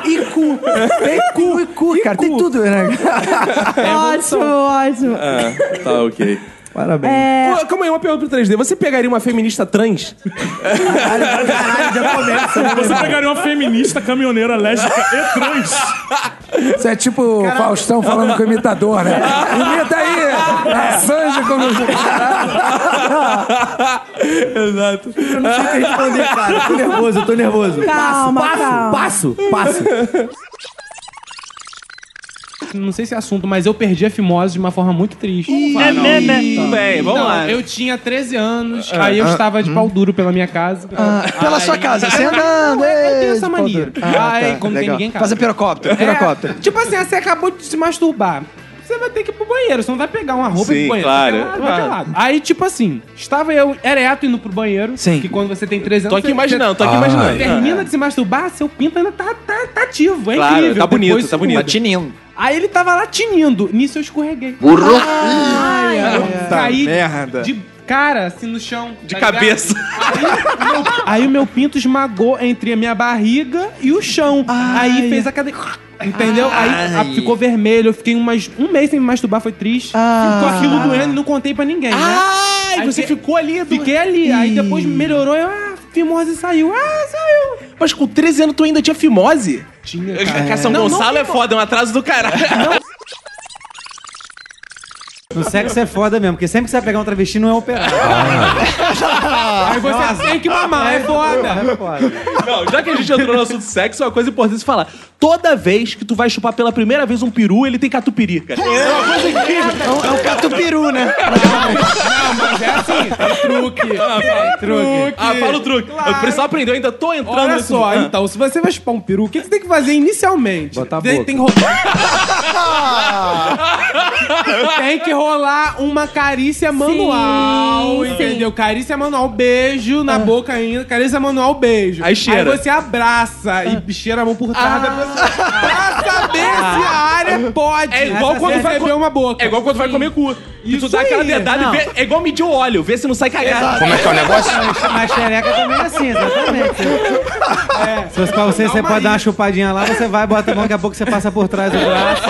[SPEAKER 15] E cu. Tem cu e cu, cara. Tem tudo,
[SPEAKER 20] [LAUGHS]
[SPEAKER 15] né?
[SPEAKER 21] Ótimo, ótimo.
[SPEAKER 20] É.
[SPEAKER 14] Ah, tá, ok.
[SPEAKER 20] Parabéns.
[SPEAKER 14] É...
[SPEAKER 3] É... Pô, calma aí, uma pergunta pro 3D. Você pegaria uma feminista trans?
[SPEAKER 15] Caralho, já começa.
[SPEAKER 20] né?
[SPEAKER 2] Você pegaria uma feminista caminhoneira lésbica e trans?
[SPEAKER 11] Isso é tipo o Faustão falando com o imitador, né? Imita aí! É, A Sanja como...
[SPEAKER 15] Exato.
[SPEAKER 20] Eu não sei o que responder, cara. Eu tô nervoso, eu tô nervoso.
[SPEAKER 21] Calma,
[SPEAKER 20] passo,
[SPEAKER 21] calma.
[SPEAKER 20] passo, passo, passo.
[SPEAKER 4] Não sei se é assunto, mas eu perdi a fimose de uma forma muito triste.
[SPEAKER 7] É, né, né?
[SPEAKER 4] Não.
[SPEAKER 7] Tudo bem, vamos
[SPEAKER 4] Não,
[SPEAKER 7] lá.
[SPEAKER 4] Eu tinha 13 anos,
[SPEAKER 7] Ah,
[SPEAKER 4] aí eu
[SPEAKER 7] ah,
[SPEAKER 4] estava de pau duro pela minha casa.
[SPEAKER 15] hum. Ah, Pela
[SPEAKER 4] Aí-
[SPEAKER 15] sua casa, você
[SPEAKER 4] [LAUGHS]
[SPEAKER 15] andando.
[SPEAKER 4] Eu tenho
[SPEAKER 15] ei,
[SPEAKER 4] essa mania.
[SPEAKER 15] pau duro. Ah,
[SPEAKER 4] Ai,
[SPEAKER 15] tá,
[SPEAKER 4] quando tem
[SPEAKER 15] legal.
[SPEAKER 4] ninguém em casa.
[SPEAKER 15] Fazer pirocóptero,
[SPEAKER 4] É,
[SPEAKER 15] pirocóptero.
[SPEAKER 4] Tipo assim, você acabou de se masturbar. Você vai ter que ir pro banheiro, você não vai pegar uma roupa e ir
[SPEAKER 15] Sim,
[SPEAKER 4] pro banheiro.
[SPEAKER 15] claro,
[SPEAKER 4] Vai lá, vai
[SPEAKER 15] claro.
[SPEAKER 4] pelado. Aí, tipo assim, estava eu ereto indo pro banheiro. Sim. Que quando você tem 13 anos.
[SPEAKER 3] Tô aqui
[SPEAKER 4] você-
[SPEAKER 3] imaginando, tô aqui
[SPEAKER 4] Ah.
[SPEAKER 3] imaginando.
[SPEAKER 4] Termina de se masturbar, seu pinto ainda tá, tá, tá ativo. É
[SPEAKER 3] Claro,
[SPEAKER 4] incrível.
[SPEAKER 3] tá bonito,
[SPEAKER 4] Depois
[SPEAKER 3] tá bonito.
[SPEAKER 4] segura.
[SPEAKER 3] Tá tinindo.
[SPEAKER 4] Aí ele tava lá tinindo. Nisso eu escorreguei.
[SPEAKER 15] Burro.
[SPEAKER 4] Ai,
[SPEAKER 15] Ai,
[SPEAKER 4] eu
[SPEAKER 15] puta
[SPEAKER 4] caí
[SPEAKER 15] merda.
[SPEAKER 4] de cara, assim, no chão.
[SPEAKER 15] De
[SPEAKER 4] ligado?
[SPEAKER 15] cabeça.
[SPEAKER 4] Aí, meu- aí o meu pinto esmagou entre a minha barriga e o chão. Aí fez a cadeia... Entendeu? Aí a-
[SPEAKER 15] Ai.
[SPEAKER 4] ficou vermelho. Eu fiquei umas, um mês sem me masturbar, foi triste.
[SPEAKER 3] Ah.
[SPEAKER 4] Ficou aquilo doendo e não contei pra ninguém, né?
[SPEAKER 15] Ai, você
[SPEAKER 4] Ah. ficou ali? Fiquei ali. Aí depois melhorou eu... Ah, fimose saiu. Ah, saiu.
[SPEAKER 3] Mas com 13 anos tu ainda tinha fimose?
[SPEAKER 4] Tinha,
[SPEAKER 3] cara. São
[SPEAKER 4] Não, não
[SPEAKER 3] Gonçalo é foda, é um atraso do caralho.
[SPEAKER 1] No sexo é foda mesmo, porque sempre que você vai pegar um travesti, não é operado.
[SPEAKER 4] Ah. Aí você tem que mamar, é foda.
[SPEAKER 3] Não, já que a gente entrou no assunto sexo, uma coisa importante de falar. Toda vez que tu vai chupar pela primeira vez um peru, ele tem catupiry, cara. É uma coisa incrível.
[SPEAKER 15] É um catupiru, né?
[SPEAKER 4] Não, mas é assim, tem truque. tem truque.
[SPEAKER 3] É um Ah, fala o truque. Eu preciso aprender, eu ainda tô entrando
[SPEAKER 4] Olha
[SPEAKER 3] nesse-
[SPEAKER 4] só,
[SPEAKER 3] Ah.
[SPEAKER 4] então, se você vai chupar um peru, o que que você tem que fazer inicialmente? Botar
[SPEAKER 3] boca.
[SPEAKER 4] Tem que então. rolar... tem que rolar uma carícia manual, entendeu? Carícia manual, beijo na boca ainda, carícia manual, beijo.
[SPEAKER 3] Aí cheira. Ah.
[SPEAKER 4] Aí você abraça e cheira a mão por trás da pessoa. Pra saber se a área pode.
[SPEAKER 3] É igual quando vai
[SPEAKER 4] receber
[SPEAKER 3] co-
[SPEAKER 4] uma boca.
[SPEAKER 3] É igual quando vai comer cu. E tu dá aquela
[SPEAKER 4] aí.
[SPEAKER 3] dedada e
[SPEAKER 4] Não.
[SPEAKER 3] vê, é igual medir o óleo, vê se não sai cagada.
[SPEAKER 1] A xereca também é assim, exatamente. Se fosse pra você, você pode dar uma chupadinha lá, você vai, bota a mão, daqui a pouco você passa por trás do braço.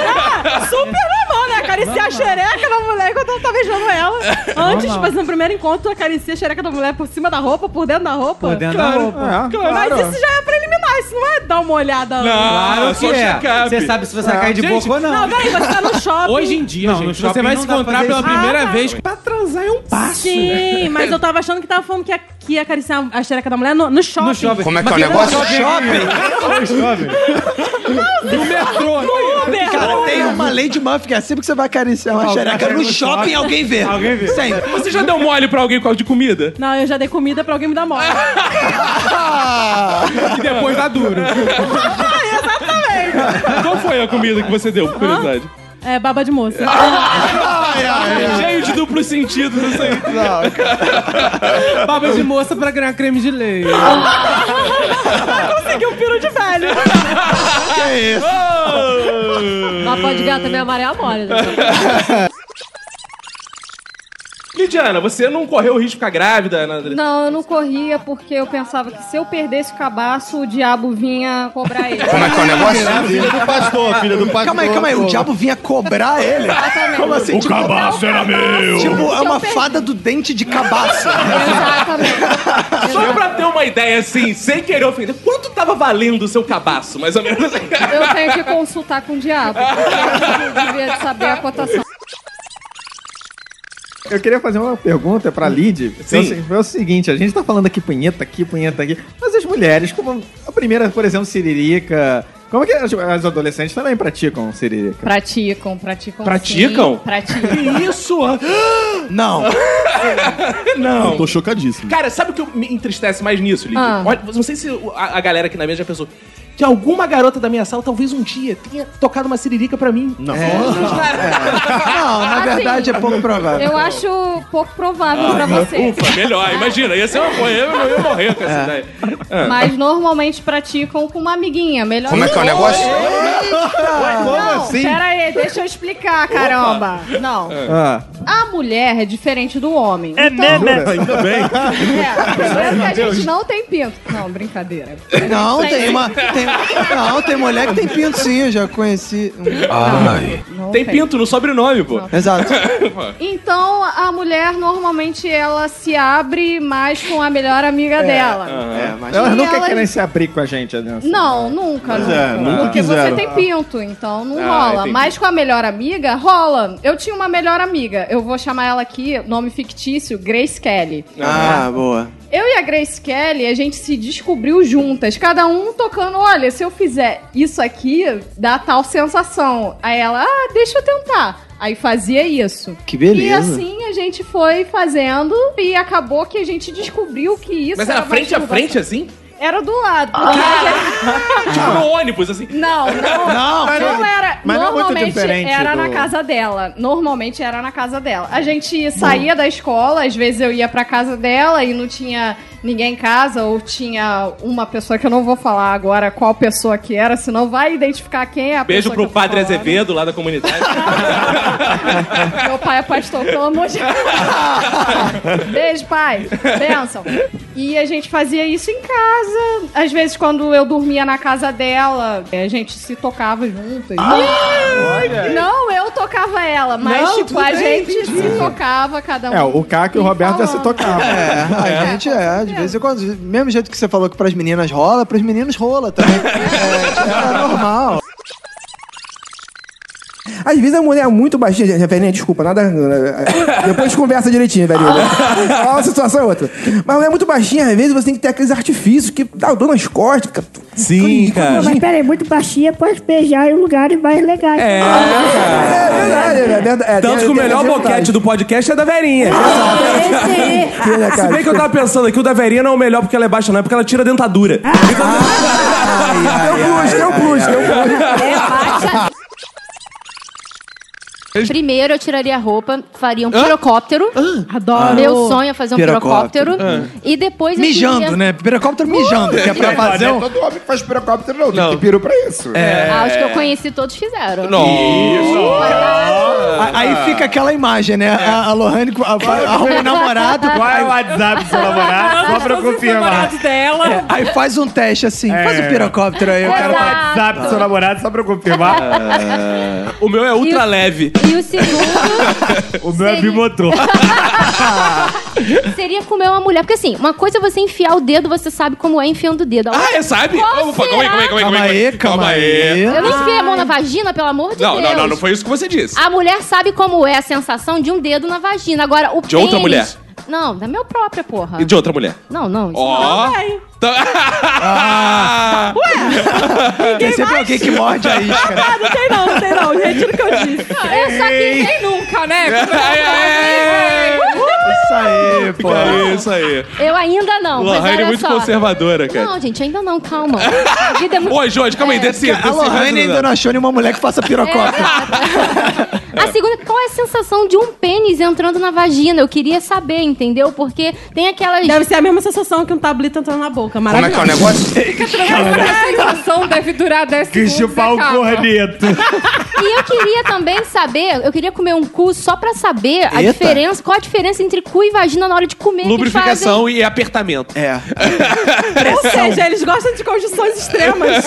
[SPEAKER 21] Ah, Super normal, né? Acariciar a xereca da mulher enquanto ela tá beijando ela. Antes,
[SPEAKER 1] Normal.
[SPEAKER 21] tipo assim, no primeiro encontro, acaricia a xereca da mulher por cima da roupa, por dentro da roupa.
[SPEAKER 1] Por dentro da roupa. É,
[SPEAKER 21] Mas
[SPEAKER 1] claro.
[SPEAKER 21] isso já é preliminar, isso não é dar uma olhada. antes.
[SPEAKER 1] claro que é. Você sabe se você vai cair de
[SPEAKER 4] Ah. Gente,
[SPEAKER 1] boca ou não.
[SPEAKER 21] Não, peraí, você tá no shopping.
[SPEAKER 4] Hoje em dia,
[SPEAKER 1] Não, no
[SPEAKER 4] gente,
[SPEAKER 1] shopping
[SPEAKER 4] você vai
[SPEAKER 1] não
[SPEAKER 4] se
[SPEAKER 1] dá pra
[SPEAKER 4] encontrar
[SPEAKER 1] fazer
[SPEAKER 4] pela
[SPEAKER 1] isso.
[SPEAKER 4] primeira
[SPEAKER 1] Ah,
[SPEAKER 4] vez
[SPEAKER 1] tá.
[SPEAKER 4] pra transar é um passo. [LAUGHS]
[SPEAKER 21] Sim, mas eu tava achando que tava falando que ia, que ia acariciar a xereca da mulher no, no shopping. No
[SPEAKER 1] shopping. Como é que
[SPEAKER 21] tá
[SPEAKER 1] é o negócio?
[SPEAKER 15] Shopping?
[SPEAKER 4] No metrô.
[SPEAKER 15] No Uber. Cara, tem uma lei de Murphy que é sempre que você vai acariciar uma xereca no shopping, alguém vê.
[SPEAKER 3] Alguém vê.
[SPEAKER 15] Sempre.
[SPEAKER 3] Você já deu mole pra alguém por causa de comida?
[SPEAKER 21] Não, eu já dei comida pra alguém me dar mole.
[SPEAKER 3] E depois dá duro. Exatamente. Qual foi a comida que você deu, por curiosidade?
[SPEAKER 21] É, baba
[SPEAKER 4] [LAUGHS]
[SPEAKER 21] de moça.
[SPEAKER 3] Cheio de duplos sentidos isso aí.
[SPEAKER 4] [LAUGHS] Baba de moça pra ganhar creme de [LAUGHS] leite.
[SPEAKER 21] Consegui um peru de velho.
[SPEAKER 15] que isso?
[SPEAKER 6] Mas pode ganhar também a maré mole. Né?
[SPEAKER 3] Lidiana, você não correu o risco de ficar grávida? né? Na...
[SPEAKER 6] Não, eu não corria porque eu pensava que se eu perdesse o cabaço, o diabo vinha cobrar ele.
[SPEAKER 15] é Filha do pastor, filha do pastor. Calma aí, calma aí. O diabo vinha cobrar ele?
[SPEAKER 6] Exatamente.
[SPEAKER 15] Como assim?
[SPEAKER 6] O
[SPEAKER 3] Tipo,
[SPEAKER 15] cabaço
[SPEAKER 3] era meu.
[SPEAKER 15] Tipo, é uma fada do dente de cabaço.
[SPEAKER 13] É.
[SPEAKER 3] Só pra ter uma ideia, assim, sem querer ofender, quanto tava valendo o seu cabaço, mais ou menos?
[SPEAKER 6] Eu tenho que consultar com o diabo. porque Eu devia saber a cotação.
[SPEAKER 5] Eu queria fazer uma pergunta pra Lid.
[SPEAKER 3] Sim.
[SPEAKER 5] Então, assim, É o seguinte, a gente tá falando aqui punheta aqui, punheta aqui, mas as mulheres, como a primeira, por exemplo, Siririca,
[SPEAKER 9] Como é que as, as adolescentes também praticam siririca?
[SPEAKER 50] Praticam, praticam.
[SPEAKER 9] Praticam?
[SPEAKER 50] Sim, praticam.
[SPEAKER 3] Isso! [GASPS]
[SPEAKER 6] [LAUGHS]
[SPEAKER 15] Não.
[SPEAKER 3] Não.
[SPEAKER 4] Eu tô chocadíssimo.
[SPEAKER 3] Cara, sabe o que eu me entristece mais nisso, Lidia?
[SPEAKER 50] Ah.
[SPEAKER 3] Olha, não sei se o- a, a galera aqui na mesa já pensou que alguma garota da minha sala talvez um dia tenha tocado uma siririca pra mim. É. Não. [LAUGHS]
[SPEAKER 4] Ah.
[SPEAKER 15] Não, na
[SPEAKER 6] Assim,
[SPEAKER 15] verdade é pouco provável.
[SPEAKER 6] Eu acho pouco provável
[SPEAKER 3] Ah,
[SPEAKER 6] pra você.
[SPEAKER 3] Ufa, melhor. Imagina, ia ser uma coisa. Eu, eu ia morrer com essa ideia. Ah.
[SPEAKER 6] Mas normalmente praticam com uma amiguinha, melhor.
[SPEAKER 3] Como é que é o negócio?
[SPEAKER 6] Ué,
[SPEAKER 9] como
[SPEAKER 6] não,
[SPEAKER 9] assim?
[SPEAKER 6] pera aí, deixa eu explicar, caramba. Não.
[SPEAKER 9] Ah.
[SPEAKER 6] A mulher é diferente do homem.
[SPEAKER 9] É
[SPEAKER 6] né?
[SPEAKER 9] mesmo? Ainda bem.
[SPEAKER 6] É,
[SPEAKER 15] Meu
[SPEAKER 6] primeiro que a
[SPEAKER 15] Deus.
[SPEAKER 6] gente não tem pinto. Não, brincadeira.
[SPEAKER 15] Não,
[SPEAKER 6] Isso aí.
[SPEAKER 15] tem uma. Tem, não, tem mulher que tem pinto sim, eu já conheci.
[SPEAKER 3] Ai. Tem pinto no sobrenome, pô.
[SPEAKER 15] Exato.
[SPEAKER 6] Então, a mulher normalmente ela se abre mais com a melhor amiga dela.
[SPEAKER 9] É,
[SPEAKER 15] mas
[SPEAKER 9] elas
[SPEAKER 6] E
[SPEAKER 9] nunca
[SPEAKER 6] elas-
[SPEAKER 9] querem se abrir com a gente, né?
[SPEAKER 6] Não, nunca,
[SPEAKER 9] Mas
[SPEAKER 6] nunca.
[SPEAKER 9] é, nunca
[SPEAKER 6] Porque
[SPEAKER 9] quiseram.
[SPEAKER 6] você tem pinto, então não
[SPEAKER 9] Ah,
[SPEAKER 6] rola.
[SPEAKER 9] entendi.
[SPEAKER 6] Mas com a melhor amiga, rola. Eu tinha uma melhor amiga, eu vou chamar ela aqui, nome fictício, Grace Kelly.
[SPEAKER 15] Ah, boa.
[SPEAKER 6] Eu e a Grace Kelly, a gente se descobriu juntas, cada um tocando, olha, se eu fizer isso aqui, dá tal sensação. Aí ela, ah, deixa eu tentar. Aí fazia isso.
[SPEAKER 15] Que beleza.
[SPEAKER 6] E assim a gente foi fazendo e acabou que a gente descobriu que isso um
[SPEAKER 3] Mas era frente a
[SPEAKER 6] masturbação.
[SPEAKER 3] frente, assim?
[SPEAKER 6] Era do lado.
[SPEAKER 3] Tipo no ônibus, assim.
[SPEAKER 6] Ah. Não,
[SPEAKER 3] [LAUGHS]
[SPEAKER 6] não,
[SPEAKER 3] Não,
[SPEAKER 6] não,
[SPEAKER 3] cara.
[SPEAKER 6] era.
[SPEAKER 3] Mas não é muito
[SPEAKER 6] normalmente
[SPEAKER 3] diferente
[SPEAKER 6] era
[SPEAKER 3] do-
[SPEAKER 6] na casa dela. Normalmente era na casa dela. A gente saía da escola, às vezes eu ia pra casa dela e não tinha ninguém em casa, ou tinha uma pessoa que eu não vou falar agora qual pessoa que era, senão vai identificar quem é a
[SPEAKER 3] Beijo
[SPEAKER 6] pessoa.
[SPEAKER 3] pro padre Azevedo lá da comunidade.
[SPEAKER 6] Que... Meu pai é pastor, pelo amor de
[SPEAKER 3] [LAUGHS]
[SPEAKER 6] Beijo, pai. Benção. E a gente fazia isso em casa. Às vezes, quando eu dormia na casa dela, a gente se tocava juntas.
[SPEAKER 3] Ah!
[SPEAKER 9] olha.
[SPEAKER 6] não, eu tocava ela, mas
[SPEAKER 15] Não,
[SPEAKER 6] tipo,
[SPEAKER 15] tudo
[SPEAKER 6] a
[SPEAKER 15] bem,
[SPEAKER 6] gente
[SPEAKER 15] entendi.
[SPEAKER 6] se tocava cada um.
[SPEAKER 9] É, o Caco e o Roberto já se tocavam.
[SPEAKER 15] É, a gente é, de vez em quando. Mesmo jeito que você falou que pras meninas rola, pros meninos rola [LAUGHS] também. É, é normal.
[SPEAKER 12] Às vezes a mulher é muito baixinha, já- velhinha, desculpa, nada. né, Depois conversa direitinho, velhinha. Ah, uma situação é outra. Mas a mulher é muito baixinha, às vezes você tem que ter aqueles artifícios que dá o dor nas costas. fica-
[SPEAKER 28] Sim,
[SPEAKER 12] cara.
[SPEAKER 28] Mas peraí, muito baixinha pode beijar em lugares mais legais. É,
[SPEAKER 12] verdade, é verdade.
[SPEAKER 3] Então,
[SPEAKER 28] Tanto que o melhor
[SPEAKER 12] boquete
[SPEAKER 13] do podcast é da Verinha.
[SPEAKER 6] Ah,
[SPEAKER 13] Se bem que eu tava pensando aqui, o da Verinha não é o melhor porque ela é baixa, não é porque ela tira dentadura.
[SPEAKER 12] Eu pus, eu
[SPEAKER 4] é,
[SPEAKER 16] Primeiro eu tiraria a roupa, faria um pirocóptero. Adoro. Meu sonho é fazer um pirocóptero.
[SPEAKER 15] Pirocóptero.
[SPEAKER 16] E depois eu
[SPEAKER 15] Mijando,
[SPEAKER 16] queria-
[SPEAKER 15] né? Pirocóptero mijando, que é pra fazer
[SPEAKER 28] né?
[SPEAKER 15] um. É.
[SPEAKER 9] Todo homem que faz pirocóptero não, tem que piru pra isso.
[SPEAKER 16] Ah, os que eu
[SPEAKER 3] É.
[SPEAKER 16] conheci todos fizeram.
[SPEAKER 15] A- Aí fica aquela imagem, né? A, a Lohane co- a- vai- arruma um namorado.
[SPEAKER 16] Qual é o
[SPEAKER 15] WhatsApp do seu
[SPEAKER 16] namorado? Só pra Todos os confirmar. namorados dela.
[SPEAKER 15] aí faz um teste assim, faz um pirocóptero aí. É. O cara
[SPEAKER 16] Exato.
[SPEAKER 15] WhatsApp do seu namorado só pra confirmar.
[SPEAKER 3] o meu é ultra leve.
[SPEAKER 16] E
[SPEAKER 3] [LAUGHS]
[SPEAKER 16] o segundo
[SPEAKER 4] O meu é bimotor.
[SPEAKER 16] seria comer uma mulher. Porque assim, uma coisa é você enfiar o dedo, você sabe como é enfiando o dedo.
[SPEAKER 3] Ah, é, sabe? Opa, calma aí, calma aí, calma aí. Calma aí, calma aí.
[SPEAKER 16] Eu não enfiei a mão na vagina, pelo amor de
[SPEAKER 3] Não,
[SPEAKER 16] Deus.
[SPEAKER 3] não, não, não foi isso que você disse.
[SPEAKER 16] A mulher sabe como é a sensação de um dedo na vagina. Agora, o
[SPEAKER 3] De outra
[SPEAKER 16] pênis-
[SPEAKER 3] mulher.
[SPEAKER 16] Não, da minha própria, porra.
[SPEAKER 3] E de outra mulher.
[SPEAKER 16] Não, não. isso
[SPEAKER 3] Ó.
[SPEAKER 16] não.
[SPEAKER 3] [LAUGHS]
[SPEAKER 16] Também.
[SPEAKER 3] Ah.
[SPEAKER 15] Ué! Tem sempre alguém que morde a isca. né?
[SPEAKER 16] Ah, não tem não, não tem não. Retiro o que eu disse.
[SPEAKER 6] Eu só que quem nunca,
[SPEAKER 4] É,
[SPEAKER 6] né?
[SPEAKER 15] Isso aí, pô.
[SPEAKER 3] é Isso aí.
[SPEAKER 16] Eu ainda não. mas
[SPEAKER 3] Lohane é
[SPEAKER 16] olha
[SPEAKER 3] muito
[SPEAKER 16] só.
[SPEAKER 3] conservadora, cara.
[SPEAKER 16] Não, gente, ainda não, calma. A
[SPEAKER 3] [LAUGHS]
[SPEAKER 16] vida é muito...
[SPEAKER 3] Oi, Jorge, calma aí, decida.
[SPEAKER 15] A Lohane ainda não achou nenhuma mulher que faça pirocóptero.
[SPEAKER 16] A segunda, qual é a sensação de um pênis entrando na vagina? Eu queria saber, entendeu? Porque tem aquelas...
[SPEAKER 21] Deve ser a mesma sensação que um tablito entrando na boca. Maravilhoso.
[SPEAKER 6] A sensação deve durar 10
[SPEAKER 4] Que
[SPEAKER 16] segundos.
[SPEAKER 4] chupar o
[SPEAKER 16] acaba.
[SPEAKER 4] corneto.
[SPEAKER 16] E eu queria também saber, eu queria comer um cu só pra saber a
[SPEAKER 3] Eita.
[SPEAKER 16] diferença, qual a diferença entre cu e vagina na hora de comer. que
[SPEAKER 3] Lubrificação e apertamento.
[SPEAKER 15] É.
[SPEAKER 3] [LAUGHS]
[SPEAKER 21] Ou seja, eles gostam de condições extremas.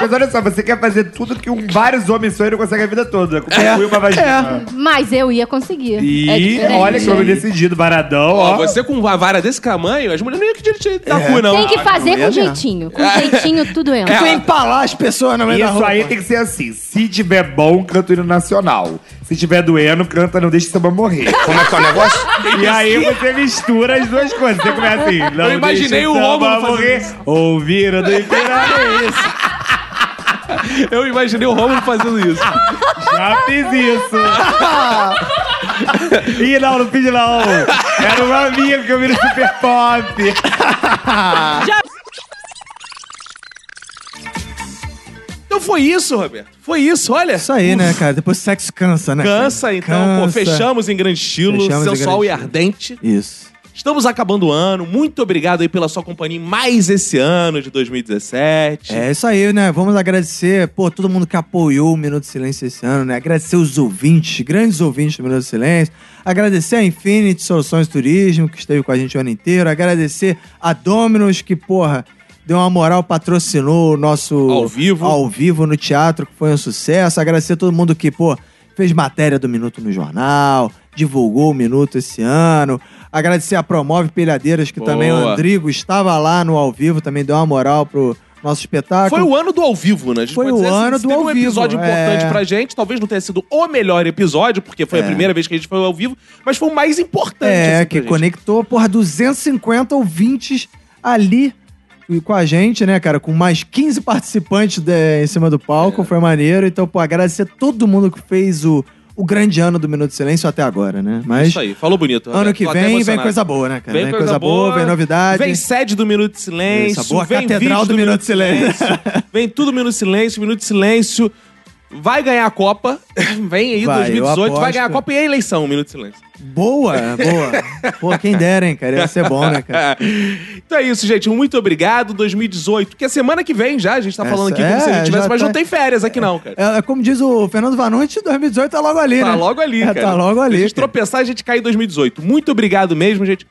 [SPEAKER 28] Mas olha só, você quer fazer tudo que um, vários homens sonham e não conseguem a vida toda. Com é. uma vagina.
[SPEAKER 16] fazem. [LAUGHS] Mas eu ia conseguir. É
[SPEAKER 28] E
[SPEAKER 16] diferente.
[SPEAKER 28] olha que homem decidido, baradão,
[SPEAKER 3] Ó,
[SPEAKER 28] ó.
[SPEAKER 3] você com uma vara desse tamanho, as mulheres não iam que te dar
[SPEAKER 28] É.
[SPEAKER 3] cu, não.
[SPEAKER 16] Tem que fazer
[SPEAKER 28] não
[SPEAKER 16] com
[SPEAKER 28] ia, né?
[SPEAKER 16] jeitinho. Com jeitinho tudo entra.
[SPEAKER 28] É.
[SPEAKER 15] empalar as pessoas na
[SPEAKER 28] Isso aí tem que ser assim. Se tiver bom, canta o hino nacional. Se tiver doendo, canta Não Deixe o Samba Morrer. Como é que é o negócio? E aí você mistura as duas coisas. Você começa assim. Não
[SPEAKER 3] Eu imaginei
[SPEAKER 28] deixe
[SPEAKER 3] o [LAUGHS]
[SPEAKER 28] samba
[SPEAKER 3] Rômulo fazendo
[SPEAKER 28] morrer. Ouvir do Imperatriz.
[SPEAKER 3] Eu imaginei o Romulo fazendo isso.
[SPEAKER 28] Já fiz
[SPEAKER 3] [LAUGHS]
[SPEAKER 28] isso. Ih, não, não fiz não. Era um amigo que eu vi no Super Pop.
[SPEAKER 3] Então foi isso, Roberto. Foi isso, olha.
[SPEAKER 15] Isso aí, né, cara? Depois sexo cansa, né? cara?
[SPEAKER 3] Cansa, então, pô,
[SPEAKER 15] Cansa.
[SPEAKER 3] fechamos em grande estilo,
[SPEAKER 15] Fechamos em
[SPEAKER 3] sensual
[SPEAKER 15] grande
[SPEAKER 3] e ardente.
[SPEAKER 15] Isso.
[SPEAKER 3] Estamos acabando o ano. Muito obrigado aí pela sua companhia em mais esse ano de 2017.
[SPEAKER 15] É isso aí, né? Vamos agradecer, pô, todo mundo que apoiou o Minuto de Silêncio esse ano, né? Agradecer os ouvintes, grandes ouvintes do Minuto de Silêncio. Agradecer a Infinity Soluções Turismo, que esteve com a gente o ano inteiro. Agradecer a Dominus, que, porra, deu uma moral, patrocinou o nosso. Ao
[SPEAKER 3] vivo.
[SPEAKER 15] Ao vivo no teatro, que foi um sucesso. Agradecer a todo mundo que, pô, fez matéria do Minuto no jornal, divulgou o Minuto esse ano. Agradecer a Promove Pilhadeiras, que também o
[SPEAKER 3] Boa.
[SPEAKER 15] Andrigo estava lá no ao vivo, também deu uma moral pro nosso espetáculo.
[SPEAKER 3] Foi o ano do ao vivo, né? A gente
[SPEAKER 15] Foi
[SPEAKER 3] pode dizer
[SPEAKER 15] o ano
[SPEAKER 3] se
[SPEAKER 15] do
[SPEAKER 3] teve
[SPEAKER 15] ao
[SPEAKER 3] um
[SPEAKER 15] vivo,
[SPEAKER 3] episódio importante
[SPEAKER 15] é.
[SPEAKER 3] pra gente. Talvez não tenha sido o melhor episódio, porque foi a
[SPEAKER 15] É.
[SPEAKER 3] primeira vez que a gente foi ao vivo, mas foi o mais importante.
[SPEAKER 15] É,
[SPEAKER 3] assim, pra
[SPEAKER 15] que
[SPEAKER 3] gente.
[SPEAKER 15] conectou, porra, 250 ouvintes ali e com a gente, né, cara? Com mais 15 participantes de- em cima do
[SPEAKER 3] É.
[SPEAKER 15] palco, foi maneiro. Então, pô, agradecer todo mundo que fez o, o grande ano do Minuto de Silêncio até agora, né? Mas
[SPEAKER 3] Isso aí, falou bonito.
[SPEAKER 15] Ano
[SPEAKER 3] Roberto.
[SPEAKER 15] que
[SPEAKER 3] Tô até
[SPEAKER 15] vem, vem
[SPEAKER 3] emocionado.
[SPEAKER 15] coisa boa, né, cara? Vem coisa boa, vem novidade.
[SPEAKER 3] Vem sede do Minuto de Silêncio.
[SPEAKER 15] Isso, a boa
[SPEAKER 3] vem
[SPEAKER 15] catedral
[SPEAKER 3] vídeo
[SPEAKER 15] do Minuto de Silêncio.
[SPEAKER 3] vem tudo Minuto de Silêncio, Minuto de Silêncio. Vai ganhar a Copa. [LAUGHS] Vem aí,
[SPEAKER 15] Vai, eu
[SPEAKER 3] 2018, vai
[SPEAKER 15] aposto.
[SPEAKER 3] ganhar a Copa e a eleição, Minuto de Silêncio.
[SPEAKER 15] boa,
[SPEAKER 3] [LAUGHS]
[SPEAKER 15] boa. Pô, quem dera, hein, cara? Ia ser bom, né, cara?
[SPEAKER 3] então é isso, gente. Muito obrigado. 2018, que é semana que vem já. A gente tá falando aqui como
[SPEAKER 15] É,
[SPEAKER 3] se a gente tivesse,
[SPEAKER 15] já
[SPEAKER 3] mas não
[SPEAKER 15] tá-
[SPEAKER 3] tem férias aqui não, cara.
[SPEAKER 15] É, é como diz o Fernando Vanucci, 2018 tá logo ali, né?
[SPEAKER 3] Tá logo ali,
[SPEAKER 15] É,
[SPEAKER 3] cara.
[SPEAKER 15] Tá logo ali.
[SPEAKER 3] Se a gente tropeçar, a gente cai em 2018. Muito obrigado mesmo, gente.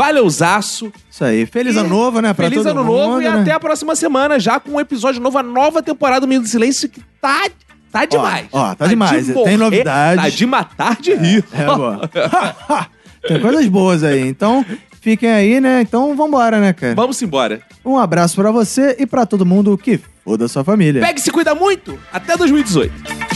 [SPEAKER 3] Valeuzaço.
[SPEAKER 15] Isso aí. Feliz ano novo, né, pra
[SPEAKER 3] Feliz
[SPEAKER 15] todo
[SPEAKER 3] ano novo
[SPEAKER 15] mundo,
[SPEAKER 3] e
[SPEAKER 15] né?
[SPEAKER 3] até a próxima semana já com um episódio novo, a nova temporada do Minuto de Silêncio que tá, tá demais.
[SPEAKER 15] ó, tá demais.
[SPEAKER 3] de
[SPEAKER 15] Tem
[SPEAKER 3] morrer,
[SPEAKER 15] novidades.
[SPEAKER 3] Tá de matar de rir.
[SPEAKER 15] É, boa. Tem coisas boas aí. Então, fiquem aí, né? Então, vambora, né,
[SPEAKER 3] [LAUGHS]
[SPEAKER 15] cara?
[SPEAKER 3] Vamos embora.
[SPEAKER 15] Um abraço pra você e pra todo mundo que foda sua família.
[SPEAKER 3] Pega e se cuida muito. Até 2018.